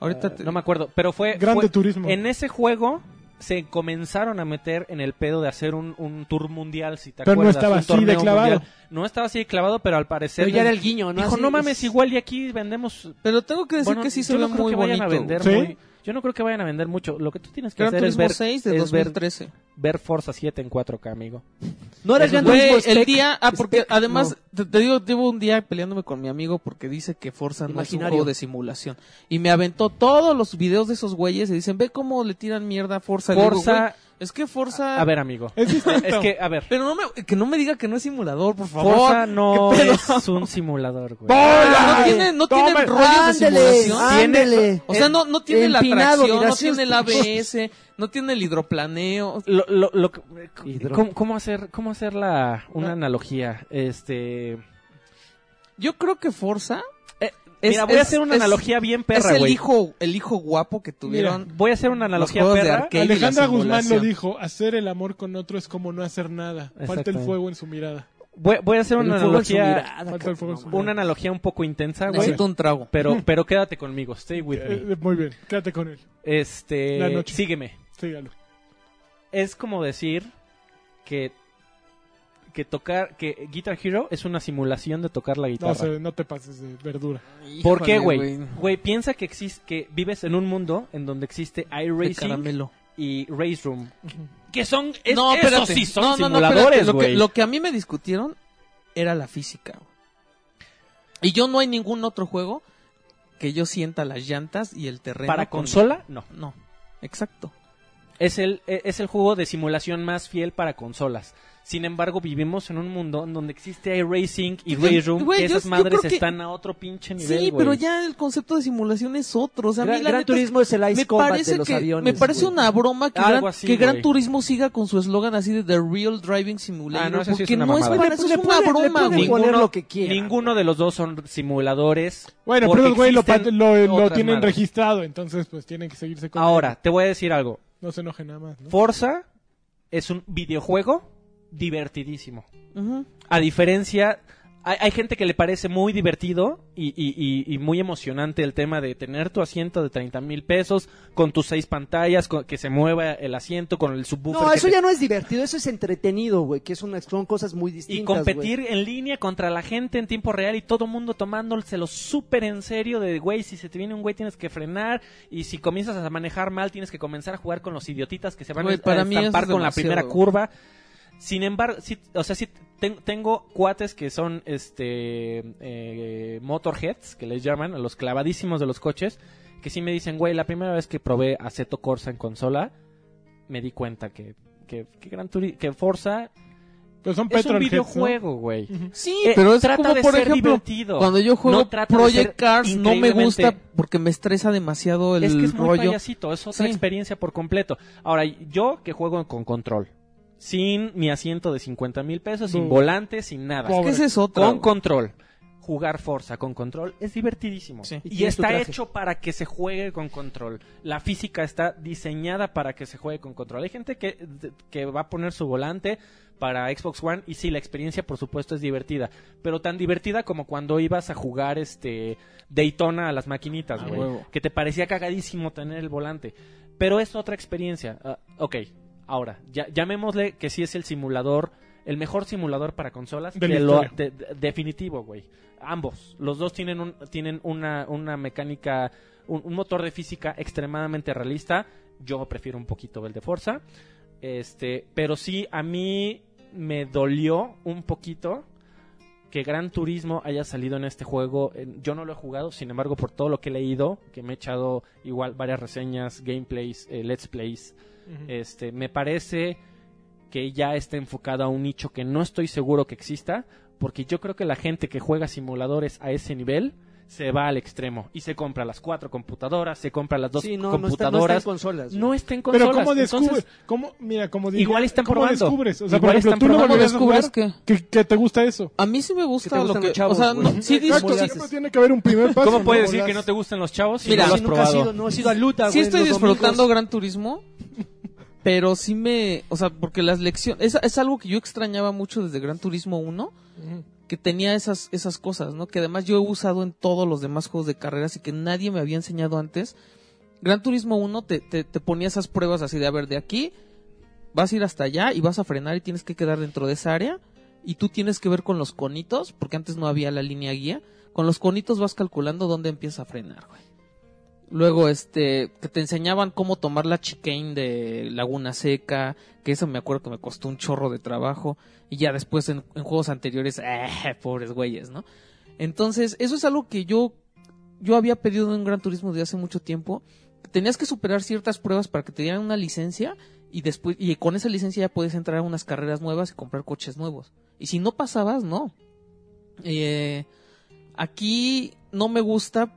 Ahorita te-
Eh, No me acuerdo. Pero fue.
Grande
fue-
Turismo.
En ese juego se comenzaron a meter en el pedo de hacer un, un tour mundial, si te
Pero no
acuerdas.
estaba
un
así de
torneo
clavado.
No estaba así de clavado, pero al parecer.
Pero ya era
eh,
el guiño, ¿no?
Dijo,
Así pues,
no
es-
mames, igual y aquí vendemos.
Pero tengo que decir
Bueno,
que sí se
yo
ve
no creo
muy
que vayan
bonito.
a vender
güey.
muy- Yo no creo que vayan a vender mucho. Lo que tú tienes que
Gran
hacer
Turismo
es ver,
6 de
es ver,
2013.
ver Forza 7 en 4K, amigo.
No pues, era el Gran
Güey,
Turismo
el
Spec.
día,
Este,
ah, porque
Spec,
además,
no.
te, te digo, llevo un día peleándome con mi amigo porque dice que Forza no es un
Imaginario.
juego de simulación. Y me aventó todos los videos de esos güeyes y dicen, ve cómo le tiran mierda a Forza. Y le digo,
Forza-
"Güey, es que Forza...
A
[LAUGHS]
ver, amigo.
Es este.
[LAUGHS]
distinto.
Es que, a ver.
Pero no me, que no me diga que no es simulador, por favor.
Forza no
¿Qué pedo?
es un simulador, güey.
Ah, no
Ay,
tiene, no tiene
toma.
rollos de
Ándele,
Ah,
simulación.
ándele.
O sea, no, no tiene la
Empinado,
tracción,
mira,
no
así
tiene el
es-
ABS,
[LAUGHS]
no tiene el hidroplaneo.
Lo- lo- lo que-
Hidro-
¿cómo, cómo hacer, cómo hacer la, una analogía? Este,
Yo creo que Forza Es-
mira, voy a
es-
hacer una
es-
analogía bien perra,
es el
güey.
hijo, el hijo guapo que tuvieron.
Voy a hacer una analogía
juegos de
perra.
arcade. que hay de la
Alejandra Guzmán lo
simulación.
dijo, hacer el amor con otro es como no hacer nada. Falta el
Exactamente.
fuego en su mirada.
Voy, voy a hacer
El
una
fuego en su
analogía,
mirada,
Falta el
cabrón,
fuego en
no
su-
mames.
una analogía un poco intensa, güey.
Necesito un trago.
Pero, pero quédate conmigo, stay with me.
Eh, muy bien, quédate con él. La
Este,
noche.
sígueme.
Sígalo.
Es como decir que, que tocar, que Guitar Hero es una simulación de tocar la guitarra.
No, se- no te pases de verdura.
¿Por qué,
Híjole,
güey? Güey, piensa que, exis- que vives en un mundo en donde existe
De
iRacing
caramelo.
y Race Room. Que son, es-
no,
esos
espérate.
sí son
no, no, no,
simuladores,
espérate. Lo que,
güey.
lo que a mí me discutieron era la física. güey. Y yo no hay ningún otro juego que yo sienta las llantas y el terreno.
Para
con-
consola, no.
No, exacto.
Es el, e- es el juego de simulación más fiel para consolas. Sin embargo, vivimos en un mundo en donde existe iRacing y
Güey,
Race Room.
güey,
que
yo-
esas
yo
madres
creo que-
están a otro pinche nivel,
Sí,
güey.
pero ya el concepto de simulación es otro. O sea, a mí
Gran,
la
Gran
neta es-
Turismo es el Ice
me
Combat
parece
de los
que,
aviones.
Me parece
güey.
una broma que,
Algo
gran,
así,
que Gran
güey.
Turismo siga con su eslogan así de The Real Driving Simulator.
Ah, no, eso sí es
porque
una
no es
mamada.
para
Le
eso, es
pueden-
una
le
broma,
pueden
güey.
poner lo que quieran.
Ninguno de los dos son simuladores.
Bueno,
porque
pero los güey lo, pat-
existen
lo, lo
otras
tienen
madres.
registrado, entonces pues tienen que seguirse con
Ahora, te voy a decir algo.
No se enoje nada más, ¿no?
Forza es un videojuego divertidísimo.
Ujú.
A diferencia, hay, hay gente que le parece muy divertido y, y- y- y muy emocionante el tema de tener tu asiento de 30 mil pesos con tus seis pantallas, con- que se mueva el asiento con el subwoofer.
No,
que
eso
te-
ya no es divertido, eso es entretenido, güey, que es una, son cosas muy distintas.
Y
güey.
competir en línea contra la gente en tiempo real y todo mundo tomándoselo súper en serio de, güey, si se te viene un güey tienes que frenar y si comienzas a manejar mal tienes que comenzar a jugar con los idiotitas que se van
Güey,
a-
para
a
mí eso es
estampar con la
demasiado,
primera
güey.
curva. Sin embargo, sí, o sea, sí ten- tengo cuates que son este eh, motorheads, que les llaman, a los clavadísimos de los coches, que sí me dicen, güey, la primera vez que probé Aceto Corsa en consola, me di cuenta que, que, que, Gran Turi- que Forza
Pero son
es un
Petrolheads, ¿no?
videojuego, güey.
Sí,
Eh,
pero es
trata
como,
de
por
ser
ejemplo,
divertido.
cuando yo juego
No trata de ser
Project Cars no me
increíblemente-
gusta porque me estresa demasiado el
es que es muy
rollo.
payasito, es otra
Sí.
experiencia por completo. Ahora, yo que juego con control, sin mi asiento de 50 mil pesos, sin
Mm.
volante, sin nada.
Pobre.
¿Qué es eso?
Con control. Jugar Forza con control es divertidísimo.
Sí.
Y
Y,
tienes tu
está
traje.
hecho para que se juegue con control. La física está diseñada para que se juegue con control. Hay gente que, que va a poner su volante para Xbox One y sí, la experiencia por supuesto es divertida. Pero tan divertida como cuando ibas a jugar este Daytona a las maquinitas,
A
güey.
huevo.
que te parecía cagadísimo tener el volante. Pero es otra experiencia. Ah, ok, ahora, ya, llamémosle que sí es el simulador, el mejor simulador para consolas.
De la
de lo-
historia.
de- de- definitivo, güey. Ambos. Los dos tienen, un, tienen una, una mecánica, un, un motor de física extremadamente realista. Yo prefiero un poquito el de Forza. Este, pero sí, a mí me dolió un poquito que Gran Turismo haya salido en este juego. En- Yo no lo he jugado, sin embargo, por todo lo que he leído, que me he echado igual varias reseñas, gameplays, eh, let's plays
Ujú.
este, me parece que ya está enfocado a un nicho que no estoy seguro que exista, porque yo creo que la gente que juega simuladores a ese nivel se va al extremo y se compra las cuatro computadoras, se compra las dos
Sí, no, no está- no está en
computadoras. No está,
consolas. güey.
en
Pero
consolas.
cómo
entonces,
descubres, cómo, mira, como diría,
Igual están
¿cómo
probando.
descubres? O sea,
Igual
por ejemplo,
están
tú no
probando.
¿Cómo
volverías a
descubres
jugar
que
que, que te gusta eso.
a mí sí me
Que
gusta
te
lo
gustan
que,
los chavos,
o sea,
güey.
no, [LAUGHS] sí
Exacto,
discu-
Exacto,
¿cómo le
sí-
siempre
haces?
tiene que haber un primer paso.
¿Cómo puedes
¿no?
decir que
Las-
no te gustan los chavos si
Mira,
no lo
Sí,
has
nunca has
probado?
ido, no has ido a luta,
sí
güey,
estoy
los domingos.
disfrutando Gran Turismo, pero sí me, o sea, porque las lecciones es, es algo que yo extrañaba mucho desde Gran Turismo 1,
Ujú.
que tenía esas esas cosas, ¿no? Que además yo he usado en todos los demás juegos de carreras y que nadie me había enseñado antes. Gran Turismo 1 te, te, te ponía esas pruebas así de, a ver, de aquí vas a ir hasta allá y vas a frenar y tienes que quedar dentro de esa área y tú tienes que ver con los conitos, porque antes no había la línea guía, con los conitos vas calculando dónde empieza a frenar, güey. Luego, este, que te enseñaban cómo tomar la chicane de Laguna Seca, que eso me acuerdo que me costó un chorro de trabajo, y ya después en, en juegos anteriores, ¡eh! pobres güeyes, ¿no? Entonces, eso es algo que yo, yo había pedido en Gran Turismo de hace mucho tiempo. Tenías que superar ciertas pruebas para que te dieran una licencia y después, y con esa licencia ya puedes entrar a unas carreras nuevas y comprar coches nuevos. Y si no pasabas, no. Eh, aquí no me gusta,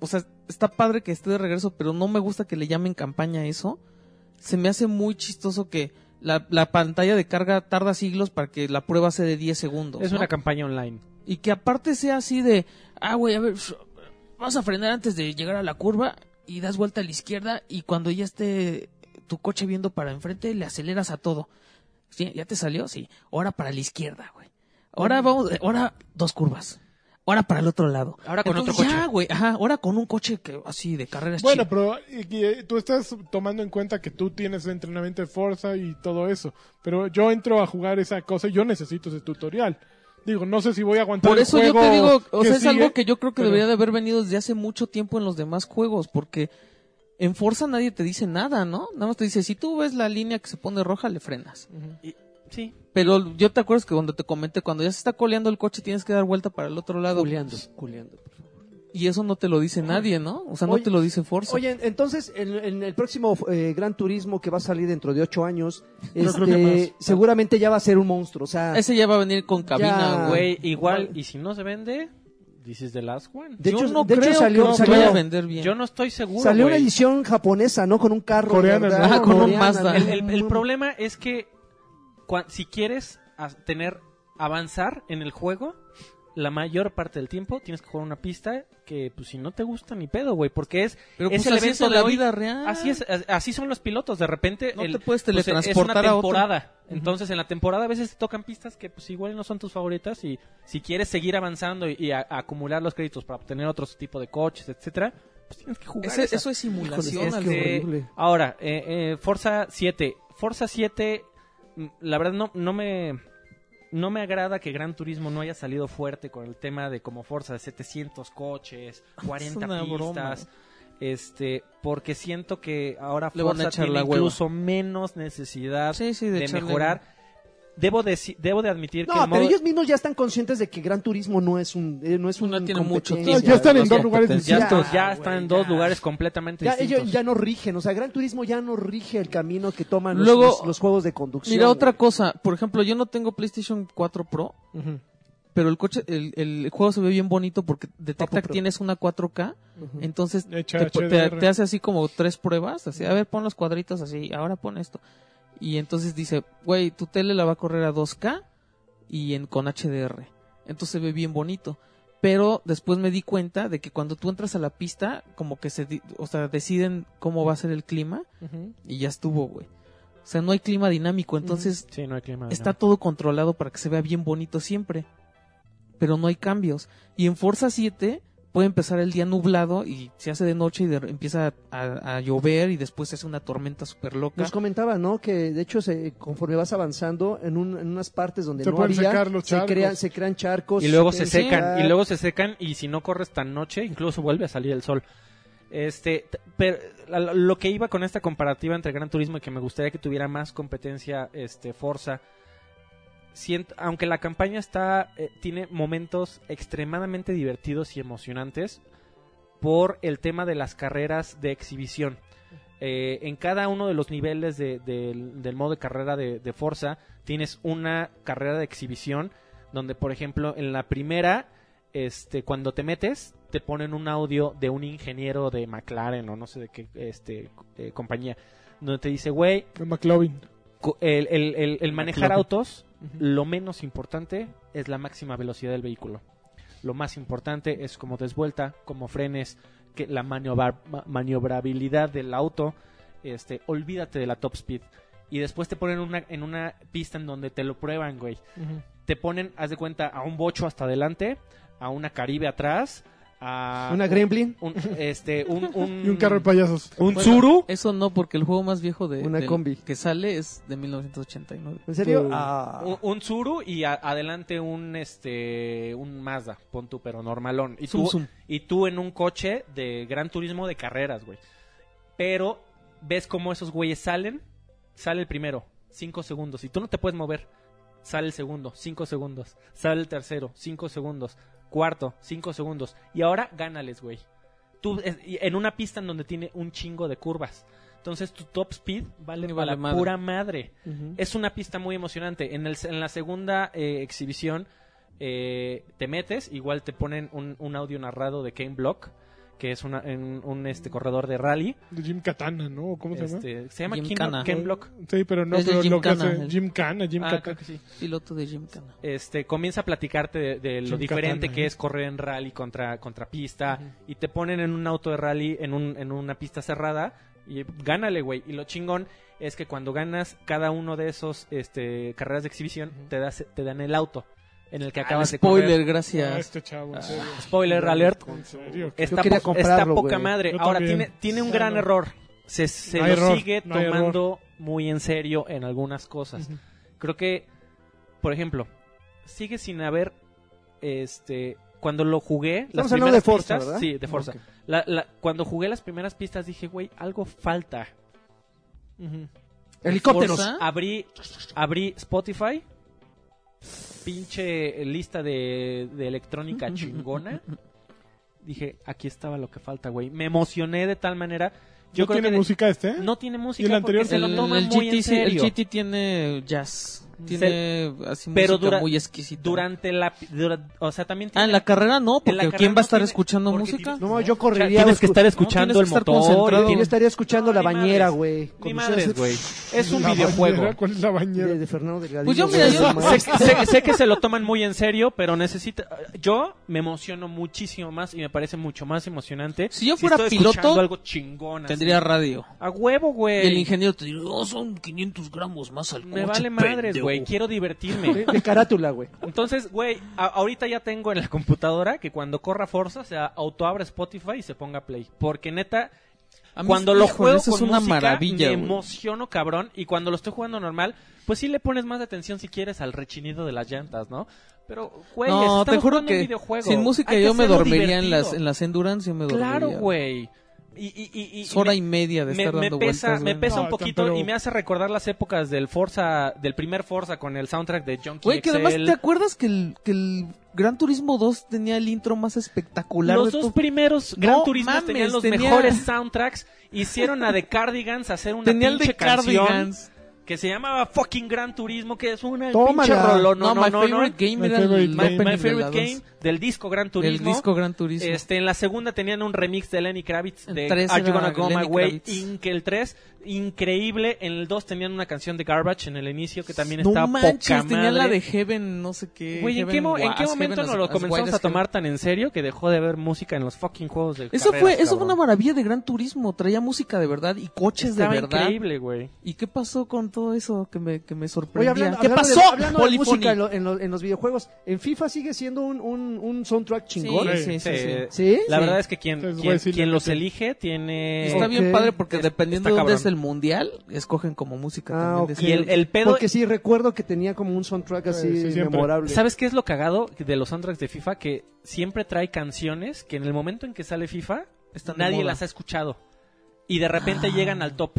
o sea, está padre que esté de regreso, pero no me gusta que le llamen campaña a eso. Se me hace muy chistoso que la, la pantalla de carga tarda siglos para que la prueba sea de 10 segundos.
Es
¿no?
una campaña online.
Y que aparte sea así de, ah, güey, a ver, vas a frenar antes de llegar a la curva y das vuelta a la izquierda y cuando ya esté tu coche viendo para enfrente le aceleras a todo.
Mm.
¿Sí? ¿Ya te salió? Sí. Ahora para la izquierda, güey. Ahora vamos, ahora dos curvas. ahora para el otro lado.
Ahora con
Entonces,
otro
Ya,
coche.
güey, ajá, ahora con un coche que así de carreras [LAUGHS]
Bueno,
chido.
pero eh, eh, tú estás tomando en cuenta que tú tienes entrenamiento de fuerza y todo eso. Pero yo entro a jugar esa cosa y yo necesito ese tutorial. Digo, no sé si voy a aguantar
Por
el
eso yo te
juego
digo, o
que
sea, es algo
sigue,
que yo creo que
pero-
debería de haber venido desde hace mucho tiempo en los demás juegos, porque en Forza nadie te dice nada, ¿no? Nada más te dice, si tú ves la línea que se pone roja, le frenas.
Sí.
Pero yo te acuerdas que cuando te comenté, cuando ya se está coleando el coche, tienes que dar vuelta para el otro lado.
Culeando.
Culeando, por favor.
Y eso no te lo dice nadie, ¿no? O sea, no
Oye,
te lo dice Forza.
Oye, entonces, en, en el próximo eh, Gran Turismo que va a salir dentro de ocho años,
Yo creo que
este,
más.
seguramente ya va a ser un monstruo. O sea,
Ese ya va a venir con cabina,
Ya.
güey.
Güey, igual, y si no se vende, this is the last one.
de
yo
hecho,
no
de hecho
creo
salió,
que nos
salió-
vaya a vender bien.
Yo no estoy seguro.
salió una
güey.
edición japonesa, ¿no? Con un carro.
Coreana,
¿verdad?
¿no? Ah, con un
Coreana,
Mazda.
¿no?
El, el- el problema es que cua- si quieres as- tener avanzar en el juego, la mayor parte del tiempo tienes que jugar una pista que pues si no te gusta ni pedo, güey, porque es
Pero
es
pues
el
así es
evento
en
de
la
hoy.
vida real.
así es as- así son los pilotos, de repente
Ah. No
el-
te puedes
pues,
teletransportar
es
a
una
otro.
temporada. Entonces en la temporada a veces te tocan pistas que pues igual no son tus favoritas y si quieres seguir avanzando y, y a- acumular los créditos para obtener otro tipo de coches, etcétera, pues tienes que jugar
Ese-
esa.
eso es simulación.
Híjoles,
al
es que-
fin.
horrible.
Ahora, eh, eh, Forza 7. Forza 7, mm, la verdad no, no me... No me agrada que Gran Turismo no haya salido fuerte con el tema de como Forza de
[LAUGHS]
700 coches, 40
una broma.
pistas, este, porque siento que ahora
Le van a
Forza
echar
tiene
la hueva.
incluso menos necesidad
Sí, sí, de
de,
echarle-
mejorar. Debo deci- debo de admitir
No,
que el
pero
modo-
ellos mismos ya están conscientes de que Gran Turismo no es un. eh, no es un
No tiene mucho
competencia.
No,
tiempo.
ya están en
Los
dos lugares
ya,
Ya,
distintos.
estos- ya están en dos lugares completamente
Ya,
distintos.
ellos ya no rigen, o sea, Gran Turismo ya no rige el camino que toman los-
Luego-
los, los juegos de conducción.
Mira, otra
güey.
cosa. Por ejemplo, yo no tengo PlayStation 4 Pro,
Ujú.
pero el coche, el, el juego se ve bien bonito porque detecta
Papu
que
Pro.
tienes una 4K. Entonces
Echa
te, po- te-
HDR.
te hace así como tres pruebas. Así, a ver, pon los cuadritos así. Ahora pon esto. Y entonces dice, güey, tu tele la va a correr a 2K y en, con HDR. Entonces se ve bien bonito. Pero después me di cuenta de que cuando tú entras a la pista, como que se, di- o sea, deciden cómo va a ser el clima y ya estuvo, güey. O sea, no hay clima dinámico, entonces
Sí, no hay clima.
está todo controlado para que se vea bien bonito siempre. Pero no hay cambios. Y en Forza 7 puede empezar el día nublado y se hace de noche y de- empieza a, a llover y después se hace una tormenta súper loca.
Nos comentaba, ¿no? Que de hecho, se, conforme vas avanzando, en, un- en unas partes donde
Se
no
pueden
había,
secar los
se,
charcos.
crean, se crean charcos.
y luego se
pueden
secan
secar.
y luego se secan y si no corres tan noche incluso vuelve a salir el sol este t- pero la- la- lo que iba con esta comparativa entre Gran Turismo y que me gustaría que tuviera más competencia este Forza siento- aunque la campaña está eh, tiene momentos extremadamente divertidos y emocionantes por el tema de las carreras de exhibición Eh, en cada uno de los niveles de- del- del modo de carrera de- de Forza tienes una carrera de exhibición donde por ejemplo en la primera este cuando te metes te ponen un audio de un ingeniero de McLaren o no sé de qué este eh, compañía donde te dice güey
El McLovin.
co- el, el- el- el manejar
McLaren.
autos lo menos importante es la máxima velocidad del vehículo lo más importante es cómo desvuelta cómo frenes que la maniobra- ma- maniobrabilidad del auto este olvídate de la top speed y después te ponen una, en una pista en donde te lo prueban güey te ponen, haz de cuenta, a un bocho hasta adelante, a una caribe atrás, a
Una Gremlin.
un, este, un, un,
[LAUGHS] Y un carro de payasos.
un Tsuru.
Eso no, porque el juego más viejo de,
Una
del-
combi.
que sale es de 1989.
¿En serio?
Sí.
Ah.
Un, un Tsuru y a- adelante un este un Mazda, pon tú, pero normalón. Y
Zum,
tú,
zum.
y tú en un coche de gran turismo de carreras, güey. Pero ves cómo esos güeyes salen, sale el primero, cinco segundos, y tú no te puedes mover. Sale el segundo, cinco segundos. Sale el tercero, cinco segundos. Cuarto, cinco segundos. Y ahora gánales, güey. Tú es- y en una pista en donde tiene un chingo de curvas. Entonces tu top speed vale,
Ni
para
vale madre.
pura madre.
Ujú.
Es una pista muy emocionante. En, el, en la segunda eh, exhibición eh, te metes, igual te ponen un, un audio narrado de Kane Block, que es una- en- un este, corredor de rally.
De Jim Katana, ¿no? ¿Cómo se llama?
Este, se llama Kane,
Gymkhana.
Kane Block.
Sí, pero no,
Es de
pero lo que
Gymkhana,
hace
el-
Jim Kana, Jim
Ah, creo
Katana.
que sí.
Piloto de Jim Cana.
este, comienza a platicarte de, de lo
Jim
diferente
Catana,
que
¿eh?
es correr en rally contra, contra pista y te ponen en un auto de rally en, un, en una pista cerrada y gánale, güey. Y lo chingón es que cuando ganas cada uno de esos este, carreras de exhibición te, das, te dan el auto. en el que
Al
acabas de correr.
Ah, spoiler,
Ah,
gracias.
este chavo, en serio.
Spoiler alert.
En serio.
Está,
quería
po-
comprarlo,
está poca
güey.
madre.
Yo
Ahora
también.
tiene, tiene un
Sí,
gran
no.
error. Se, se
No
lo
hay error,
sigue
no hay error.
tomando muy en serio en algunas cosas. Creo que, por ejemplo, sigue sin haber, este, cuando lo jugué, las
Estamos hablando de
primeras
Forza,
pistas-
¿verdad?
sí, de Forza.
Ok.
La- la- cuando jugué las primeras pistas dije, güey, algo falta.
Ujú.
Helicópteros.
Forza. ¿Ah?
Abrí, abrí Spotify, pinche lista de,
[LAUGHS]
de electrónica chingona. Dije, aquí estaba lo que falta, güey. Me emocioné de tal manera. Yo
¿No
creo
tiene
que de-
música este? ¿eh?
no tiene música
¿Y el anterior?
porque se
el,
lo toma
el
muy
GT,
en
sí, el
serio.
GT tiene jazz. Tiene así
Pero
música
dura-
muy exquisita.
Durante la... dura- o sea, también
Ah,
tiene...
en la carrera no, porque
carrera
¿quién va
no
a estar
tiene-
escuchando
porque
música?
tiene-
No, yo
O sea,
correría.
tienes
o
que
escu-
estar escuchando
que
el
estar
motor.
concentrado.
y
Yo
tienes-
estaría escuchando
No,
la
ni
bañera,
madres.
güey.
Ni
Cuando
madres,
suena
güey. Es un
La
videojuego.
bañera, ¿Cuál es la
ese-
bañera?
De, de Fernando Delgadillo.
Pues yo,
güey,
mira,
esa
yo-
madre.
sé, sé- sé que se lo toman muy en serio, pero necesita. Yo me emociono muchísimo más y me parece mucho más emocionante.
Si yo fuera
estoy
piloto,
escuchando algo chingón. así.
Tendría radio.
A huevo,
Y el
güey.
ingeniero te diría, "Oh, son 500 gramos más al
Me
coche,
vale madres,
pendejo".
güey. Quiero
De,
divertirme.
de carátula, güey.
Entonces, güey, a- ahorita ya tengo en la computadora que cuando corra Forza se autoabra Spotify y se ponga play. Porque neta,
A mí
cuando
sí,
lo
híjole,
juego
eso
con
es una
música,
maravilla.
me
güey.
emociono cabrón y cuando lo estoy jugando normal, pues sí le pones más atención si quieres al rechinido de las llantas, ¿no? Pero güey,
no,
estamos
te juro
jugando un
que
videojuego.
sin música
Hay que
yo me
hacerlo
dormiría en
divertido.
las en las endurance yo me dormiría.
Claro, güey. Y, y, y, y-
Es hora
me-
y media de
me,
estar
me
dando
pesa,
vueltas.
me
güey.
pesa
No,
un
está-
poquito
pero-
y me hace recordar las épocas del Forza, del primer Forza con el soundtrack de Junkie
Güey, que además,
XL.
¿te acuerdas que el, que el Gran Turismo 2 tenía el intro más espectacular? de
Los dos
todo?
primeros Gran
No
Turismo
mames,
tenían los
tenía-
mejores soundtracks.
[LAUGHS]
Hicieron a The Cardigans hacer una
tenía el
pinche
de
canción
Cardigans.
que se llamaba fucking Gran Turismo, que es una
Tómala.
pinche rolón.
No,
No, no,
my
no, no.
favorite game
My
era el
favorite
opening
game.
My
de la
favorite
dos.
game del disco Gran Turismo.
El disco Gran Turismo.
Este, en la segunda tenían un remix de Lenny Kravitz
El
de
tres
Are You
era
Gonna Go
Lenny
My Way,
Kravitz.
Inc. el 3, increíble. En el 2 tenían una canción de Garbage en el inicio que también
no
estaba
manches,
poca
tenía la
madre.
de Heaven, no sé qué.
Güey, ¿en
Heaven
qué, mo- en
Was,
qué momento
Heaven
nos
as-
lo
as White
comenzamos
as
a tomar tan en serio que dejó de haber música en los fucking juegos de
Heaven? Eso
carreras,
fue, eso fue
cabrón?
una maravilla de Gran Turismo. Traía música de verdad y coches
Estaba
de verdad.
increíble, güey.
¿Y qué pasó con todo eso que me, que me
Oye,
sorprendía?
hablando,
¿Qué
hablando
pasó?
De, hablando de
Polyphony?
música en, lo- en lo- en los videojuegos, en FIFA sigue siendo un, un, un soundtrack chingón.
Sí.
Eh,
¿Sí?
La
Sí.
verdad es que quien,
Entonces,
quien,
güey, sí le
quien los
meten.
elige tiene...
Está bien
Ok.
padre porque
Es-
dependiendo
está
de dónde
cabrón.
es el mundial, escogen como música
Ah,
también de
ok.
ese-
Y el, el pedo...
Porque sí, recuerdo que tenía como un soundtrack así
Sí, sí, siempre.
memorable.
¿Sabes qué es lo cagado de los soundtracks de FIFA? Que siempre trae canciones que en el momento en que sale FIFA,
Están de
nadie
moda. Ah.
las ha escuchado. Y de repente llegan al top.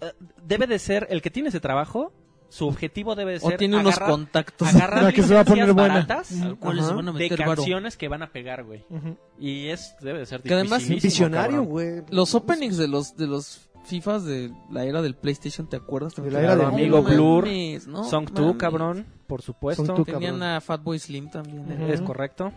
Eh, Debe de ser, el que tiene ese trabajo, su objetivo debe de
O
ser
tiene unos
agarrar,
contactos.
agarrar
La que se va a poner
licencias
buena.
baratas
Al cual
Ajá.
se van a
de
meter varo.
canciones que van a pegar, güey.
Ujú.
Y es, debe de ser
Que además es
dificilísimo,
Visionario,
cabrón.
güey.
Los openings de los de los FIFAs de la era del PlayStation, ¿te acuerdas?
De la era de
Amigo Blur,
no
Song 2,
mames.
cabrón, por supuesto.
Song 2,
Tenían
cabrón.
a Fatboy Slim también. ¿eh?
Es correcto.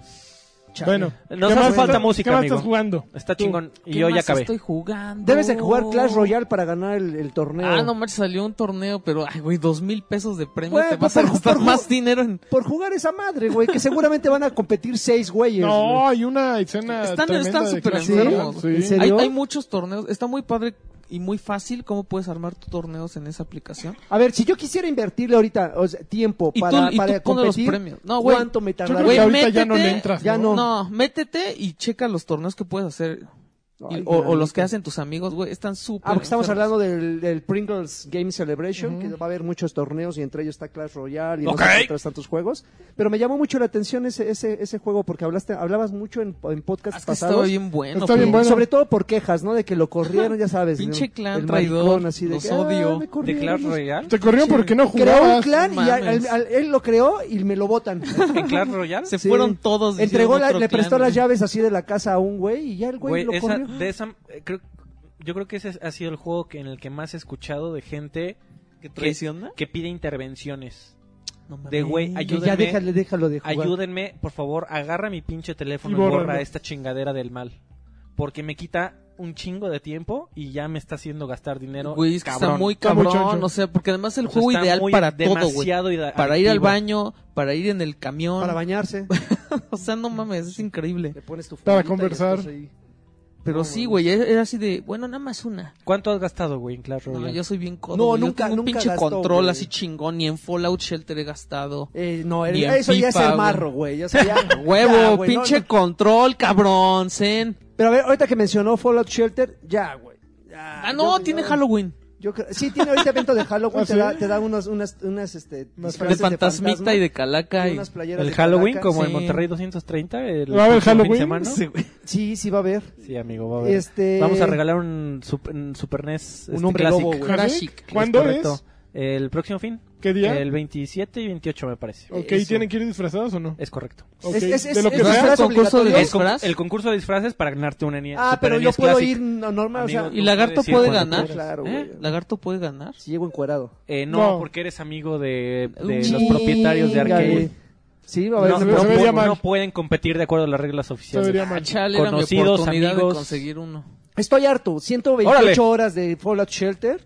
Bueno,
Nos
¿qué
hace
más
falta
estás- ¿Qué
música,
más
amigo.
estás jugando?
Está
Tú.
chingón. Y
¿Qué
yo ya
más
acabé.
Estoy jugando.
Debes de jugar Clash Royale para ganar el, el torneo.
Ah, no manches, salió un torneo, pero, ay, güey, dos mil pesos de premio.
Güey,
te
pues,
vas a
por-
gastar
por-
más dinero en.
Por jugar esa madre, güey, que seguramente van a competir seis güeyes. güey.
No, hay una escena.
Están-
tremenda
están
de
súper
Clash
enfermos.
Royale,
¿En
sí.
serio?
Hay, hay muchos torneos. Está muy padre y muy fácil cómo puedes armar tus torneos en esa aplicación.
A ver, si yo quisiera invertirle ahorita o sea, tiempo
Y tú-
para,
y tú
para
pones los
competir,
premios. No, güey.
¿cuánto me
Yo creo que
tardaría?
Güey,
ahorita ya no
métete,
le entras.
ya
No.
No.
métete y checa los torneos que puedes hacer. Y-
Ay,
o, o los
maldito.
que hacen tus amigos, güey. Están súper.
Ah, porque estamos
enfermos.
hablando del, del Pringles Game Celebration, que va a haber muchos torneos y entre ellos está Clash Royale y no sé
Ok.
qué otros tantos juegos. Pero me llamó mucho la atención ese, ese, ese juego porque hablaste, hablabas mucho en, en podcasts
Es que estaba
pasados.
bien bueno.
Está
güey.
bien bueno.
Eh, Sobre todo por quejas, ¿no? De que lo corrieron, ya sabes.
Pinche
¿no?
clan
El
traidor,
maricón, así de
los
que, "Ah,
odio".
me
¿De
corrieron,
Clash
no sé".
Royale?
Te corrieron porque no
Creó un
jugabas.
clan y a-
Mames.
al- al- él lo creó y me
[LAUGHS]
lo votan.
¿En Clash Royale?
Se
Sí.
fueron todos.
Entregó
hicieron
la-
otro
le
clan, eh.
prestó
güey.
las llaves así de la casa a un güey y ya el
Güey,
güey, lo
esa-
corrió.
de esa, eh, creo, yo creo que ese ha sido el juego que, en el que más he escuchado de gente
¿Que
que,
traiciona?
que pide intervenciones.
No mames.
De güey,
Que
ayúdenme,
ya déjale, déjalo de jugar.
ayúdenme, por favor, agarra mi pinche teléfono
Y
y, borra
bórralo.
esta chingadera del mal. Porque me quita un chingo de tiempo y ya me está haciendo gastar dinero.
Güey, es que está
cabrón.
muy
Está muy
cabrón.
choncho.
o sea, porque además el
O sea,
juego
está
ideal
muy-
para todo, güey.
demasiado ida-
Para ir al
adictivo.
baño, para ir en el camión. [LAUGHS]
Para bañarse.
O sea, no mames, es increíble.
Le pones tu
Para
fundita y
conversar.
estás ahí.
Pero sí, güey, e-, era era así de, bueno, nada más una.
¿Cuánto has gastado, güey, en Clash
No,
Royale?
yo soy bien codo.
No,
güey. Yo
nunca-
tengo un
nunca
pinche
gastó,
control
güey.
así chingón. Ni en Fallout Shelter he gastado.
Eh, no, el-
Ni en
eso ya es
pipa,
el marro, güey. O sea,
[LAUGHS]
ya- ya,
Huevo,
güey, no,
pinche
no.
control, cabrón, zen.
Pero a ver, ahorita que mencionó Fallout Shelter, ya, güey. Ya,
Ah, no,
yo-
tiene
yo-
Halloween.
Yo creo- sí, tiene ahorita evento de Halloween,
¿Ah,
te,
sí?
da, te da unos, unas, unas
De
este, disfraces
fantasmita
fantasma
y de calaca.
y
y-
unas playeras
¿El
de
Halloween
calaca.
como en
Sí.
Monterrey 230? El
¿Va a haber
próximo fin de
Halloween?
semana?
Sí, güey.
Sí, sí va a haber.
Sí, amigo, va a haber.
Este-
Vamos a regalar un Super, un super NES
Un
este,
hombre
Classic.
lobo, güey.
Jurassic.
¿Javier? ¿Cuándo es?
correcto. El próximo fin.
¿Qué día?
El 27 y 28 me parece.
Ok,
Eso.
¿tienen que ir disfrazados o no?
Es correcto.
Ok,
Es- es-
de lo
es-
que
es
¿No
sea.
hace el concurso de
obligatorio?
El, con-
disfraz?
el concurso de disfraces para ganarte una NES.
Ah, pero yo puedo ir no- normal, o
Amigo,
sea,
¿Y Lagarto
decir
puede
cuando
ganar?
quieras. Claro,
¿Eh?
güey.
¿Lagarto puede ganar?
si llego encuerado.
Eh, no,
No.
porque eres amigo de, de
Chinga,
Eh, los propietarios de
Chinga,
arcade.
güey. eh, Sí, va a haber
No,
una
se
no
vería
propuesta.
pu-
mal.
no pueden competir de acuerdo a las reglas
Se
oficiales.
vería
Ah,
mal.
chale, era mi
Conocidos,
oportunidad
amigos.
de conseguir uno.
Estoy harto. 128
Órale.
horas de Fallout Shelter.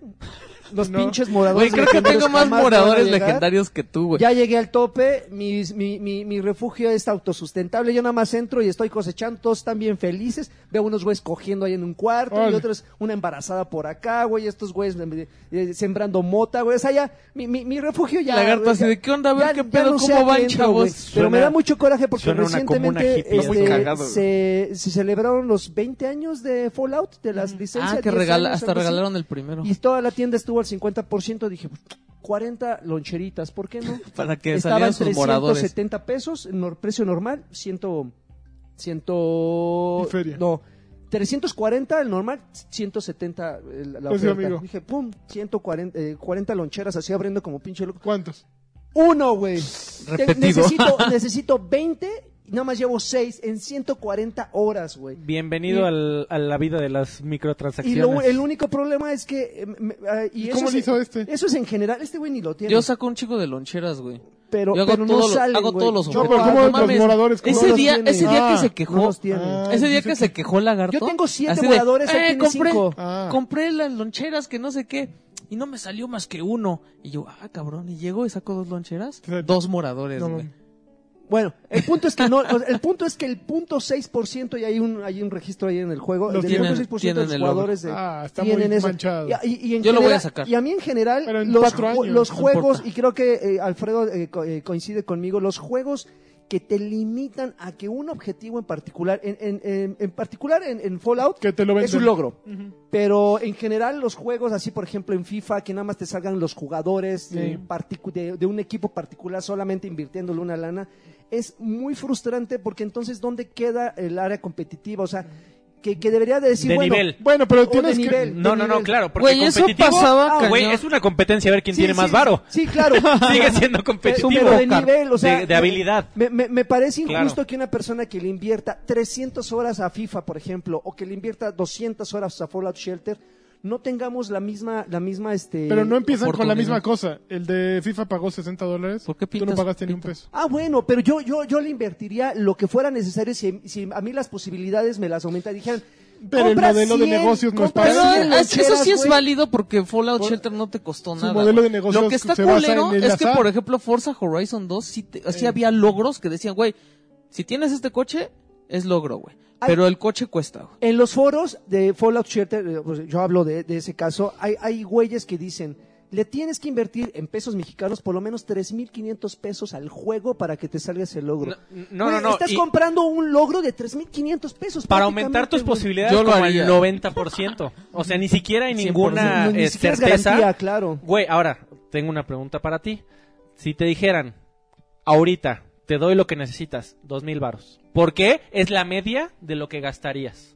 Los
No.
pinches moradores.
Güey, creo que
legendarios
tengo más
jamás van a
moradores
llegar.
legendarios que tú, güey.
Ya llegué al tope, mi, mi, mi, mi refugio es autosustentable, yo nada más entro y estoy cosechando, todos están bien felices, veo unos güeyes cogiendo ahí en un cuarto, y
Órale.
otros una embarazada por acá, güey, estos güeyes eh, eh, sembrando mota, güey, o sea, ya, mi, mi, mi refugio ya...
Lagarto
güey,
así de,
ya-
¿qué onda? A ver
ya-
qué
ya
pedo,
sé
cómo
a qué
van, chavos.
güey. Pero me
Suena-
da mucho coraje porque
suena una comuna
recientemente
hippie,
este,
muy
cagado, güey.
se, se celebraron los 20 años de Fallout, de las licencias.
Ah, que
10
regala,
años,
hasta
algo así.
regalaron el primero.
Y toda la tienda estuvo al 50%. Dije, pues, 40 loncheritas, ¿por qué no?
[LAUGHS] Para que salieran
Estaban
sus moradores.
370 pesos, nor- precio normal, 100. 100 no,
Y feria.
340 el normal, 170 el- la
Pues sí,
oferta.
amigo.
Dije, pum, 140 eh, 40 loncheras así abriendo como pinche loco.
¿Cuántos?
Uno, güey. Te-
Repetido. [LAUGHS]
Necesito, necesito 20 y nada más llevo 6 en 140 horas, güey.
Bienvenido al- a la vida de las
Y
microtransacciones.
lo- el único problema es que... eh, me- ah, y
¿Y
eso
cómo
es-
lo hizo este?
Eso es en general, este güey ni lo tiene.
Yo saco un chico de loncheras, güey.
pero,
yo hago
pero no
todo lo-
salen,
hago
güey.
todos los
Yo
Ah, No, pero
hago-
¿cómo
no
los
mames.
moradores? ¿Cómo
Ese
los
día,
tiene?
ese día
Ah,
que se
No
quejó,
los tiene.
Ah.
ese día
dice
que se
que-
quejó el lagarto.
Yo tengo siete
así de, "Eh,
moradores, él tiene
compré,
cinco".
Ah.
compré las loncheras que no sé qué y no me salió más que uno. Y yo, ah, cabrón, y llego y saco dos loncheras,
Sí.
dos moradores,
No,
güey.
no.
Bueno, el punto es que
[LAUGHS]
no, o sea, el punto es que el punto 6% y hay un hay un registro ahí en el juego,
Lo
el
tienen-
0.6% de los
tienen el
jugadores de,
Ah, está
tienen
muy
eso.
manchado.
Y, y- y en
Yo lo voy
general-
a sacar.
Y a mí en general
Pero en
los,
cuatro
ju-
años,
los
no
juegos
importa.
y creo que eh, Alfredo eh, co- eh, coincide conmigo, los juegos que te limitan a que un objetivo en particular, en, en, en- en particular en, en Fallout,
Que te lo
es
venden.
un logro. Pero en general los juegos, así por ejemplo en FIFA, que nada más te salgan los jugadores eh, particu- de, de un equipo particular solamente invirtiéndole una lana, es muy frustrante porque entonces ¿dónde queda el área competitiva? O sea, que, que debería de decir...
De
bueno,
nivel.
Bueno,
O
pero
de
tienes que...
nivel.
No, no, no,
nivel.
claro. Porque
Güey, eso
competitivo,
pasaba,
Ah,
güey,
cañón.
es una competencia a ver quién
Sí,
tiene
sí,
más
[LAUGHS]
varo.
Sí, claro.
[LAUGHS] Sigue siendo competitivo.
Pero de
Car-
nivel, o sea,
de- de habilidad.
Me, me- me parece
Claro.
injusto que una persona que le invierta 300 horas a FIFA, por ejemplo, o que le invierta 200 horas a Fallout Shelter, no tengamos la misma, la misma, este...
Pero no empiezan con la
oportunidad.
misma cosa. El de FIFA pagó 60 dólares.
¿Por qué
Tú no
pintas-
pagaste ni un
pintas?
peso.
Ah, bueno, pero yo, yo, yo le invertiría lo que fuera necesario si, si a mí las posibilidades me las aumenta. Dijeran,
Pero el
compra
modelo de
100,
negocios no es
compra
para
Pero
100
es- eso sí
loncheras,
es
güey.
válido porque Fallout
Por-
Shelter no te costó
su
nada.
modelo
güey.
de negocios
Lo que está
se basa en
culero
el
es que,
azar.
por ejemplo, Forza Horizon 2, sí, te- así
Eh.
había logros que decían, güey, si tienes este coche, es logro, güey.
Ay.
Pero el coche cuesta, güey.
En los foros de Fallout Shelter, eh, pues, yo hablo de, de ese caso, hay, hay güeyes que dicen, le tienes que invertir en pesos mexicanos por lo menos 3.500 pesos al juego para que te salga ese logro.
No, no,
Güey,
no, no.
Estás
y
comprando un logro de 3.500 pesos.
para aumentar tus
prácticamente,
posibilidades
Yo lo
como al
haría.
90%. O sea, ni siquiera hay
100%.
ninguna
güey. No, ni
eh,
siquiera es
certeza.
garantía, claro.
Güey, ahora, tengo una pregunta para ti. Si te dijeran, ahorita, te doy lo que necesitas, dos mil varos. ¿Por qué? Es la media de lo que gastarías.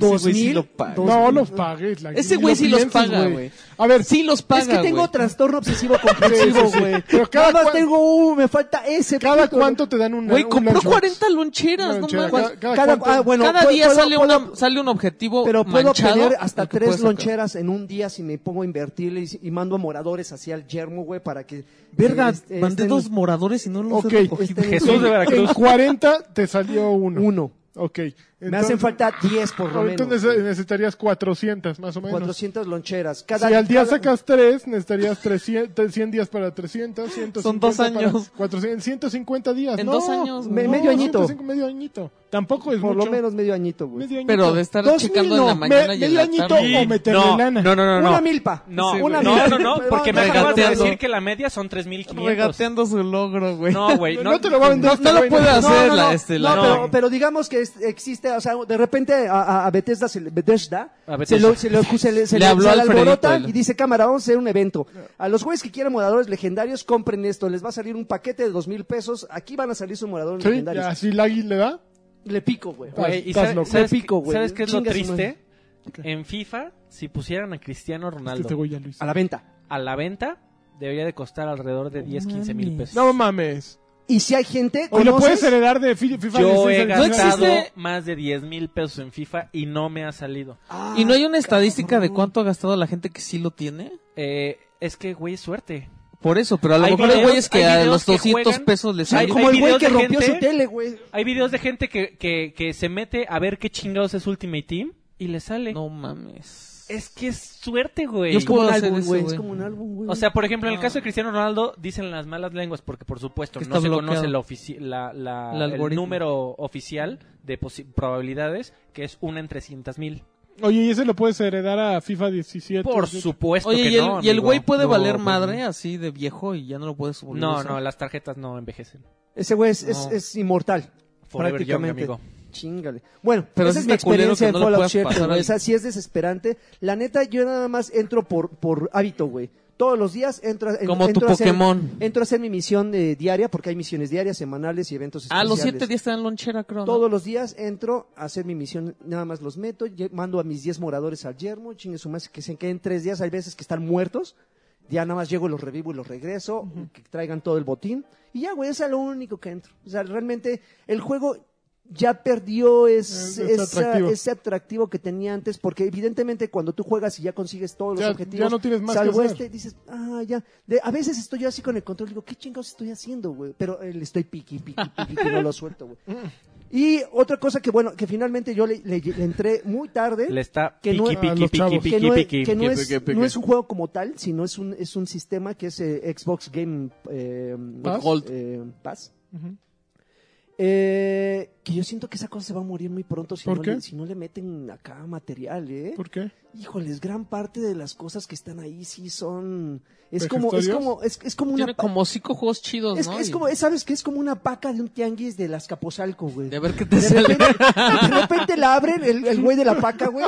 Dos
güey sí
mil,
lo paga.
dos
No
mil.
los pagues. la-
Ese
ni
güey
lo
sí los
pienses,
paga, güey.
A ver,
Sí los paga,
Es que tengo
güey.
trastorno obsesivo
[LAUGHS]
compulsivo,
Sí, sí, sí.
güey.
Pero cada
Nada más
cuan-
tengo, uh, me falta ese.
¿cada
puto,
cuánto te dan una- un
Güey, compró
lunchbox?
40 loncheras,
Una
no
lonchera.
mames.
Cada- cada
Cada-
cuánto-
ah, bueno,
Cada
puedo-
día
puedo-
sale,
puedo-
una, sale un objetivo
Pero puedo
manchado
obtener hasta
al que
tres
puedes sacar.
loncheras en un día si me pongo a invertirle y, y mando a moradores hacia el yermo, güey, para que...
Verga,
este-
mandé
estén- este,
dos moradores y no los he
Ok.
recogido.
estén-
Jesús de
En
Veracruz.
40 te salió uno.
Uno.
Ok.
me hacen falta 10 por lo menos.
Ahorita nece- necesitarías 400 más o menos.
400 loncheras. Cada,
si al día
cada-
sacas 3, necesitarías 300, 100 días para 300, 150
dos
para
años.
400, 150 días.
En
No,
dos años,
me- medio añito.
medio añito. Tampoco es
Por
mucho.
lo menos medio añito, güey.
Medio añito.
Pero de estar
Dos
checando
mil,
en la
no,
mañana
Me-
y en
medio
la
añito
tarde.
o meterle
No,
lana.
No, no, no,
Una
no.
milpa.
No,
Sí,
una
güey.
no,
milpa.
no,
[LAUGHS]
no, porque me acabas de
Regateando.
decir que la media son
este,
3.500.
Regateando su logro, güey.
No, güey,
No,
no,
te lo va a vender.
No,
este
no lo
güey,
puede
No,
hacer
no,
la,
no.
este,
No,
la-
no.
pero, pero digamos que es- existe, o sea, de repente a- a, a Bethesda, se, le- Bethesda,
A Bethesda.
se lo- se lo-
[LAUGHS]
se le, se
Le
le-
habló
se le
Alfredito,
alborota
el-
y dice, cámara, vamos a hacer un evento. A los güeyes que quieran moradores legendarios, compren esto, les va a salir un paquete de dos mil pesos, aquí van a salir sus moradores
Sí,
legendarios.
así Lagui le da.
Le pico, güey.
Güey, y
Estás
sabe-
loco.
¿sabes,
Me pico,
qué-
güey.
¿Sabes qué es lo
Chinga su
triste?
madre.
En FIFA, si pusieran a Cristiano Ronaldo
Este güey ya lo hizo.
A la venta.
a la venta, debería de costar alrededor de 10, 15 mil
mames.
pesos.
No mames.
Y si hay gente,
O lo puedes
¿conoces?
heredar de fi- FIFA.
Yo
16
he
al
No existe.
gastado
final.
más de 10 mil pesos en FIFA y no me ha salido.
Ah,
¿Y no hay una estadística de cuánto ha gastado la gente que sí lo tiene?
Eh, es que, güey, es suerte.
Por eso, pero a lo
Hay
mejor hay
videos-
güeyes que
hay
a
videos
los
que
200
juegan.
pesos les
Sí,
Hay-
salen.
como
hay
el güey
videos
que
de
rompió
gente-
su tele, güey.
Hay videos de gente que, que, que se mete a ver qué chingados es Ultimate Team y le sale.
No mames.
Es que es suerte, güey.
Yo es como
Un
puedo hacer
álbum,
eso,
güey.
güey?
Es como un álbum, güey.
O sea, por ejemplo, en el
No.
caso de Cristiano Ronaldo, dicen las malas lenguas, porque por supuesto
Que
no
está
se
bloqueado.
conoce la ofici- la- la-
El
el
algoritmo.
número oficial de posi- probabilidades, que es una en 300 mil.
Oye, ¿y ese lo puedes heredar a FIFA 17?
Por
Sí.
supuesto
Oye,
que
¿y el,
no,
y el
amigo.
güey puede
No,
valer
güey.
madre así de viejo y ya no lo puedes volver a
No,
usar?
no, las tarjetas no envejecen.
Ese güey es,
No.
es- es inmortal.
Forever young,
prácticamente.
amigo.
Chingale. Bueno,
Pero
esa
sí
es mi
está culero
experiencia
que
en
no le
Fallout
puedas
Shelter,
pasar
güey.
al-
O sea, sí es desesperante. La neta, yo nada más entro por, por hábito, güey. Todos los días entro, a- en-
Como tu
entro a hacer-
Pokémon.
entro a hacer mi misión eh, diaria, porque hay misiones diarias, semanales y eventos
A
especiales.
Ah, los 7 días te dan lonchera, creo. ¿no?
Todos los días entro a hacer mi misión, nada más los meto, lle- mando a mis 10 moradores al yermo, chingue su madre, que se queden tres días, hay veces que están muertos, ya nada más llego, los revivo y los regreso, que traigan todo el botín, y ya, güey, eso es lo único que entro. O sea, realmente el juego ya perdió
Es-
es-
es
esa-
atractivo.
ese atractivo que tenía antes, porque evidentemente cuando tú juegas y ya consigues todos los
Ya-
objetivos,
ya no tienes más que
salvo
hacer.
este, dices, ah, ya. De- a veces estoy yo así con el control, digo, ¿qué chingados estoy haciendo, güey? Pero eh, le estoy piqui, piqui, piqui, que no lo suelto, güey. Y otra cosa que, bueno, que finalmente yo le, le- le entré muy tarde.
Le está
¿Eh? Que no-
piqui,
a
piqui,
los
piqui,
chavos.
piqui,
que no, es-
piqui.
que no
piqui,
es,
piqui, piqui.
no es un juego como tal, sino es un, es un sistema que es eh, Xbox Game eh,
Pass.
Gold, eh, Pass.
Ujú.
Eh, que yo siento que esa cosa se va a morir muy pronto si,
¿Por
no,
qué?
Le, si no le meten acá material, ¿eh?
¿Por qué?
Híjoles, gran parte de las cosas que están ahí sí son... Es
¿Vejestorios?
como, es como, es, es como una...
Tiene
pa-
como cinco juegos chidos,
es,
¿no?
es
Y-
como, es- ¿sabes qué? Es como una paca de un tianguis de las Capozalco, güey.
De ver qué te
[LAUGHS]
De
sale. [LAUGHS]
repente, de repente la abren, el, el güey de la paca, güey,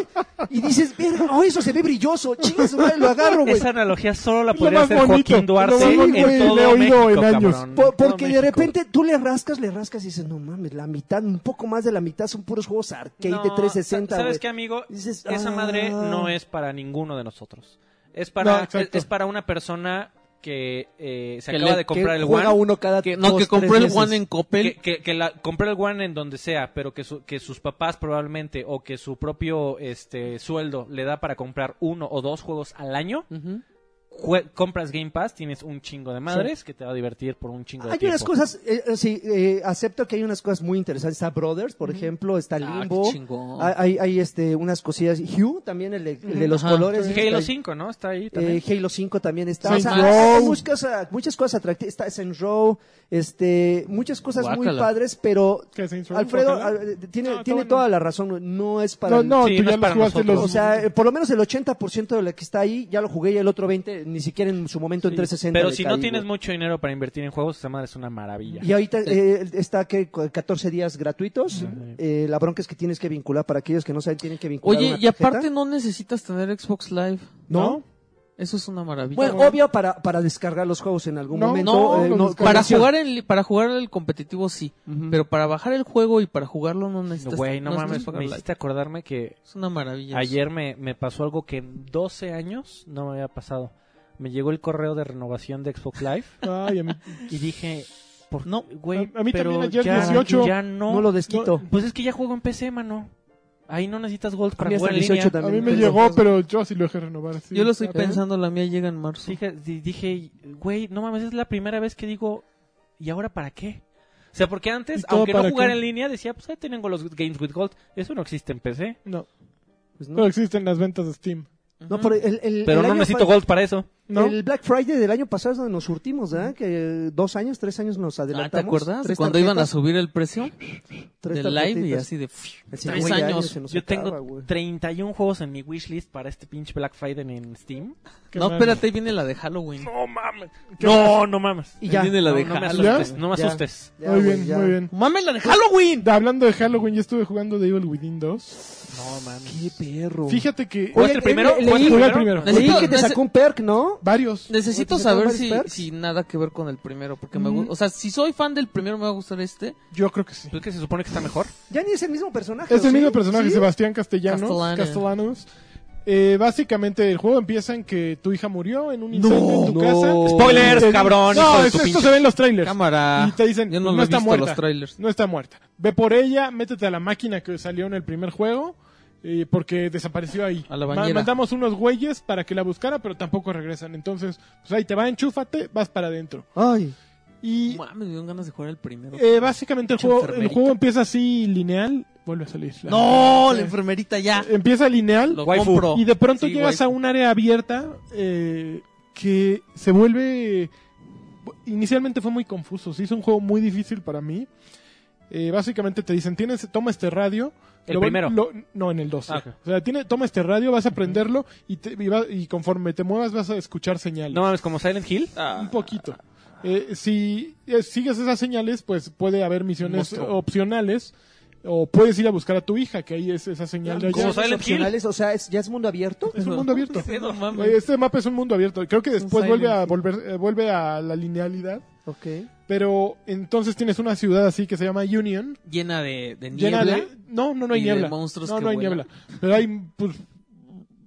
y dices, verga, oh, eso se ve brilloso, chingas, su madre, lo agarro, güey.
Esa analogía solo la
Lo
podría
más
hacer
bonito,
Joaquín Duarte
lo más
bonito
en
que
todo
le he oído
México,
en años.
cabrón.
Po-
Todo
porque de
México.
repente tú le rascas, le rascas y dices, no mames, la mitad, un poco más de la mitad son puros juegos arcade
No,
de 360,
¿Sabes
güey.
qué, amigo?
Dices,
Esa
"Ah".
madre no es para ninguno de nosotros. Es para,
No,
es,
exacto.
es para una persona que eh, se
Que
acaba
le-
de comprar
Que
el
juega
One.
uno cada
que, no,
dos,
que
tres
compró el
meses.
One en
Que,
Coppel.
que, que la, compró el One en donde sea, pero que, su- que sus papás probablemente o que su propio este, sueldo le da para comprar uno o dos juegos al año,
Ujú.
jue- compras Game Pass, tienes un chingo de madres que te va a divertir por un chingo de
Hay
tiempo.
unas cosas, eh, eh, sí, eh, acepto que hay unas cosas muy interesantes. Está Brothers, por ejemplo, está
Ah,
Limbo.
qué chingón.
hay, hay- hay, este, unas cosillas. Hue, también el de, el de los
Ajá.
colores.
Halo
Está-
5, ¿no? Está ahí también.
Eh, Halo 5 también está. O
Saints
sea,
Row.
hay muchas, cosas- muchas cosas atractivas. Está Saints Row, este, muchas cosas muy
Guácala.
padres, pero
¿Qué, Saints Row?
Alfredo
Guácala.
ah, eh, tiene,
No, está
tiene
bueno.
toda la razón. No es para.
No,
el-
no,
Sí,
tú
no
ya
es
los
para
jugaste
nosotros.
los...
O sea, eh, por lo menos el 80% de la que está ahí ya lo jugué y el otro 20% ni siquiera en su momento en 360.
Pero
le
si
caí,
no tienes
güey.
mucho dinero para invertir en juegos, esa madre es una maravilla.
Y ahorita eh, está que 14 días
Ah,
gratuitos. Eh, la bronca es que tienes que vincular para aquellos que no saben, tienen que vincular.
Oye,
una
y
tarjeta.
aparte no necesitas tener Xbox Live.
¿No?
Eso es una maravilla.
Bueno,
güey.
obvio para, para descargar los juegos en algún
No,
momento.
no,
eh,
no,
no,
para
conexión.
jugar el para jugar el competitivo sí, pero para bajar el juego y para jugarlo no necesitas.
Güey, no, mames,
necesitas pagar
me
la-
hiciste acordarme que
Es una maravilla.
ayer me, me pasó algo que en 12 años no me había pasado. Me llegó el correo de renovación de Xbox Live
Ay, a mí,
y dije, ¿por
No,
güey?
a- a mí
pero
también ayer
ya,
18.
ya no.
No lo desquito.
Pues es que ya juego en PC, mano. Ahí no necesitas Gold
mí
para
hasta
jugar en
18
línea.
a
también.
mí me
Pero- pues
llegó, pero yo sí lo dejé renovar. sí.
Yo lo estoy
Ah,
pensando, la mía llega en marzo.
Dije, di- dije, güey, no mames, es la primera vez que digo, ¿y ahora para qué? O sea, porque
¿Y
antes,
todo
aunque no
para
jugara
qué?
en línea, decía, pues ahí tengo los games with gold. Eso no existe en PC.
No,
Pues
no
no.
existen las ventas de Steam.
No, pero el, el-
Pero
Ah,
el
no
año
necesito
pa-
gold para eso.
¿No?
El Black Friday del año pasado es donde nos surtimos, ¿verdad? Que eh, dos años, tres años nos
Ah,
adelantamos.
¿Te acuerdas?
Tres
Cuando iban a
tarjetas,
subir el precio
tres
del live y
tarjetitas.
así de...
Así,
tres
güey, ya, ya
años.
Pues se nos
Yo
acaba,
tengo
güey.
31 juegos en mi wishlist para este pinche Black Friday en Steam.
Qué
no,
mal.
espérate, ahí viene la de Halloween.
No mames. No, no mames.
Y ya.
Ahí viene la de
No, no me
Halloween.
asustes, no me
Ya.
asustes.
Ya,
muy
güey,
bien,
ya.
muy bien.
¡Mames, la de Halloween!
Hablando de Halloween, yo estuve jugando de Evil Within 2.
No mames.
Qué perro.
Fíjate que.
¿Jugaste el primero?
Jugué
¿Jugaste el
el
primero?
primero.
Leí que te
Necesito-
sacó un perk, ¿no?
Varios.
Necesito
¿Te
saber
tocan
si,
varios perks?
si nada que ver con el primero, porque me
Mm.
gusta... O sea, si soy fan del primero me va a gustar este.
Yo creo que sí.
¿Tú que se supone que está mejor?
Ya ni es el mismo personaje.
Es
¿o
el
sí?
mismo personaje,
¿Sí?
Sebastián Castellanos.
Castellanos.
Castellanos. Eh, básicamente el juego empieza en que tu hija murió en un incendio en tu
no.
casa.
Spoilers, cabrón, hijo
No,
de
es-
tu
esto
pinche-
se ve en los trailers.
Cámara.
Y te dicen, pues
Yo no,
no,
lo he
está
visto
muerta.
los trailers.
No está muerta. Ve por ella, métete a la máquina que salió en el primer juego. eh, porque desapareció ahí.
A la
Ma-
bañera.
Mandamos unos güeyes para que la buscara, pero tampoco regresan. Entonces, pues ahí te va, enchúfate, vas para adentro.
Ay.
Y
Mames, me dieron ganas de jugar el primero.
eh, básicamente el
Pinche
juego, el
enfermerita.
juego empieza así lineal. Vuelve a salir. la-
no, la enfermerita ya.
Empieza lineal.
Lo
Waifu.
compro.
Eh, Y de pronto
Sí,
llegas
waifu.
a un área abierta eh, que se vuelve... Inicialmente fue muy confuso, se hizo un juego muy difícil para mí. Eh, básicamente te dicen, tienes, toma este radio.
El
Lo van-
primero.
lo- no, en el 12.
Ah, ok.
O sea, tiene, toma este radio, vas a prenderlo y, te, y, va- y conforme te muevas vas a escuchar señales.
No mames, como Silent Hill.
Un
Ah.
poquito. Eh, si eh, sigues esas señales, pues puede haber misiones
Monstruo.
opcionales o puedes ir a buscar a tu hija, que ahí es esa señal de
¿Cómo
allá.
¿Cosas
Silent Hill?
opcionales? O sea, ¿es- ¿ya es mundo abierto?
Es un mundo abierto.
Sí, no mames.
Oye, Este mapa es un mundo abierto. Creo que
Es un
después vuelve a
Silent
volver, eh, vuelve a la linealidad.
Ok.
Pero entonces tienes una ciudad así que se llama Union.
Llena de, de
llena
niebla.
de- no, no, no hay
y de
niebla.
monstruos
no,
que
no hay
vuelan.
niebla. Pero hay pues,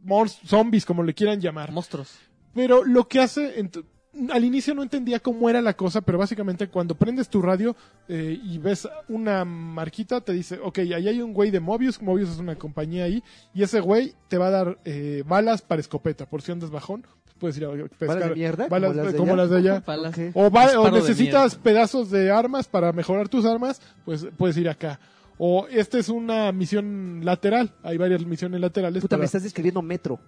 monst- zombies, como le quieran llamar.
Monstruos.
Pero lo que hace. ent- Al inicio no entendía cómo era la cosa, pero básicamente cuando prendes tu radio eh, y ves una marquita, te dice: Ok, ahí hay un güey de Mobius. Mobius es una compañía ahí. Y ese güey te va a dar eh, balas para escopeta. Por si andas bajón, puedes ir a pescar.
de mierda?
balas-
¿Como las de
como
allá?
las de
[LAUGHS]
allá.
Palas.
Ok.
O, va-
Disparo
o
de
necesitas pedazos de armas para mejorar tus armas, pues puedes ir acá. O esta es una misión lateral. Hay varias misiones laterales.
Puta, me
para-
estás describiendo metro.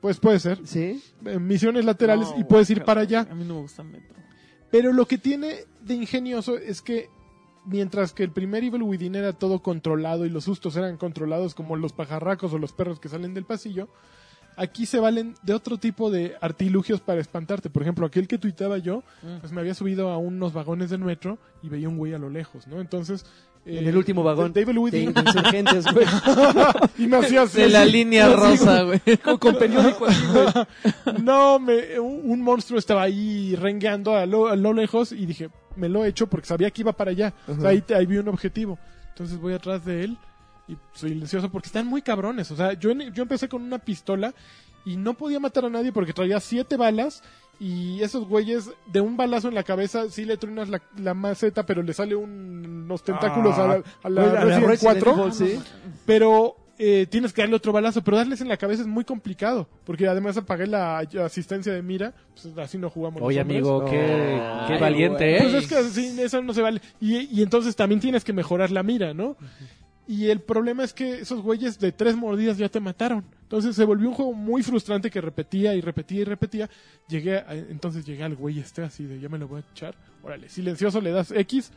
Pues puede ser.
¿Sí?
eh, Misiones laterales
No,
y puedes ir
guácala,
para allá.
A mí no me gusta Metro.
Pero lo que tiene de ingenioso es que mientras que el primer Evil Within era todo controlado y los sustos eran controlados como los pajarracos o los perros que salen del pasillo, aquí se valen de otro tipo de artilugios para espantarte. Por ejemplo, aquel que tuitaba yo,
Mm.
pues me había subido a unos vagones del metro y veía un güey a lo lejos, ¿no? Entonces...
En
eh,
el último vagón.
de Evil
De
Within.
insurgentes, [LAUGHS] güey.
[LAUGHS] y me hacía así.
De la línea rosa, güey.
Con periódico así, güey.
[LAUGHS] No, me, un, un monstruo estaba ahí rengueando a lo, a lo lejos y dije, me lo he hecho porque sabía que iba para allá. O sea,
Ajá.
ahí, te- ahí vi un objetivo. Entonces voy atrás de él y silencioso porque están muy cabrones. O sea, yo, en- yo empecé con una pistola y no podía matar a nadie porque traía siete balas y esos güeyes de un balazo en la cabeza sí le truenas la, la maceta pero le sale un- unos tentáculos a la, a la
Ah. Güey, a la
Resident
Resident
4
Evil, sí.
pero eh, tienes que darle otro balazo, pero darles en la cabeza es muy complicado, porque además apagué la asistencia de mira, pues así no jugamos. los
Oye,
hombres.
amigo, qué,
No.
qué
Ay,
valiente,
Pues
¿eh?
es que así, eso no se vale. Y, y entonces también tienes que mejorar la mira, ¿no? Y el problema es que esos güeyes de tres mordidas ya te mataron. Entonces se volvió un juego muy frustrante que repetía y repetía y repetía. Llegué, a- entonces llegué al güey este así de, ya me lo voy a echar. Órale, silencioso le das X.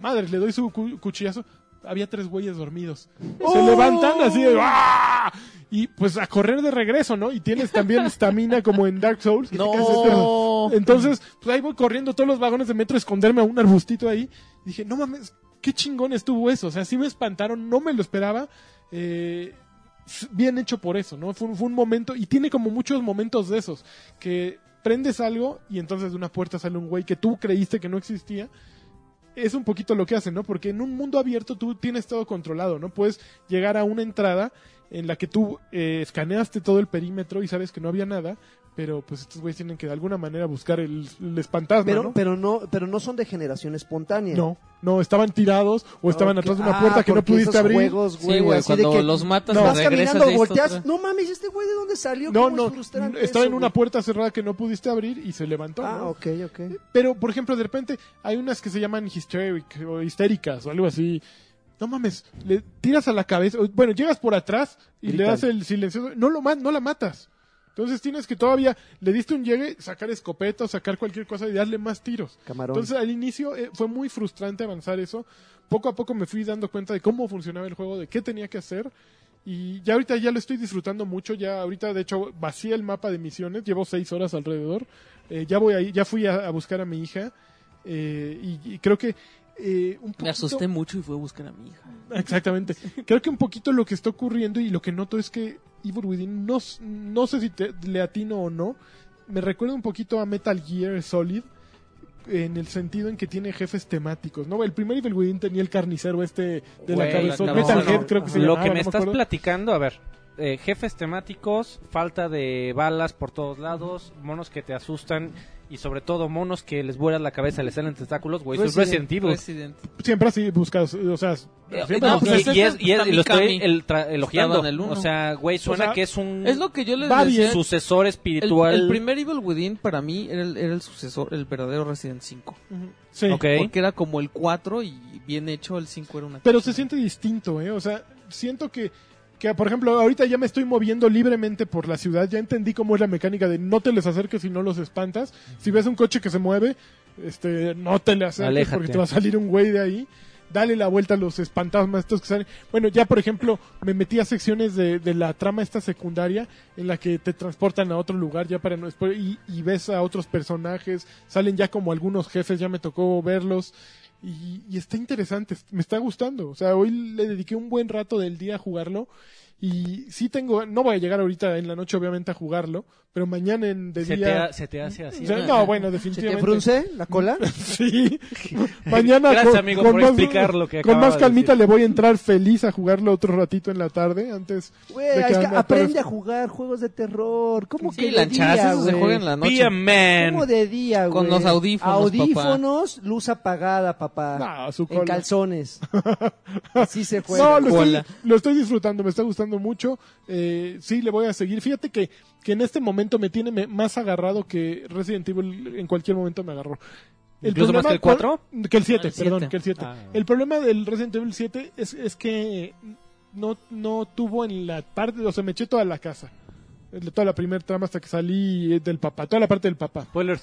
Madre, le doy su cu- cuchillazo. Había tres güeyes dormidos. Se levantan así de, ¡ah! Y pues a correr de regreso, ¿no? Y tienes también estamina como en Dark Souls. que te caes esperando.
No.
Entonces, pues ahí voy corriendo todos los vagones de metro a esconderme a un arbustito ahí. Dije, no mames, qué chingón estuvo eso. O sea, sí me espantaron, no me lo esperaba. Eh, s- bien hecho por eso, ¿no? Fue un, fue un momento, y tiene como muchos momentos de esos, que prendes algo y entonces de una puerta sale un güey que tú creíste que no existía. Es un poquito lo que hacen, ¿no? Porque en un mundo abierto tú tienes todo controlado, ¿no? Puedes llegar a una entrada en la que tú eh, escaneaste todo el perímetro y sabes que no había nada, pero pues estos güeyes tienen que de alguna manera buscar el, el espantasma,
Pero,
¿no?
pero no, pero no son de generación espontánea.
No, no, estaban tirados o estaban
Ok.
atrás de una
Ah,
puerta que no
porque
pudiste
esos
abrir.
Juegos, güey,
Sí, güey,
así de
cuando
que
los matas,
No.
no,
vas
regresas
caminando,
de
volteas,
volteas.
no mames, ¿este güey de dónde salió?
No,
¿Cómo
no,
es frustrante
estaba
eso,
en una
güey?
puerta cerrada que no pudiste abrir y se levantó.
Ah,
¿no?
ok, ok.
Pero, por ejemplo, de repente hay unas que se llaman hysteric o histéricas o algo así. No mames, le tiras a la cabeza. o, Bueno, llegas por atrás y le
Gritan.
das el silencioso. No lo ma- no la matas. Entonces tienes que todavía, le diste un llegue, sacar escopeta o sacar cualquier cosa y darle más tiros.
Camarón.
Entonces al inicio eh, fue muy frustrante avanzar eso. Poco a poco me fui dando cuenta de cómo funcionaba el juego, de qué tenía que hacer. Y ya ahorita ya lo estoy disfrutando mucho. Ya ahorita, de hecho, vacié el mapa de misiones. Llevo seis horas alrededor. Eh, ya voy ahí, ya fui a, a buscar a mi hija. Eh, y, y creo que eh, un
Me
poquito-
asusté mucho y fui a buscar a mi hija.
Exactamente. Creo que un poquito lo que está ocurriendo y lo que noto es que Evil Within, no, s- no sé si te- le atino o no, me recuerda un poquito a Metal Gear Solid en el sentido en que tiene jefes temáticos, ¿no? El primer Evil Within tenía el carnicero este de la
Güey,
cabeza.
la
Metal
cabezona.
Head creo que se
Lo
llamaba,
que me
no
estás
acuerdo.
platicando, a ver, eh, jefes temáticos, falta de balas por todos lados, monos que te asustan y sobre todo monos que les vuelan la cabeza, les salen tentáculos, güey, eso es Resident Evil.
Resident.
Siempre así buscas, o sea, siempre
no,
buscas-
pues
y, y Eh, es, y es-
También
lo estoy
Kami.
el tra- elogiando.
Estaba en el uno.
o sea, güey, suena
O sea,
que es un
Es lo que yo les
Va
decía.
bien.
sucesor
El,
espiritual.
el primer Evil Within para mí era el, era el sucesor, el verdadero Resident 5.
Ujú. Sí.
Ok.
Porque era como el 4 y bien hecho, el 5 era una...
Pero se siente distinto, ¿eh? O sea, siento que, que, por ejemplo, ahorita ya me estoy moviendo libremente por la ciudad, ya entendí cómo es la mecánica de no te les acerques y no los espantas. Si ves un coche que se mueve, este, no te le acerques
Aléjate.
porque te va a salir un güey de ahí. Dale la vuelta a los espantasmas estos que salen. Bueno, ya por ejemplo, me metí a secciones de, de la trama esta secundaria en la que te transportan a otro lugar ya para no expo- y, y ves a otros personajes, salen ya como algunos jefes, ya me tocó verlos. Y, y está interesante, me está gustando. O sea, hoy le dediqué un buen rato del día a jugarlo. Y sí tengo, no voy a llegar ahorita en la noche obviamente a jugarlo, pero mañana en de
se, te
día...
ha- se te hace así.
O sea, no, bueno,
¿Se te
definitivamente.
frunce
[LAUGHS]
la cola?
Sí. Mañana
Gracias, amigo, por explicar lo que
Con
acabas
más
de
calmita
decir.
le voy a entrar feliz a jugarlo otro ratito en la tarde antes
Güey,
de
es que
ande a
aprende a
todas-
jugar juegos de terror. ¿Cómo que
Sí,
de
lanchas,
día,
eso se
güey?
juega en la noche.
Be a man.
¿Cómo de día, güey?
Con los audífonos,
Audífonos, luz apagada, papá.
No, su cola. [LAUGHS]
en calzones. Así se
No,
juega.
lo estoy,
Cola.
lo estoy disfrutando, me está gustando mucho. Eh, sí, le voy a seguir. Fíjate que, que en este momento me tiene me- más agarrado que Resident Evil en cualquier momento me agarró.
¿Incluso más que el
cuál- Que el 7,
Ah, el
perdón,
siete.
que el 7.
Ah.
El problema del Resident Evil 7 es, es que no, no tuvo en la parte, o sea, me eché toda la casa. El- Toda la primera trama hasta que salí eh, del papá, toda la parte del papá.
Spoilers.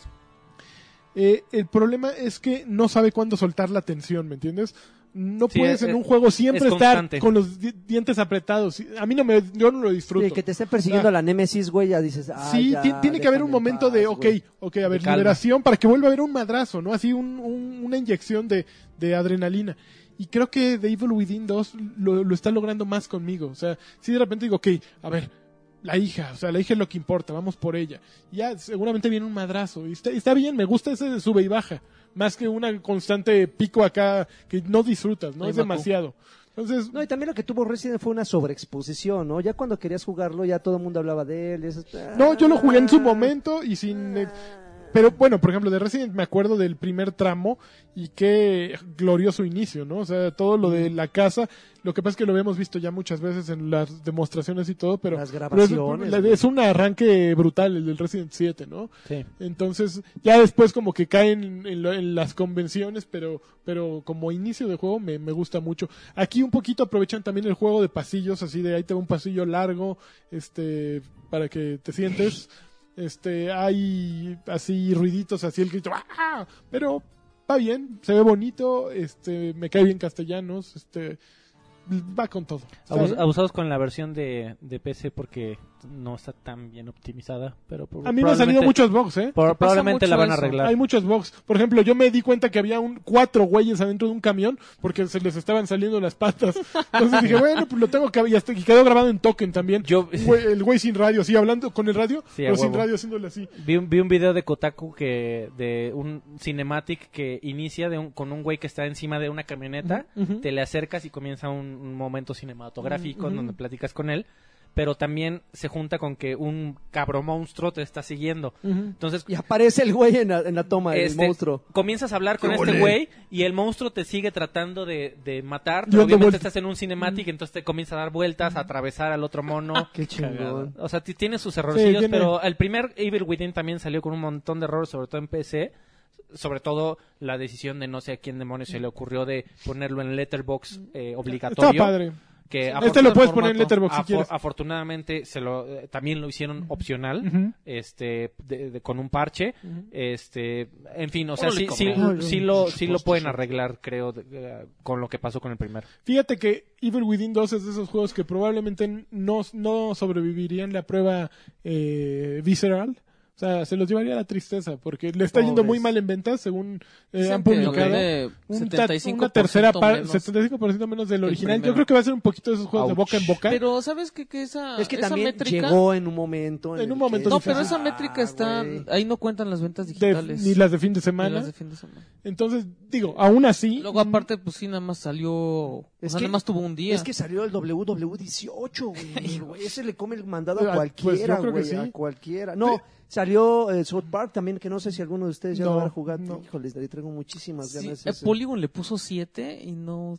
Eh, el problema es que no sabe cuándo soltar la tensión, ¿me entiendes? No
Sí,
puedes
es-
en un juego siempre
es
estar
constante.
con los di- dientes apretados. A mí no me, yo no lo disfruto.
Y que te esté persiguiendo
Ah.
la Némesis, güey, ya dices. ah,
sí,
ya,
ti- tiene que haber
déjame
un
en
momento
paz,
de, ok,
güey.
ok, a ver,
calma.
liberación para que vuelva a haber un madrazo, ¿no? Así un- un- una inyección de, de adrenalina. Y creo que The Evil Within 2 lo, lo está logrando más conmigo. O sea, si de repente digo, ok, a ver, la hija, o sea, la hija es lo que importa, vamos por ella. Ya, seguramente viene un madrazo. Y está, está bien, me gusta ese de sube y baja. Más que una constante pico acá que no disfrutas, ¿no?
Ay,
es
Macu.
demasiado. Entonces,
No, y también lo que tuvo Resident fue una sobreexposición, ¿no? Ya cuando querías jugarlo, ya todo el mundo hablaba de él. y "Ah". eso-
No, yo lo jugué en su momento y sin... eh, pero bueno, por ejemplo, de Resident me acuerdo del primer tramo y qué glorioso inicio, ¿no? O sea, todo lo
Mm.
de la casa, lo que pasa es que lo habíamos visto ya muchas veces en las demostraciones y todo, pero...
Las
pero es-
grabaciones,
es,
güey.
un arranque brutal el del Resident 7, ¿no?
Sí.
Entonces, ya después como que caen en, lo- en las convenciones, pero, pero como inicio de juego me, me gusta mucho. Aquí un poquito aprovechan también el juego de pasillos, así de ahí te va un pasillo largo, este, para que te sientes. Este, hay así ruiditos, así el grito, ¡ah! Pero va bien, se ve bonito, este, me cae bien castellanos, este, va con todo.
Abus-
¿sabes?
abusados con la versión de, de PC porque no está tan bien optimizada, pero por-
A mí me han salido
probablemente-
muchos bugs, ¿eh?
por-
Pasa
probablemente la
mucho
van a
eso.
arreglar.
Hay muchos bugs. Por ejemplo, yo me di cuenta que había un, cuatro güeyes adentro de un camión porque se les estaban saliendo las patas. Entonces dije, bueno, pues lo tengo que... Y, hasta, y quedó grabado en token también.
[LAUGHS] Yo-
Un güey- el güey sin radio, así hablando con el radio,
Sí, a
pero sin
huevo.
radio haciéndole así.
Vi un, vi un video de Kotaku que de un cinematic que inicia de un- con un güey que está encima de una camioneta, te le acercas y comienza un, un momento cinematográfico en donde platicas con él, pero también se junta con que un cabro monstruo te está siguiendo. Entonces
Y aparece el güey en la, en la toma, el
este,
monstruo.
comienzas a hablar con este güey y el monstruo te sigue tratando de, de matar,
Dando
pero obviamente
vueltas.
estás en un cinematic, entonces te comienza a dar vueltas, a atravesar al
[LAUGHS]
otro mono.
Qué chingón.
Cagado. O sea, ti- tiene sus errorcillos,
tiene-
pero el primer Evil Within también salió con un montón de errores, sobre todo en PC. Sobre todo la decisión de no sé a quién demonios se le ocurrió de ponerlo en letterbox eh,
Estaba
obligatorio.
padre.
Que
Este lo puedes poner en
afortunadamente-
Letterboxd si quieres.
Afortunadamente se lo, eh, también lo hicieron opcional.
Ujú.
este de- de- con un parche este en fin o sea
Órale,
sí, sí,
cabrón.
sí lo sí lo pueden arreglar creo de- eh, con lo que pasó con el primero
Fíjate que Evil Within 2 es de esos juegos que probablemente no, no sobrevivirían la prueba eh, visceral. O sea, se los llevaría la tristeza porque le está yendo
Pobres.
muy mal en ventas según eh,
Dicen
han
que
publicado.
vende
Un ta-
75%
una tercera parte,
menos.
75% menos del
el
original. Yo
primero.
creo que va a ser un poquito de esos juegos de
Ouch.
boca en boca.
Pero ¿sabes qué? Que esa,
Es que
esa
también
métrica...
llegó en un momento.
En un
el
momento
que-
No, pero
Ah,
esa métrica está...
güey.
Ahí no cuentan las ventas
de-
digitales.
ni las de fin de
Ni las
semana.
de fin de semana.
Entonces, digo, aún así.
Luego aparte, pues sí, nada más salió... o
Mm. Es
sea,
que-
nada más tuvo un día.
Es que salió el WW18,
[LAUGHS]
güey. güey. Ese le come el mandado
Ah,
a
pues,
cualquiera,
yo creo que
güey.
sí.
A cualquiera. No,
Sí.
salió eh, South Park también, que no sé si alguno de ustedes ya
No,
lo habrá jugado.
no.
Híjoles, le traigo muchísimas
Sí,
ganas.
eh,
ese.
Polygon le puso 7 y no...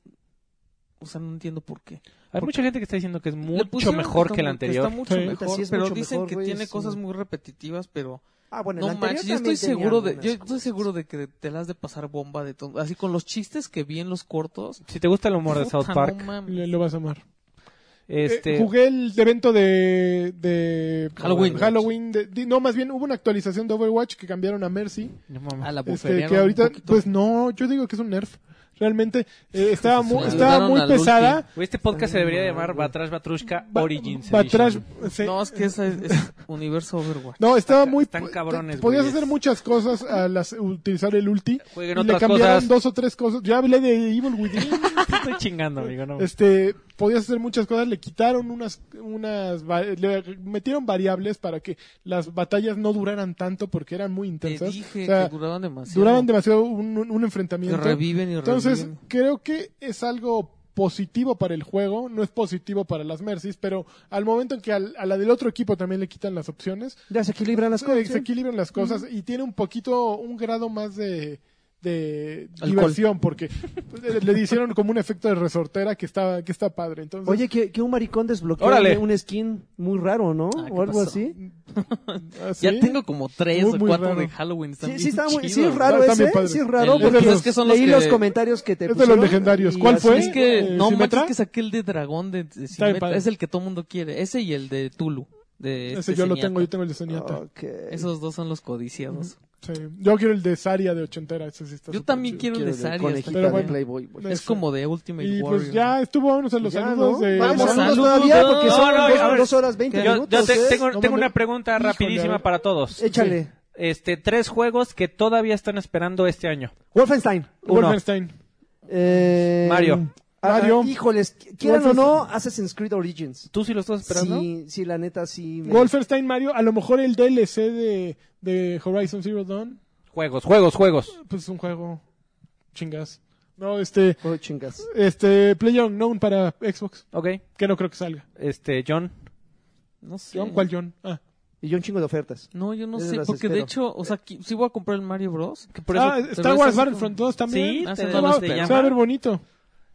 O sea, no entiendo por qué.
hay mucha gente que está diciendo que es
Le
mucho
pusieron
mejor que el
está-
anterior
Está mucho
Sí.
mejor,
Sí, es
pero
mucho
dicen
mejor,
que
güey,
tiene
sí.
cosas muy repetitivas, pero
Ah, bueno, el
no
anterior
manches, yo
también
estoy
tenía
seguro de, yo
algunas
estoy seguro de que te las de pasar bomba de todo, así con los chistes que vi en los cortos.
si te gusta el humor de
puta,
South Park
no mames.
mm, le- lo vas a amar. Eh,
este
jugué el evento de, de
Halloween.
Halloween de- di- no, más bien hubo una actualización de Overwatch que cambiaron a Mercy.
no mames.
a la
Este,
buferearon
que ahorita,
un poquito.
pues no, yo digo que es un nerf. Realmente eh,
[LAUGHS]
estaba muy,
madre.
estaba
Ayudaron
muy
al
pesada.
Güey, este podcast se debería llamar
güey.
Batrash Batrushka
Ba-
Origins
Batrash-
Edition.
sí.
No, es que esa es, es [LAUGHS] universo Overwatch.
No, estaba muy.
están cabrones,
Podías
güeyes.
hacer muchas cosas al hacer- utilizar el ulti. y
Jueguen
le
otras
cambiaron
cosas.
dos o tres cosas. Ya hablé de Evil
[LAUGHS]
Within.
Te estoy chingando amigo no
este, podías hacer muchas cosas. Le quitaron unas, unas, va- le metieron variables para que las batallas no duraran tanto porque eran muy
Te
intensas.
dije
O sea,
que duraban demasiado.
duraban demasiado un, un- un
que
enfrentamiento.
reviven y
Entonces,
reviven.
creo que es algo positivo para el juego, no es positivo para las Mercies, pero al momento en que al- a la del otro equipo también le quitan las opciones,
Ya se equilibran las
eh,
cosas.
se
¿sí?
equilibran las cosas y tiene un poquito, un grado más de de
Alcohol.
diversión porque pues, le- le hicieron como un efecto de resortera que está que está padre entonces [LAUGHS]
Oye, que, que un maricón desbloqueó
Órale.
un skin muy raro, ¿no?
Ah, ¿qué
o algo
pasó?
así.
así,
ya tengo como tres
Muy,
o
muy
cuatro
raro.
de Halloween. están
Sí, sí,
bien
está muy, sí
chidos.
es raro
Está bien
ese, ¿eh?
padre.
sí es raro,
El-
porque
pues es que son los
leí
que-
los comentarios que te
Es de los
pusieron
legendarios.
y
¿Cuál fue?
Es que
Eh,
no
¿Symmetra?
manches que saqué el de dragón de, de
Está bien
Symmetra.
padre.
es el que todo mundo quiere, ese y el de Tulu de
ese
este Oh.
yo lo
Zenyatta.
tengo yo tengo el de Zenyatta.
Ok.
Esos dos son los codiciados.
Sí. yo quiero el de Saria de ochentera ese sí está
Yo
súper
también
chido.
quiero, el de
Quiero el
Sari.
conejito
Pero
de
bueno.
Playboy. güey.
Es como de Ultimate
y
Warrior.
pues ya estuvo vamos a los
Ya,
saludos
¿no?
de
Vamos a
Saludos.
saludos todavía porque
No,
son
no,
dos,
a ver.
dos horas 20
yo, yo
minutos.
te-
¿eh?
tengo,
No
tengo
mames.
una pregunta
Híjole, a
rapidísima
ver.
para todos
Échale.
este tres juegos que todavía están esperando este año
Wolfenstein.
Uno.
Wolfenstein
Eh,
Mario.
ah,
Mario.
híjoles, qu- quieran o
Wolfenstein.
no, Assassin's Creed Origins.
tú sí lo estás esperando
Sí, sí, la neta, sí. me-
Wolfenstein Mario a lo mejor el DLC de de Horizon Zero Dawn
juegos juegos juegos
pues es un juego chingas no este
Oh, chingas.
este PlayerUnknown para Xbox
Ok,
que no creo que salga
este John
No sé.
John cuál John ah
Y yo un chingo de ofertas.
No, yo no
Esas
sé,
las
porque de
espero.
hecho, o sea, qui- sí voy a comprar el Mario Bros.
que por
Ah,
eso-
Star
pero
Wars
esas-
Battlefront 2
Sí,
también
Ah,
te-
sí,
Se
no
va-
los
te
de
se
llama.
va a ver bonito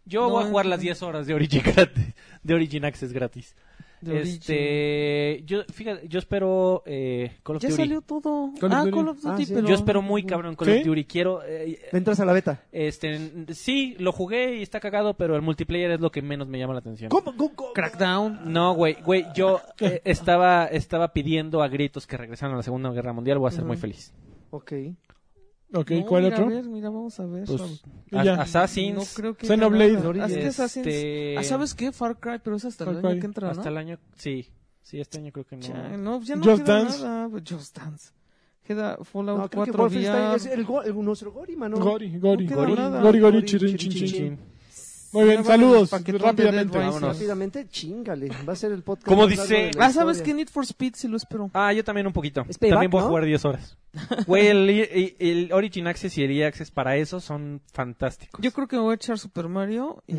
Yo
No,
voy a jugar
no.
las 10 horas de Origin gratis, de Origin Access gratis.
de origen.
Este, yo fíjate, yo espero eh, Call of
Ya
Duty.
salió todo.
Call of
ah,
Duty.
Call of Duty,
Ah, sí.
pero...
Yo espero muy cabrón Call
¿Sí?
of Duty, quiero eh,
¿Le entras a la beta?
este n- sí, lo jugué y está cagado, pero el multiplayer es lo que menos me llama la atención.
¿Cómo? ¿Cómo? cómo?
Crackdown.
No, güey, güey, yo eh, estaba estaba pidiendo a gritos que regresaran a la Segunda Guerra Mundial, voy a ser muy feliz.
Ok.
Ok,
No,
¿cuál
mira,
otro?
A ver, mira, vamos a ver.
Pues,
Y
a-
ya.
no
Assassins
creo que...
Xenoblade.
Ah, es que
Este-
Assassin's... Ah, ¿sabes qué? Far Cry, pero es hasta el
Far
año
Cry.
que entra,
hasta
¿no?
el año sí, sí, este año creo que no.
Ya, no, ya no
Just
queda
Dance.
nada. pues, Just Dance. Queda Fallout
No, creo que
4
Wolfenstein
VR.
es el, go- el- nuestro Gorima, ¿no?
Gori, Gori,
queda
Gori,
nada.
Gori, Gori,
Gori,
chirin, chin,
chirin,
chin,
chin.
Muy bien,
Ya va a haber
saludos,
el paquetón de
rápidamente.
Dead Rising.
Vámonos.
Rápidamente, chingale. Va a ser el podcast.
Como
más largo
dice-
de la
Ah, ¿sabes qué?
historia.
Need for Speed sí lo espero.
Ah, yo también un poquito.
Es payback,
También voy a
¿no?
jugar 10
[LAUGHS]
horas. Güey, el, el- el Origin Access y el EA Access para eso son fantásticos.
Yo creo que me voy a echar Super Mario y,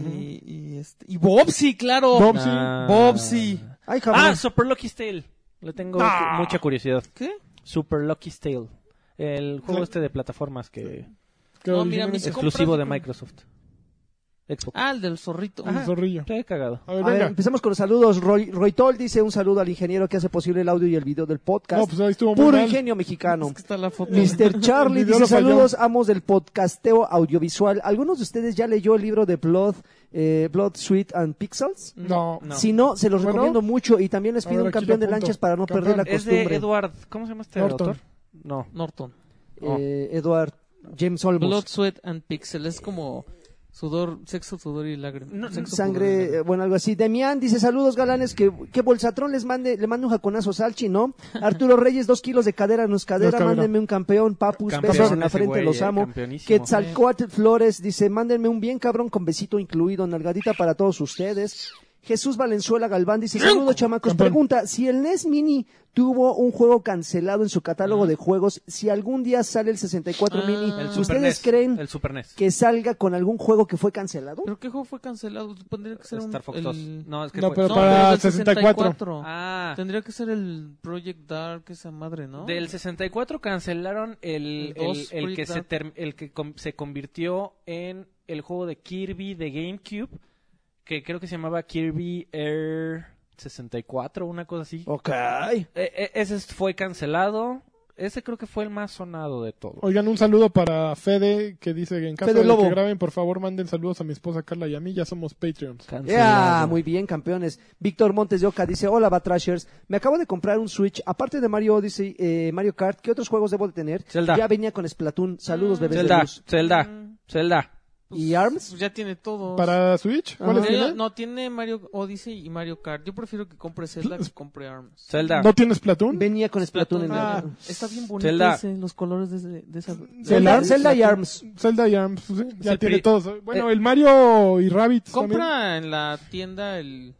y este... Y Bobsy, claro.
Bob-
Nah.
sí.
Bobsy.
Ay, cabrón.
Ah, Super Lucky's Tale. Le tengo
Ah.
mucha curiosidad.
¿Qué?
Super Lucky's Tale. El juego
Sí.
este de plataformas que
Que
No, mira,
originalmente-
mis-
exclusivo de
compras-
Microsoft. Xbox.
Ah, el del zorrito.
Un zorrillo.
Estoy cagado.
A ver,
A ver,
venga.
empecemos con los saludos. Roy, Roy Tol dice un saludo al ingeniero que hace posible el audio y el video del podcast.
No, pues ahí estuvo muy
Puro
mal.
ingenio mexicano.
Es que está la
[LAUGHS]
foto.
Mr. Charlie
El video
dice
lo falló.
saludos, amos del podcasteo audiovisual. ¿Algunos de ustedes ya leyó el libro de Blood, eh, Blood Sweet and Pixels?
No.
No.
Si no, se los
Bueno.
recomiendo mucho y también les
A
pido
ver,
un
aquí lo
campeón de
apunto.
lanchas para no
Campeón.
perder la
Es de
costumbre.
Edward. ¿Cómo se llama este
Norton.
autor? No.
Norton.
Eh, Edward James Olmos.
Blood, sweat and pixel. Es como sudor, sexo, sudor y lágrimas. Sexo, sudor y
Sangre, eh,
lágrimas.
bueno, algo así. Demián dice saludos, galanes, que, que Bolsatrón les mande, le mande un jaconazo a Salchi, ¿no? Arturo Reyes, dos kilos de cadera, nos cadera,
Dos cadera.
mándenme un campeón, papus,
Campeón
besos en la
ese
frente,
güey,
los
eh,
amo.
campeonísimo.
Quetzalcoatl Flores dice, mándenme un bien cabrón con besito incluido, nalgadita para todos ustedes. Jesús Valenzuela Galván dice, saludos chamacos,
Campeón.
pregunta, si el NES Mini tuvo un juego cancelado en su catálogo de juegos, si algún día sale el 64
Ah.
Mini,
El
Super
¿ustedes
NES,
creen
El Super NES.
que salga con algún juego que fue cancelado?
¿Pero qué juego fue cancelado? Tendría que ser un,
Star Fox
el-
2. No, es que
No,
fue-
pero
No,
para
del
64.
Ah,
Tendría que ser el Project Dark, esa madre, ¿no?
del 64 cancelaron el,
El dos,
el- el que,
Project
se
Dark.
term- el que com- se convirtió en el juego de Kirby de GameCube, que creo que se llamaba Kirby Air 64, una cosa así.
Ok.
E- e- ese fue cancelado. Ese creo que fue el más sonado de todos.
Oigan, un saludo para Fede, que dice que en caso
Fede
de
Lobo.
que graben, por favor, manden saludos a mi esposa Carla y a mí, ya somos Patreons.
Ya, muy bien, campeones. Víctor Montes de Oca dice, hola, Batrashers. Me acabo de comprar un Switch. Aparte de Mario Odyssey, eh, Mario Kart, ¿qué otros juegos debo de tener?
Zelda.
Ya venía con Splatoon. Saludos, bebés de
Zelda,
luz.
Zelda, Zelda.
¿Y ARMS?
Mm, Pues ya tiene todo.
¿Para Switch? ¿Cuáles
Ajá.
tiene?
Ah. No, tiene Mario Odyssey y Mario Kart. Yo prefiero que compre Zelda que compre ARMS.
Zelda.
¿No tienes Platón?
Venía con Splatoon en
Ah.
el...
Está bien bonito
Zelda.
ese, los colores de, ese- de esa...
Zelda,
Zelda.
Zelda y ARMS.
Zelda y Arms, sí, ya
el
tiene
pri-
todos. Bueno, el Mario y Rabbit
eh, Compra en la tienda el,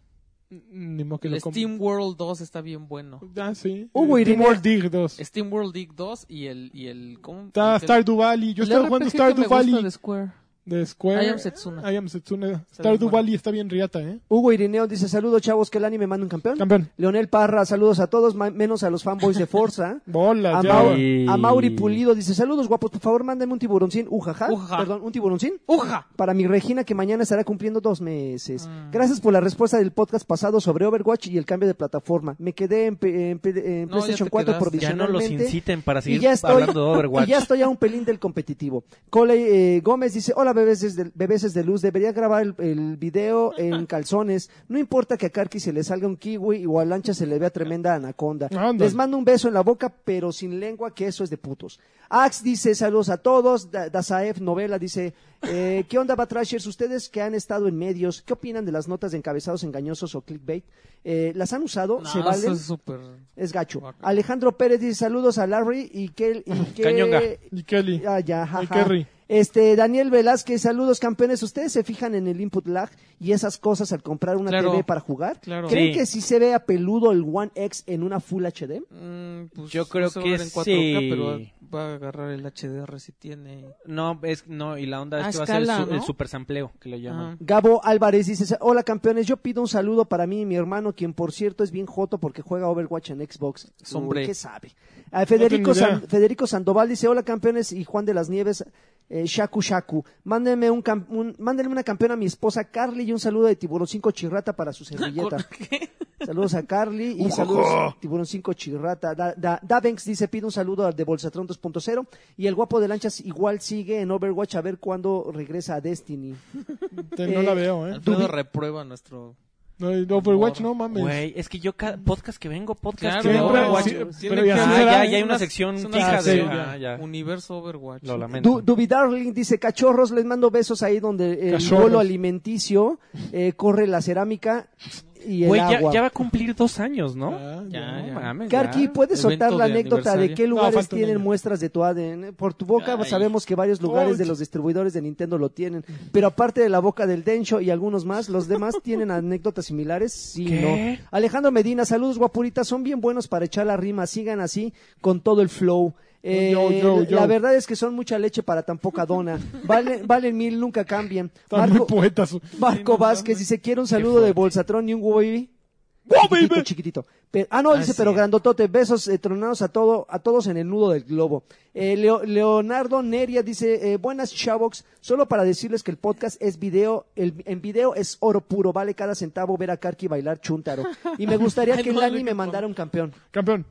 también. Ni modo que
el
lo compre.
Steam Uh, World 2, está bien bueno.
Ah, sí.
Hugo
Steam
Irene.
World Dig 2.
Steam World League 2 y el... Y el ¿cómo?
Está
el que-
Stardew Valley. Yo
el
estaba
RPG
jugando
que
Stardew
me gusta
Valley
de Square.
de Square.
I Am Setsuna.
I Am Setsuna.
bien
Stardew
bueno.
Valley está bien riata, ¿eh?
Hugo Irineo dice, saludos, chavos, que el anime manda un campeón.
Campeón.
Leonel Parra, saludos a todos, ma- menos a los fanboys de Forza.
Bola,
A,
ya.
Mau-
Sí.
a Mauri Pulido dice, saludos guapos, por favor mándenme un tiburoncín, ujaja,
Ujaja.
perdón, un tiburoncín,
¡Uja!
para mi Regina que mañana estará cumpliendo dos meses.
Mm.
Gracias por la respuesta del podcast pasado sobre Overwatch y el cambio de plataforma. Me quedé en, P- en P- en
No,
PlayStation
ya te
4
quedaste.
Ya no
provisionalmente.
los inciten para
Y
seguir
ya, estoy,
hablando de Overwatch.
[LAUGHS] y ya estoy a un pelín del competitivo. Cole eh, Gómez dice, hola bebeses de, bebeses de luz, debería grabar el, el video en calzones. No importa que a Karki se le salga un kiwi o a Lancha se le vea tremenda anaconda.
Ándale.
Les mando un beso en la boca, pero sin lengua, que eso es de putos. Ax dice, saludos a todos. Da- Dazaef Novela dice, eh, ¿qué onda, Batrashers? Ustedes que han estado en medios, ¿qué opinan de las notas de encabezados engañosos o clickbait? Eh, ¿Las han usado?
No,
¿Se
eso
valen?
es súper...
Es gacho.
Guaca.
Alejandro Pérez dice saludos a Larry y que... Y que
Cañonga.
Y Kelly.
Ah, ya,
Y
jaja.
Kerry.
Este, Daniel Velázquez, saludos campeones. ¿Ustedes se fijan en el input lag y esas cosas al comprar una
Claro.
TV para jugar?
Claro.
¿Creen
Sí.
que si se ve a peludo el One X en una Full HD?
Mm, pues,
Yo creo
no se va a
que
ver en 4K,
sí.
pero va- va a agarrar el HDR si tiene...
No, es, no, y la onda es
Ah,
que va a Ah. ser el,
escala,
su- el
¿no?
super sampleo, que lo llaman.
Gabo Álvarez dice, hola campeones, yo pido un saludo para mí y mi hermano, quien por cierto es bien joto porque juega Overwatch en Xbox.
Sombre.
Uy, ¿Qué sabe? Ah, Federico,
No tengo idea.
San- Federico Sandoval dice, hola campeones y Juan de las Nieves, eh, Shaku Shaku, mándenme, un cam- un- mándenme una campeona a mi esposa Carly y un saludo de Tiburón 5 Chirrata para su
[LAUGHS]
servilleta. Saludos a Carly y saludos Tiburón 5 Chirrata. Da, da, Davenks dice, pido un saludo al de Bolsatron 2.0 y el guapo de lanchas igual sigue en Overwatch a ver cuándo regresa a Destiny.
Te- no
Eh,
la veo, ¿eh?
Alfredo reprueba nuestro...
No, Overwatch, no mames.
Güey, es que yo cada podcast que vengo,
Claro,
podcast que vengo,
Siempre-
Overwatch.
sí,
Tiene
pero y
que
así
haber-
será.
Ah, ya, ya hay una sección
es
fija
de-
sección.
Ah,
ya.
Universo Overwatch.
Lo lamento.
Du Duby Darling dice, cachorros, les mando besos ahí donde el
Cachorros.
bolo alimenticio eh, corre la cerámica y el
Güey, ya,
agua.
ya va a cumplir dos años, ¿no?
Ah,
Ya,
ya.
No
ya.
mames,
Karki, pues,
ya.
¿puedes
Evento
soltar la
de
anécdota de
aniversario.
No,
qué lugares
falta un
tienen
año.
muestras de tu ADN? Por tu boca
Ay.
sabemos que varios lugares de los distribuidores de Nintendo lo tienen, pero aparte de la boca del Dencho y algunos más,
[LAUGHS]
los demás tienen anécdotas similares. Sí,
¿Qué?
no. Alejandro Medina, saludos guapuritas, son bien buenos para echar la rima, sigan así con todo el flow. Eh,
Yo, yo, yo.
La verdad es que son mucha leche para tan poca
[LAUGHS]
dona. Valen, valen mil, nunca cambian.
Están muy
Marco,
poetas.
Marco Vázquez dice, quiero un saludo de Bolsatrón y un Wii
¡Wow,
chiquitito,
baby!
chiquitito. Pe- ah, no,
Ah,
dice,
sí.
pero grandotote, besos eh, tronados a, todo, a todos en el nudo del globo. Eh, Leo- Leonardo Neria dice, eh, buenas chavox, solo para decirles que el podcast es video, el, en video es oro puro, vale cada centavo ver a Karki bailar chuntaro. Y me gustaría
Ay,
que
no,
Lani
Luis,
me
por
mandara un campeón.
Campeón.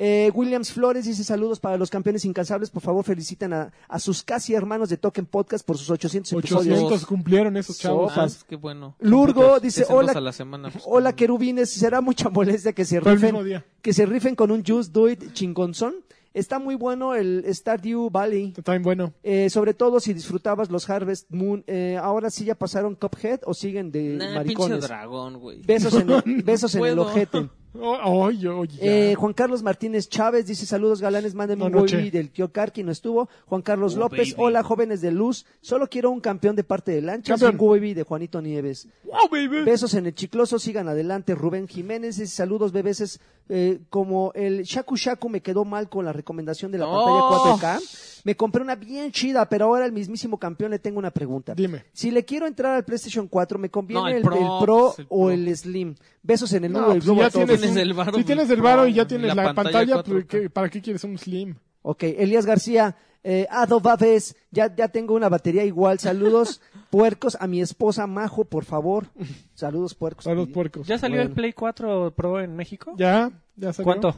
Eh, Williams Flores dice saludos para los campeones incansables. Por favor, felicitan a, a sus casi hermanos de Token Podcast por sus 800 episodios.
800 cumplieron esos chavos.
Ah, es que bueno.
Lurgo dice,
Ese
hola,
dos a la semana, pues,
hola
también.
querubines, será mucha molestia que se
Fue el mismo
rifen,
día.
que se rifen con un Juice Do It chingonzón. Está muy bueno el Stardew Valley.
Está bien bueno.
Eh, sobre todo si disfrutabas los Harvest Moon. Eh, ahora sí ya pasaron Cuphead o siguen de
Nah, pinche
maricones.
dragón, güey.
Besos
[LAUGHS]
en, el- besos en el
puedo.
ojete.
Oh, ay, oye, ya.
Eh, Juan Carlos Martínez Chávez dice saludos galanes, mándenme un
No, noche.
baby del tío Karki, no estuvo. Juan Carlos
Oh,
López,
baby.
hola jóvenes de luz, solo quiero un campeón de parte de Lanchas,
Campeón.
un baby de Juanito Nieves.
¡Wow, baby!
Besos en el chicloso, sigan adelante. Rubén Jiménez dice saludos bebeses, eh, como el Shaku Shaku me quedó mal con la recomendación de la
No.
pantalla 4K, me compré una bien chida, pero ahora el mismísimo campeón le tengo una pregunta.
Dime.
Si le quiero entrar al PlayStation 4, ¿me conviene
No,
el,
el
el
Pro,
Pro,
pues, el
o
Pro.
el Slim? Besos en el
No,
nudo del
pues,
globo
ya
a todos.
tienes
Tienes
un-
el varo,
si tienes
mi
el varo y
pro,
ya tienes la,
y la
pantalla,
pantalla
pues,
4K.
¿qué- ¿para qué quieres un slim?
Ok, Elías García, eh, Ado Babes, ya, ya tengo una batería igual. Saludos, [LAUGHS] puercos, a mi esposa Majo, por favor. Saludos, puercos.
Para los puercos.
¿Ya salió el
Bueno.
Play 4 Pro en México?
¿Ya? ¿Ya salió?
¿Cuánto?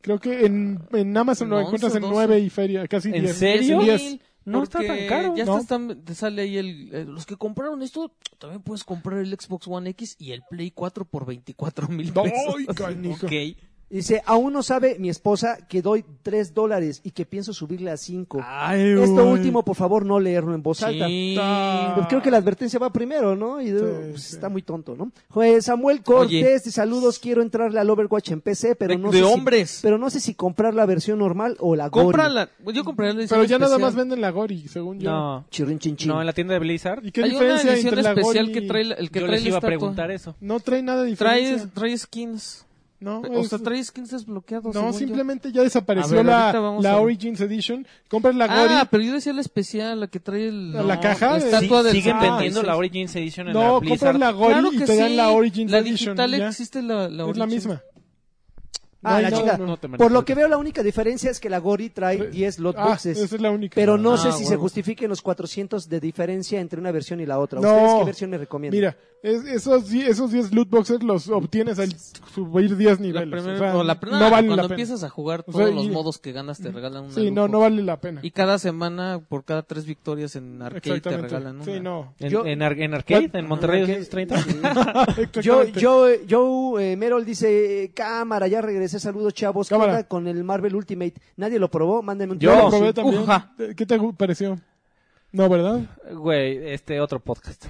Creo que en, en Amazon lo
En
encuentras
11,
en
12.
9 y feria, casi
¿En
10.
serio?
Diez
10.
mil,
No está
porque
tan caro,
Ya
¿no?
estás tan- te sale ahí el, eh, los que compraron esto, también puedes comprar el Xbox One X y el Play 4 por 24 mil
¡Ay,
pesos.
canijo!
Ok.
Dice, aún no sabe mi esposa que doy tres dólares y que pienso subirle a cinco.
Ay,
Esto
güey.
último, por favor, no leerlo en voz alta.
Sí.
Pues creo que la advertencia va primero, ¿no? Y eh, pues,
sí.
está muy tonto, ¿no? Pues, Samuel Cortés, de saludos, quiero entrarle al Overwatch en PC, pero
De-
no
de
sé si-
hombres.
pero no sé si comprar la versión normal o la Gold.
Cómprala. Yo compré la edición
Pero ya nada
especial.
más venden la Gori, según yo.
No.
Chirrin chin chin.
No, en la tienda de Blizzard.
¿Y qué
Hay una
diferencia
edición
entre la
especial
Gori
que
y-
trae la- el que
Yo
trae
les
la
iba a
estatua.
preguntar eso.
No trae nada de diferencia.
Trae, trae skins.
No,
O
es-
sea, trae skins desbloqueados.
no
según yo.
simplemente ya desapareció
A ver,
la,
ahorita vamos
la
a-
Origins Edition. Compras la Gori.
Ah, pero yo decía la especial, la que trae el-
La- la caja de-
La estatua
Sí,
del
Siguen
Ah,
vendiendo
sí,
la
sí.
Origins Edition en
no,
la
compras
Blizzard.
la Gori
Claro
y
que
te dan
sí.
la Origins
La
Edition.
digital
ya.
existe la, la
es la
original.
misma.
Ah,
No,
la
no,
chica.
no, no
te
Por lo
manejas.
que veo, la única diferencia es que la Gori trae 10 lot
Ah,
boxes.
esa es la única.
Pero no
Ah,
sé si se
huevo.
justifiquen los 400 de diferencia entre una versión y la otra.
No.
¿Ustedes qué versión me recomiendan?
Mira, es- esos, die- esos 10 loot boxes los obtienes al subir 10
La
niveles.
primera-
o sea,
o la-
no vale
ah, cuando
la pena.
empiezas a jugar
O
todos
sea,
los
y-
modos que ganas te regalan una
Sí, no,
lujo.
no vale la pena.
Y cada semana, por cada tres victorias en arcade, te regalan una.
Sí,
[LAUGHS]
no. [LAUGHS]
En,
Yo-
en, ar- en Arcade, en Monterrey
Arcade.
230.
Yo,
Exactamente.
yo, yo, eh, Merol dice, cámara, ya regresé, saludos chavos, ¿qué
Cámara.
onda con el Marvel Ultimate? Nadie lo probó, mándenme un
Yo lo
tweet.
probé también.
Uja.
¿Qué te gu- pareció? No, ¿verdad?
Güey, este otro podcast.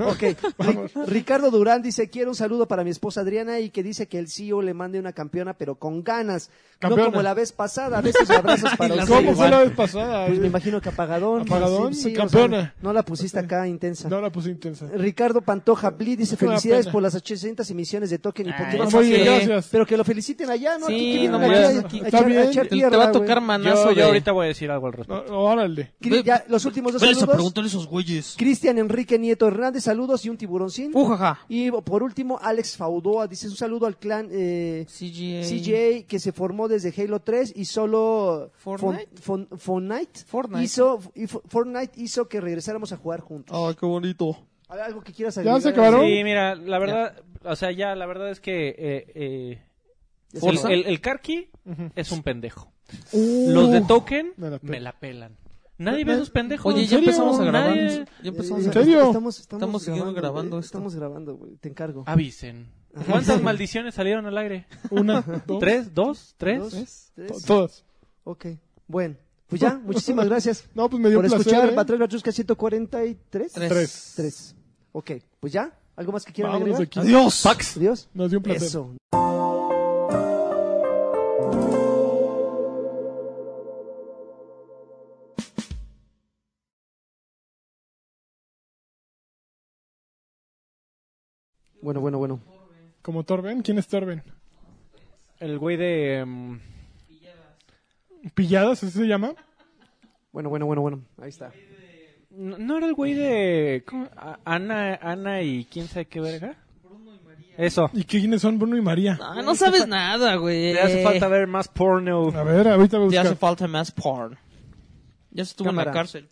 Ok.
[LAUGHS]
Ri- Ricardo Durán dice, quiero un saludo para mi esposa Adriana y que dice que el CEO le mande una campeona, pero con ganas.
Campeona.
No como la vez pasada, a veces
[LAUGHS]
abrazos para
La
ustedes.
¿Cómo fue
igual.
la vez pasada?
Pues me imagino que apagadón.
Apagadón,
o
campeona.
sea, no la pusiste acá intensa.
No la puse intensa.
Ricardo Pantoja Bli dice
Qué
felicidades
pena.
por las 800 emisiones de Token y
Ah,
Pokémon.
eso
Muy
sí.
bien, gracias.
Pero que lo feliciten allá, ¿no?
Sí,
Aquí que vienen
no
aquí
manches,
a-
aquí.
a
Está
echar- a
bien.
echar
Te-
Te,
tierra,
va a
güey.
tocar manazo.
Yo,
de-
yo ahorita voy a decir algo al respecto.
No, órale.
Cri- ya, los últimos dos
Veles a
saludos.
preguntarle a esos güeyes.
Cristian Enrique Nieto Hernández, saludos y un tiburoncín.
Ujaja.
Y por último, Alex Faudoa dice un saludo al clan eh,
CGA.
CJ que se formó desde Halo 3 y solo
Fortnite.
Fon- Fon- Fortnite
Fortnite.
hizo y Fo- Fortnite hizo que regresáramos a jugar juntos.
Ay, qué bonito.
Algo que quieras
Ya
agregar.
se acabaron.
Sí, mira, la verdad, o sea, ya, la verdad es que eh, eh,
Ya se
el,
acabaron.
el- el Karki es un pendejo.
Uh,
Los de Token
me la pelan.
me la pelan. Nadie ve a esos pendejos.
Oye,
¿En
ya
serio?
empezamos a grabar.
Nadie-
Ya empezamos
¿En
a
serio?
Eh, Estamos,
Estamos siguiendo grabando
eh,
esto. ¿Ah,
Estamos grabando, güey. Te encargo.
Avisen. ¿Cuántas maldiciones salieron al aire?
[LAUGHS]
Una, dos,
¿Tres? ¿Dos? ¿Tres?
Dos,
to-
tres.
todas.
Ok. Bueno, pues
[LAUGHS]
ya, muchísimas gracias
No, pues me dio
por
placer.
escuchar
¿eh?
Batrás Batrusca 143.
Tres.
Tres.
Tres. Ok, pues ya. ¿Algo más que quieran
Vámonos de
agregar?
aquí.
Adiós.
Adiós.
Nos dio un placer.
Eso. Bueno, bueno, bueno.
Como Torben. ¿Quién es Torben?
El güey de... em,
¿Pilladas? ¿Eso se llama?
Bueno, bueno, bueno, bueno. Ahí está.
¿No no era el güey de... ¿cómo? A- Ana, Ana y quién sabe qué verga? Eso.
¿Y quiénes son Bruno y María?
Ah, no sabes nada, güey.
Te hace falta ver más porno.
A ver, ahorita voy
Te
a
hace
buscar.
falta más porn. Ya se estuvo en
Cámara.
la cárcel.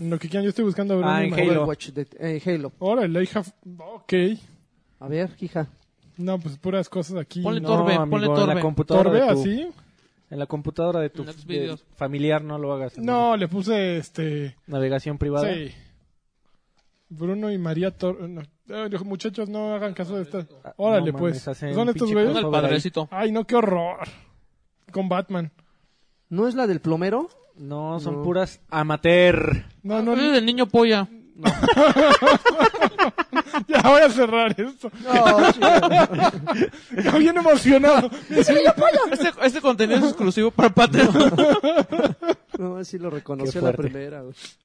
Lo que quieran, yo estoy buscando a Bruno
Ah,
y
en
María.
Halo.
Overwatch, de- eh, Halo.
Ahora, la hija... Ok.
A ver, hija.
No, pues puras cosas aquí.
Ponle
¿no?
Torbe,
amigo,
ponle
En
Torbe.
la computadora
¿Torbe
de tu,
así?
En la computadora de tu
En los
de-
videos.
familiar no lo hagas. amigo.
No, le puse este...
Navegación privada.
Sí. Bruno y María Tor... no. Eh, muchachos, no hagan caso de estas. Órale,
Ah, No mames,
pues.
hacen
¿Son estos
pinche
güeyes?
Ponga el
Joder, ahí.
padrecito.
Ay, no, qué horror. Con Batman.
¿No es la del plomero?
No, son
No.
puras amateur.
No, no, [LAUGHS]
No,
[LAUGHS]
del niño polla.
ya voy a cerrar esto.
No,
Ya bien emocionado.
Este, este contenido es exclusivo para Patreon.
no, sí lo reconoció
Qué
la
fuerte.
primera. güey.